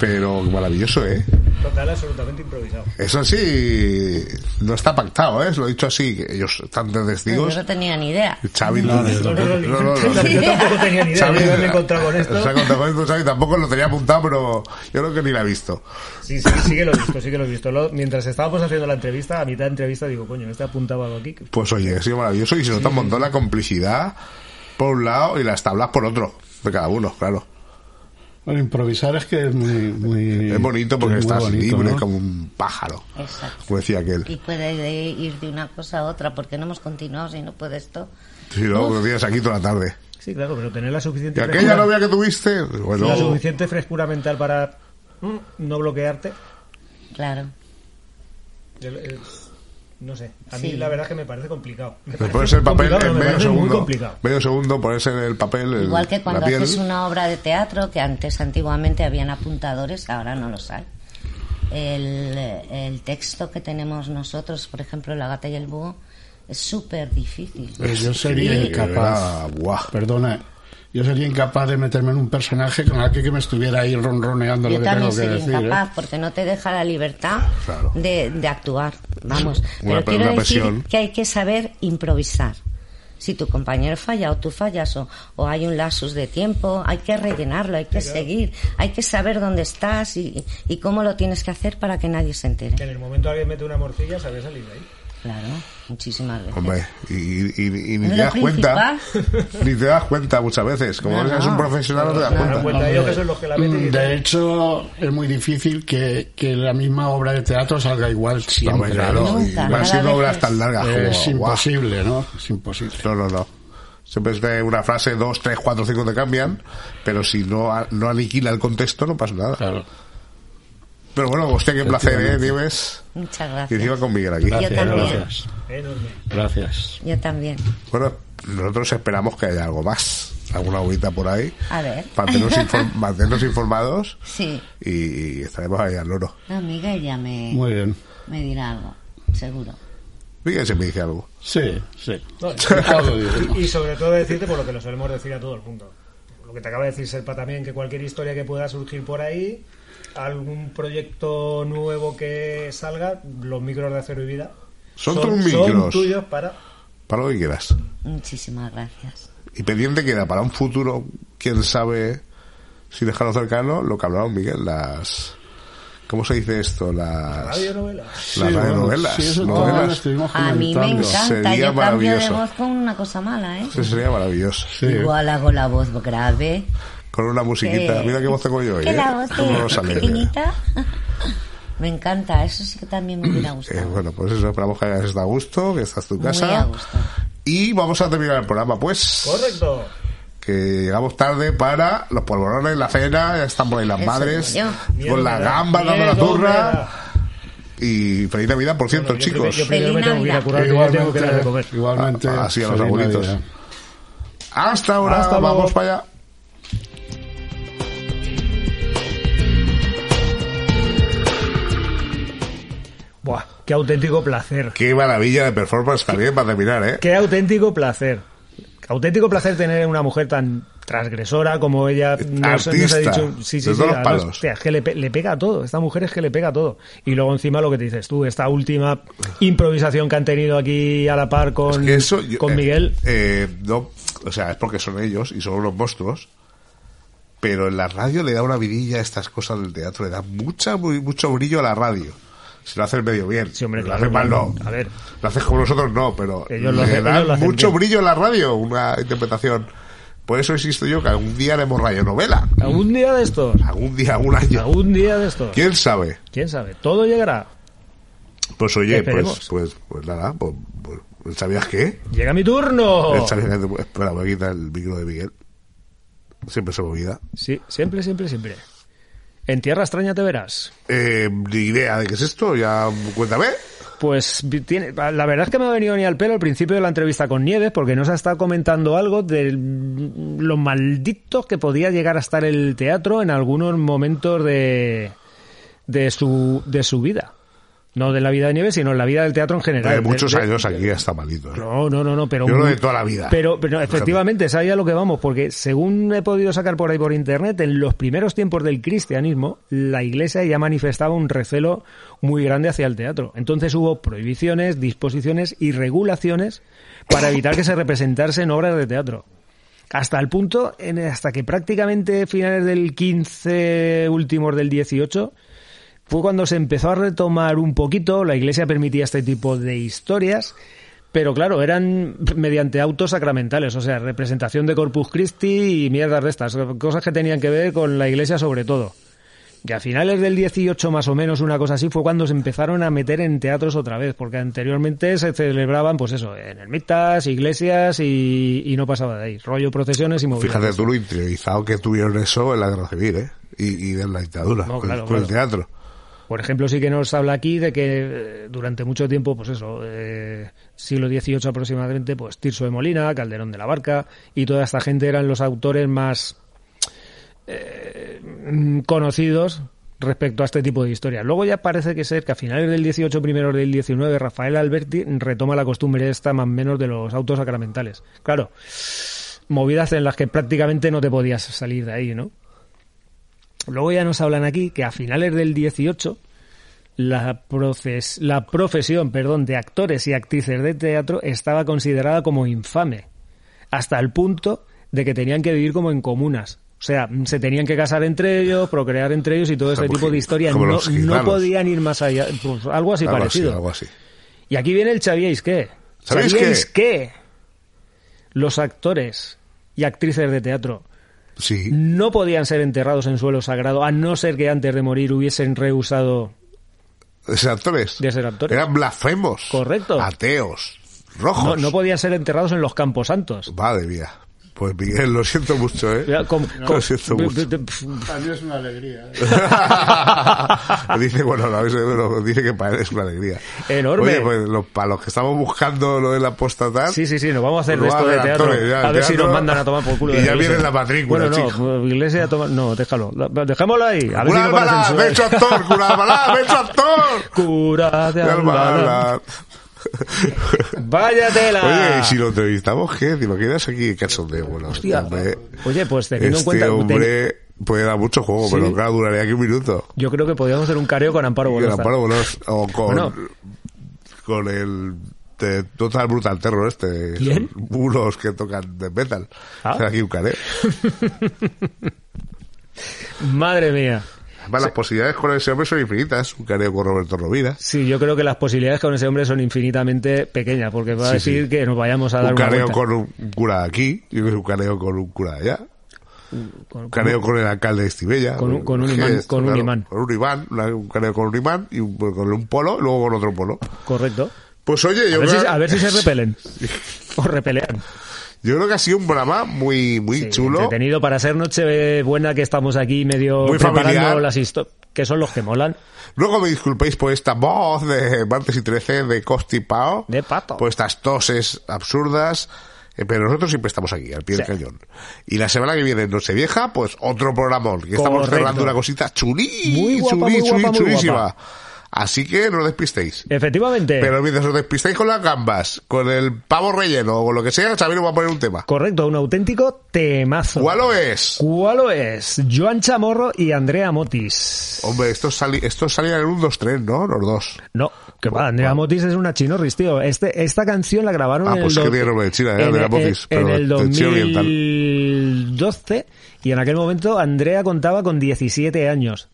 Speaker 2: Pero maravilloso, ¿eh?
Speaker 1: Total, absolutamente improvisado.
Speaker 2: Eso sí, no está pactado, ¿eh? Os Lo he dicho así, que ellos están de
Speaker 10: Yo
Speaker 2: testigos.
Speaker 10: no tenía ni idea.
Speaker 2: Xavi no, no, no, no.
Speaker 1: Yo tampoco tenía ni idea.
Speaker 2: Xavi-
Speaker 1: yo me he encontrado con
Speaker 2: Se ha
Speaker 1: esto.
Speaker 2: encontrado con esto, Xavi tampoco lo tenía apuntado, pero yo creo que ni la he visto.
Speaker 1: Sí, sí, sí que lo he visto, sí que lo he visto. Lo- mientras estábamos haciendo la entrevista, a mitad de entrevista digo, coño, este apuntaba algo aquí.
Speaker 2: Pues oye, ha sido maravilloso y se nota un montón la complicidad por un lado y las tablas por otro, de cada uno, claro.
Speaker 5: Bueno, improvisar es que es muy... muy-
Speaker 2: Es bonito porque
Speaker 5: es muy
Speaker 2: estás
Speaker 5: bonito,
Speaker 2: libre
Speaker 5: ¿no?
Speaker 2: como un pájaro,
Speaker 10: Exacto.
Speaker 2: como
Speaker 5: Pues
Speaker 2: decía aquel.
Speaker 10: Y puede ir de una cosa a otra, porque no hemos continuado si no puede esto.
Speaker 2: Si no, lo tienes aquí toda la tarde.
Speaker 1: Sí, claro, pero tener la
Speaker 2: Y
Speaker 1: suficiente
Speaker 2: aquella novia que tuviste, bueno,
Speaker 1: la suficiente frescura mental para mm, no bloquearte.
Speaker 10: Claro.
Speaker 1: yo- eh, No sé, a mí
Speaker 10: Sí.
Speaker 1: la verdad es que me parece complicado. Me
Speaker 2: te
Speaker 1: parece
Speaker 2: pones Pues el papel
Speaker 1: complicado,
Speaker 2: en
Speaker 1: no, me
Speaker 2: medio
Speaker 1: parece Muy
Speaker 2: segundo.
Speaker 1: complicado.
Speaker 2: Medio segundo pones en el papel el-
Speaker 10: Igual que
Speaker 2: la
Speaker 10: cuando
Speaker 2: piel.
Speaker 10: haces una obra de teatro, que antes antiguamente habían apuntadores, ahora no los hay. El, el texto que tenemos nosotros, por ejemplo, La gata y el búho, es súper difícil.
Speaker 5: Pero Eh, yo sería
Speaker 2: que ah,
Speaker 5: incapaz. Perdona. Yo sería incapaz de meterme en un personaje con aquel que me estuviera ahí ronroneando
Speaker 10: Yo
Speaker 5: lo que tengo
Speaker 10: también
Speaker 5: que
Speaker 10: sería
Speaker 5: decir. ¿eh?
Speaker 10: incapaz porque no te deja la libertad de, de actuar. Vamos,
Speaker 5: Una-
Speaker 10: pero quiero
Speaker 5: una
Speaker 10: decir
Speaker 5: presión.
Speaker 10: que hay que saber improvisar. Si tu compañero falla o tú fallas o, o hay un lapsus de tiempo, hay que rellenarlo, hay que seguir, hay que saber dónde estás y, y cómo lo tienes que hacer para que nadie se entere.
Speaker 1: En el momento alguien mete una morcilla, sabes salir de ahí.
Speaker 10: Claro, muchísimas veces.
Speaker 2: Hombre, y, y- y ni
Speaker 10: Es
Speaker 2: te
Speaker 10: lo
Speaker 2: das cuenta,
Speaker 10: principal.
Speaker 2: ni te das cuenta muchas veces. Como
Speaker 5: No,
Speaker 2: eres
Speaker 5: no.
Speaker 2: un profesional, no te das cuenta. Ah,
Speaker 5: Mm, De hecho, es muy difícil que, que la misma obra de teatro salga igual siempre.
Speaker 2: hombre, claro,
Speaker 5: ¿no?
Speaker 2: y Nunca, más cada siendo vez obras es- tan largas como,
Speaker 5: Es
Speaker 2: guau.
Speaker 5: imposible, ¿no? Es imposible.
Speaker 2: No, no, no. Siempre es que una frase, dos, tres, cuatro, cinco te cambian, pero si no, a- no aniquila el contexto, no pasa nada. Pero bueno, hostia, qué placer, ¿eh,
Speaker 5: Efectivamente.
Speaker 2: Nieves?
Speaker 10: Muchas
Speaker 2: Y
Speaker 10: gracias.
Speaker 2: encima con Miguel aquí.
Speaker 10: Yo también.
Speaker 1: Enorme.
Speaker 5: Gracias.
Speaker 10: Yo también.
Speaker 2: Bueno, nosotros esperamos que haya algo más, alguna horita por ahí,
Speaker 10: A ver.
Speaker 2: para tenernos, inform- mantenernos informados
Speaker 10: Sí,
Speaker 2: y, y estaremos ahí al loro.
Speaker 10: no, Miguel ya me,
Speaker 5: bien.
Speaker 10: me dirá algo, seguro.
Speaker 2: Miguel se me dice algo.
Speaker 5: Sí, sí.
Speaker 2: Algo digo.
Speaker 1: y, y sobre todo decirte por lo que lo solemos decir a todo el mundo. Lo que te acaba de decir Serpa también, que cualquier historia que pueda surgir por ahí, algún proyecto nuevo que salga, los micros de acero y vida.
Speaker 2: Son tus micros.
Speaker 1: tuyos para.
Speaker 2: Para lo que quieras.
Speaker 10: Muchísimas gracias.
Speaker 2: Y pendiente queda para un futuro, quién sabe, si dejarlo cercano, lo que hablaba Miguel, las... ¿Cómo se dice esto? Las...
Speaker 1: Radionovelas.
Speaker 2: Las
Speaker 5: Sí, bueno,
Speaker 2: radionovelas.
Speaker 5: sí, eso
Speaker 2: novelas.
Speaker 5: también lo estuvimos
Speaker 10: A mí me encanta,
Speaker 2: Sería
Speaker 10: yo cambio de
Speaker 2: maravilloso.
Speaker 10: voz con una cosa mala, ¿eh?
Speaker 2: Eso sería maravilloso.
Speaker 10: Igual hago la voz grave.
Speaker 2: Con una musiquita.
Speaker 10: Que-
Speaker 2: Mira qué voz tengo yo hoy.
Speaker 10: que
Speaker 2: ¿eh?
Speaker 10: la voz
Speaker 2: Cómo
Speaker 10: de-
Speaker 2: nos alegra.
Speaker 10: pequeñita. Me encanta, eso sí que también me hubiera gustado.
Speaker 2: Eh, bueno, pues eso, esperamos que hayas estado a gusto, que estás en tu
Speaker 10: Muy a
Speaker 2: casa.
Speaker 10: gusto.
Speaker 2: Y vamos a terminar el programa, pues.
Speaker 1: Correcto.
Speaker 2: Que llegamos tarde para los polvorones, la cena, ya están por ahí las
Speaker 1: Eso
Speaker 2: madres,
Speaker 1: yo. Miedo
Speaker 2: con
Speaker 1: me
Speaker 2: la
Speaker 1: da,
Speaker 2: gamba dando la
Speaker 1: miedo me
Speaker 2: turra.
Speaker 1: da.
Speaker 2: Y feliz Navidad, por cierto,
Speaker 1: yo primero-
Speaker 2: chicos.
Speaker 1: yo primero me Feliz tengo que ir a Navidad. curar, que yo tengo que ir a comer.
Speaker 5: Igualmente.
Speaker 2: Ah, así a los
Speaker 5: feliz
Speaker 2: abuelitos.
Speaker 5: Navidad.
Speaker 2: Hasta ahora,
Speaker 5: Hasta luego.
Speaker 2: vamos para allá.
Speaker 1: Buah, qué auténtico placer.
Speaker 2: Qué maravilla de performance también para terminar, ¿eh?
Speaker 1: Qué auténtico placer. Auténtico placer tener una mujer tan transgresora como ella nos, nos
Speaker 2: Artista,
Speaker 1: ha dicho. Sí, sí,
Speaker 2: de
Speaker 1: sí,
Speaker 2: todos los
Speaker 1: además,
Speaker 2: palos.
Speaker 1: hostia, es que le, pe- le pega a todo. Esta mujer es que le pega a todo. Y luego encima lo que te dices tú, esta última improvisación que han tenido aquí a la par con,
Speaker 2: que eso yo-
Speaker 1: con
Speaker 2: eh,
Speaker 1: Miguel.
Speaker 2: eh, no, o sea, es porque son ellos y son unos monstruos. Pero en la radio le da una vidilla a estas cosas del teatro, le da mucha, muy- mucho brillo a la radio. Si lo haces medio bien, lo
Speaker 1: claro,
Speaker 2: haces mal
Speaker 1: claro.
Speaker 2: no.
Speaker 1: A ver.
Speaker 2: Lo haces como nosotros no, pero
Speaker 1: Ellos lo
Speaker 2: le
Speaker 1: hacen-
Speaker 2: da
Speaker 1: ellos lo hacen
Speaker 2: mucho
Speaker 1: bien.
Speaker 2: brillo a la radio una interpretación. Por eso insisto yo que algún día haremos radionovela.
Speaker 1: Algún día de estos.
Speaker 2: Algún día, algún año.
Speaker 1: Algún día de estos.
Speaker 2: ¿Quién sabe?
Speaker 1: ¿Quién sabe? Todo llegará.
Speaker 2: Pues oye, pues,
Speaker 1: Esperemos.
Speaker 2: pues, pues nada, pues, pues, ¿sabías qué?
Speaker 1: Llega mi turno.
Speaker 2: El Charlie García- Espera, voy a quitar el micro de Miguel. Siempre se me olvida.
Speaker 1: Sí, siempre, siempre, siempre. En Tierra Extraña te verás.
Speaker 2: Eh, ni idea de qué es esto, ya cuéntame.
Speaker 1: Pues tiene, la verdad es que me ha venido ni al pelo al principio de la entrevista con Nieves, porque nos ha estado comentando algo de los malditos que podía llegar a estar el teatro en algunos momentos de, de, su, de su vida. No de la vida de Nieves, sino en la vida del teatro en general.
Speaker 2: Eh, muchos
Speaker 1: De- de-
Speaker 2: años aquí ya está malito. ¿eh?
Speaker 1: No, no, no, no, pero...
Speaker 2: Yo lo
Speaker 1: muy-
Speaker 2: de toda la vida.
Speaker 1: Pero, pero efectivamente, es ahí a lo que vamos, porque según he podido sacar por ahí por internet, en los primeros tiempos del cristianismo, la iglesia ya manifestaba un recelo muy grande hacia el teatro. Entonces hubo prohibiciones, disposiciones y regulaciones para evitar que se representasen obras de teatro. Hasta el punto, en- hasta que prácticamente finales del 15, últimos del 18, fue cuando se empezó a retomar un poquito, la iglesia permitía este tipo de historias, pero claro, eran mediante autos sacramentales, o sea, representación de Corpus Christi y mierdas de estas, cosas que tenían que ver con la iglesia sobre todo. Y a finales del 18 más o menos, una cosa así, fue cuando se empezaron a meter en teatros otra vez, porque anteriormente se celebraban, pues eso, en ermitas, iglesias y, y no pasaba de ahí, rollo procesiones y movidas.
Speaker 2: Fíjate tú lo interiorizado que tuvieron eso en la guerra civil, ¿eh? Y, y en la dictadura,
Speaker 1: No,
Speaker 2: con,
Speaker 1: claro,
Speaker 2: con el
Speaker 1: claro.
Speaker 2: teatro.
Speaker 1: Por ejemplo, sí que nos habla aquí de que eh, durante mucho tiempo, pues eso, eh, siglo XVIII aproximadamente, pues Tirso de Molina, Calderón de la Barca y toda esta gente eran los autores más eh, mm, conocidos respecto a este tipo de historias. Luego ya parece que ser que a finales del 18, primeros del 19, Rafael Alberti retoma la costumbre esta más o menos de los autos sacramentales. Claro, movidas en las que prácticamente no te podías salir de ahí, ¿no? Luego ya nos hablan aquí que a finales del 18 la, proces- la profesión perdón, de actores y actrices de teatro estaba considerada como infame, hasta el punto de que tenían que vivir como en comunas. O sea, se tenían que casar entre ellos, procrear entre ellos y todo este
Speaker 2: Como
Speaker 1: tipo de
Speaker 2: gi-
Speaker 1: historias.
Speaker 2: como
Speaker 1: No,
Speaker 2: los
Speaker 1: no
Speaker 2: gitanos.
Speaker 1: podían ir más allá. Pues algo así
Speaker 2: algo
Speaker 1: parecido.
Speaker 2: así, algo así.
Speaker 1: Y aquí viene el sabíais qué.
Speaker 2: ¿Sabíais
Speaker 1: qué? Los actores y actrices de teatro
Speaker 2: Sí.
Speaker 1: no podían ser enterrados en suelo sagrado, a no ser que antes de morir hubiesen rehusado
Speaker 2: Esos actores
Speaker 1: de ser actores.
Speaker 2: eran blasfemos.
Speaker 1: Correcto.
Speaker 2: Ateos.
Speaker 1: No,
Speaker 2: Rojos.
Speaker 1: no podían ser enterrados en los campos santos.
Speaker 2: Madre mía. Pues Miguel, lo siento mucho, ¿eh? Lo siento mucho.
Speaker 5: Para mí es una alegría. ¿eh?
Speaker 2: dice, bueno, lo habéis- lo- dice que para él es una alegría.
Speaker 1: Enorme.
Speaker 2: Oye, pues lo- para los que estamos buscando lo de la postata.
Speaker 1: Sí, sí, sí, nos vamos a hacer
Speaker 2: Nos
Speaker 1: de esto
Speaker 2: Pues va a
Speaker 1: de
Speaker 2: hacer
Speaker 1: teatro.
Speaker 2: actores, ya,
Speaker 1: a ver si
Speaker 2: teatro.
Speaker 1: nos mandan a tomar por culo.
Speaker 2: Y
Speaker 1: de
Speaker 2: ya
Speaker 1: iglesia.
Speaker 2: viene la matrícula,
Speaker 1: Bueno, no, pues,
Speaker 2: chico.
Speaker 1: iglesia toma... No, déjalo. Dejémoslo ahí. A ver si
Speaker 2: ¡Cura
Speaker 1: no para
Speaker 2: Albalá!
Speaker 1: censurar.
Speaker 2: ¡Me he hecho actor! ¡Cura Albalá! ¡Me he hecho actor!
Speaker 1: Cura de
Speaker 2: ¡Cura
Speaker 1: Albalá.
Speaker 2: Albalá!
Speaker 1: ¡Vaya tela!
Speaker 2: Oye, y si lo entrevistamos, ¿qué? ¿Te imaginas aquí en cachondeo? Bueno,
Speaker 1: Hostia.
Speaker 2: este hombre,
Speaker 1: Oye, pues teniendo en
Speaker 2: este
Speaker 1: cuenta...
Speaker 2: hombre puede dar mucho juego,
Speaker 1: Sí.
Speaker 2: pero claro, duraría aquí un minuto.
Speaker 1: Yo creo que podríamos hacer un careo con Amparo
Speaker 2: Y
Speaker 1: Bolosa.
Speaker 2: la paro, bueno, o con,
Speaker 1: ah. Bueno.
Speaker 2: con el de Total Brutal Terror este.
Speaker 1: ¿Quién?
Speaker 2: Son Unos que tocan de metal.
Speaker 1: Ah.
Speaker 2: Hacer aquí un careo.
Speaker 1: Madre mía.
Speaker 2: Además, las posibilidades con ese hombre son infinitas. Un careo con Roberto Rovira.
Speaker 1: Sí, yo creo que las posibilidades con ese hombre son infinitamente pequeñas, porque va a
Speaker 2: Sí, sí.
Speaker 1: decir que nos vayamos a dar
Speaker 2: Un
Speaker 1: una
Speaker 2: careo
Speaker 1: vuelta.
Speaker 2: con un cura de aquí. Yo creo que un careo con un cura de allá.
Speaker 1: Con-
Speaker 2: Un careo con el alcalde de Estibella.
Speaker 1: Con un- con un
Speaker 2: Es que
Speaker 1: imán,
Speaker 2: esto,
Speaker 1: con un imán.
Speaker 2: Con un imán. una- Un careo con un imán y un, con un polo y luego con otro polo.
Speaker 1: Correcto.
Speaker 2: Pues oye,
Speaker 1: A
Speaker 2: yo
Speaker 1: ver,
Speaker 2: creo,
Speaker 1: si, a ver si se repelen. o repelean.
Speaker 2: yo creo que ha sido un programa muy, muy
Speaker 1: Sí,
Speaker 2: chulo.
Speaker 1: Entretenido para ser noche buena que estamos aquí medio
Speaker 2: Muy
Speaker 1: preparando
Speaker 2: familiar.
Speaker 1: las historias, que son los que molan.
Speaker 2: Luego me disculpéis por esta voz de martes y 13 de constipado,
Speaker 1: De pato.
Speaker 2: por estas toses absurdas, eh, pero nosotros siempre estamos aquí, al pie del
Speaker 1: Sí.
Speaker 2: cañón. Y la semana que viene, Nochevieja, pues otro programón, que estamos
Speaker 1: Correcto.
Speaker 2: cerrando una cosita chulí,
Speaker 1: Muy guapa,
Speaker 2: chulí,
Speaker 1: muy
Speaker 2: chulí,
Speaker 1: guapa, muy
Speaker 2: chulísima.
Speaker 1: guapa.
Speaker 2: Así que no os despistéis.
Speaker 1: Efectivamente.
Speaker 2: Pero mientras os despistéis con las gambas, con el pavo relleno o con lo que sea, Xavier nos va a poner un tema.
Speaker 1: Correcto, un auténtico temazo.
Speaker 2: ¿Cuál lo es?
Speaker 1: ¿Cuál lo es? Joan Chamorro y Andrea Motis.
Speaker 2: Hombre, estos, sali estos salían en un 2-3, ¿no? Los dos.
Speaker 1: No, que va, Andrea Motis es una chinorris, tío. Este, esta canción la grabaron
Speaker 2: Ah,
Speaker 1: en
Speaker 2: pues
Speaker 1: el
Speaker 2: qué
Speaker 1: do-
Speaker 2: bien nombre de China, eh,
Speaker 1: en-
Speaker 2: Andrea
Speaker 1: en-
Speaker 2: Motis,
Speaker 1: En,
Speaker 2: pero
Speaker 1: el
Speaker 2: de China oriental.
Speaker 1: 2012 y en aquel momento Andrea contaba con 17 años.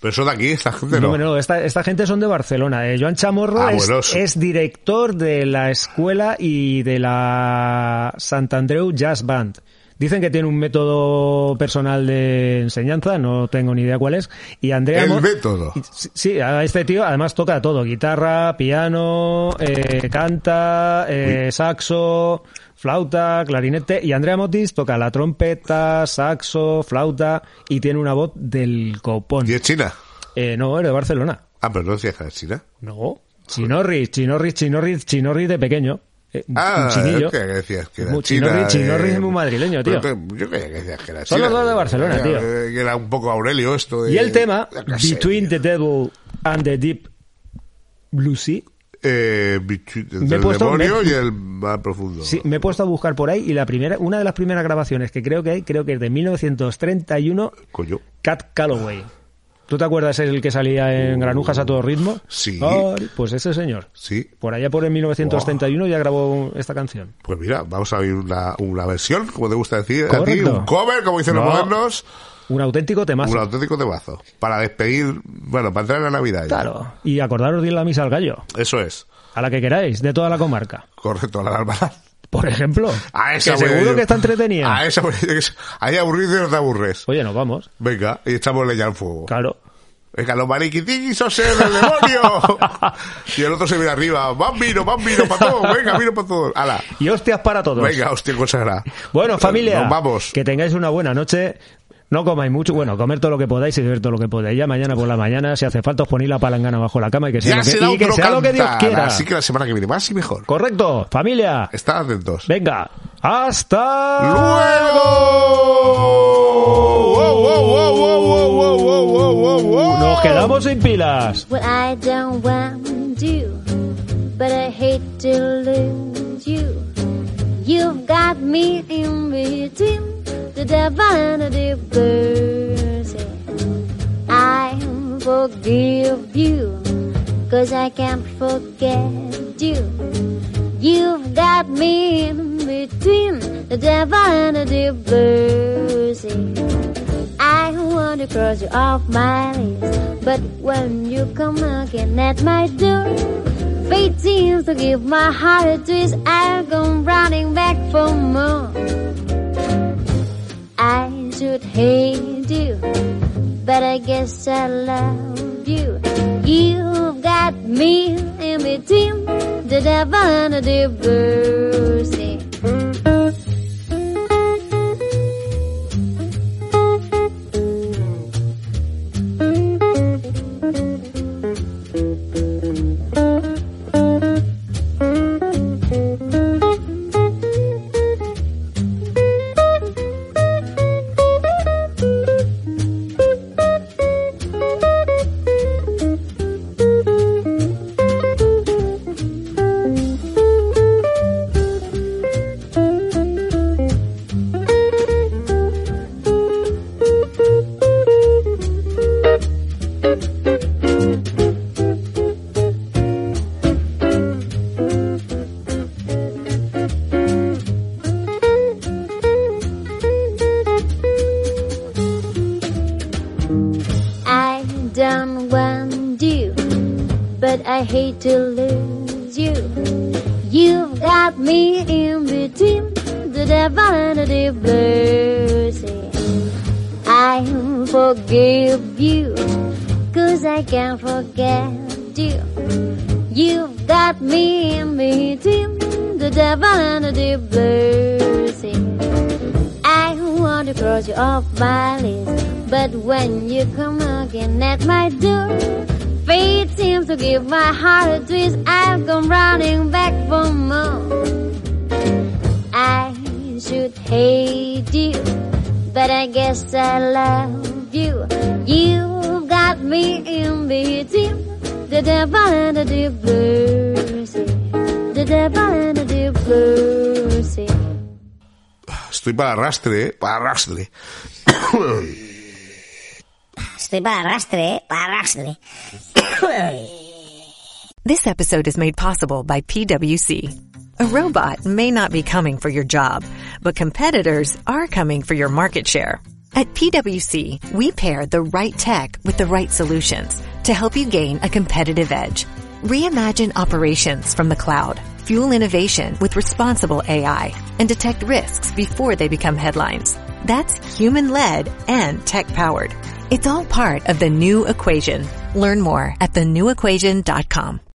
Speaker 2: Pero eso de aquí, esta gente
Speaker 1: No,
Speaker 2: no.
Speaker 1: hombre, no, esta, esta gente son de Barcelona. eh. Joan Chamorro
Speaker 2: Ah,
Speaker 1: es,
Speaker 2: bueno, sí.
Speaker 1: es director de la escuela y de la Sant Andreu Jazz Band Dicen que tiene un método personal de enseñanza, no tengo ni idea cuál es. Y Andrea.
Speaker 2: El
Speaker 1: Mo-
Speaker 2: método.
Speaker 1: Sí, a este tío además toca todo: guitarra, piano, eh, canta, eh, saxo, flauta, clarinete. Y Andrea Motis toca la trompeta, saxo, flauta y tiene una voz del copón.
Speaker 2: ¿Y es china?
Speaker 1: Eh, no, era de Barcelona.
Speaker 2: Ah, pero no decías que era china.
Speaker 1: No. Chinorri, Chinorri, Chinorri, Chinorri de pequeño. Eh,
Speaker 2: Ah,
Speaker 1: un chinillo.
Speaker 2: ok, decías que era
Speaker 1: Muy
Speaker 2: china.
Speaker 1: Chinorri,
Speaker 2: de-
Speaker 1: Chinorri es muy madrileño, tío.
Speaker 2: Pero que- Yo creía que decías que era
Speaker 1: Son
Speaker 2: china.
Speaker 1: los dos de Barcelona,
Speaker 2: Era-
Speaker 1: tío.
Speaker 2: eh, que Era un poco Aurelio esto. de-
Speaker 1: Y el tema,
Speaker 2: Yo qué sé.
Speaker 1: Between the Devil and the Deep Blue Sea,
Speaker 2: Eh, bichu-
Speaker 1: Me he
Speaker 2: el
Speaker 1: puesto-
Speaker 2: demonio
Speaker 1: me-
Speaker 2: y el más profundo.
Speaker 1: sí, me he puesto a buscar por ahí y la primera, una de las primeras grabaciones que creo que hay, creo que es de 1931,
Speaker 2: Coño.
Speaker 1: Cat Calloway. ¿Tú te acuerdas el que salía en Granujas a todo ritmo?
Speaker 2: Sí.
Speaker 1: Ah, pues ese señor.
Speaker 2: Sí.
Speaker 1: Por allá por el 1931 ya grabó esta canción.
Speaker 2: Pues mira, vamos a ver una, una versión, como te gusta decir. A ti,
Speaker 1: Correcto.
Speaker 2: un cover, como dicen
Speaker 1: No.
Speaker 2: los modernos.
Speaker 1: Un auténtico temazo.
Speaker 2: Un auténtico temazo. Para despedir, bueno, para entrar en la Navidad. ya.
Speaker 1: Claro. Y acordaros de ir a la misa al gallo,
Speaker 2: Eso es.
Speaker 1: a la que queráis, de toda la comarca.
Speaker 2: Correcto, a la Albalá.
Speaker 1: Por ejemplo.
Speaker 2: A esa
Speaker 1: que
Speaker 2: voy
Speaker 1: seguro
Speaker 2: yo.
Speaker 1: que está entretenida.
Speaker 2: A esa voy yo, que es- Ahí aburrido y te aburres.
Speaker 1: Oye, nos vamos.
Speaker 2: Venga, y echamos leña al fuego.
Speaker 1: Claro.
Speaker 2: Venga, los mariquitinguis son ser del demonio. y el otro se mira arriba. Van vino, van vino para todos. Venga, vino para todos. Ala.
Speaker 1: Y hostias para todos.
Speaker 2: Venga, hostia consagrada.
Speaker 1: Pues. Bueno, familia.
Speaker 2: Nos vamos.
Speaker 1: Que tengáis una buena noche. No comáis mucho. Bueno, comer todo lo que podáis y beber todo lo que podáis. Ya mañana por la mañana, si hace falta, os ponéis la palangana bajo la cama y que sea,
Speaker 2: Ya
Speaker 1: lo que,
Speaker 2: será
Speaker 1: y que
Speaker 2: otro
Speaker 1: sea lo que Dios
Speaker 2: cantar.
Speaker 1: quiera.
Speaker 2: Así que la semana que viene más y mejor.
Speaker 1: Correcto, familia.
Speaker 2: Estad atentos.
Speaker 1: Venga. Hasta Nos quedamos sin pilas.
Speaker 9: Well, I don't want you, but I hate to lose you. You've got me in between the devil and the deep blue sea. I forgive you, cause I can't forget you. You've got me in between the devil and the deep blue sea. I want to cross you off my list, but when you come knocking at my door, fate seems to give my heart a twist. I come running back for more. I should hate you, but I guess I love you. You've got me in between the devil and the deep blue sea. I don't want you, but I hate to lose you. You've got me in between the devil and the deep blue sea. I forgive you, cause I can't forget you. You've got me in between the devil and the deep blue sea. I want to cross you off my list, but when you come knocking at my door, fate seems to give my heart a twist. I've gone running back for more. I should hate you, but I guess I love you. You've got me in between the devil and the deep blue sea. The devil and the deep blue sea.
Speaker 2: Estoy para arrastre, ¿eh? Para arrastre.
Speaker 10: Estoy para arrastre, eh, para arrastre.
Speaker 3: This episode is made possible by PwC. A robot may not be coming for your job, but competitors are coming for your market share. At PwC, we pair the right tech with the right solutions to help you gain a competitive edge. Reimagine operations from the cloud
Speaker 9: fuel innovation with responsible AI, and detect risks before they become headlines. That's human led and tech powered. It's all part of the new equation. Learn more at thenewequation.com.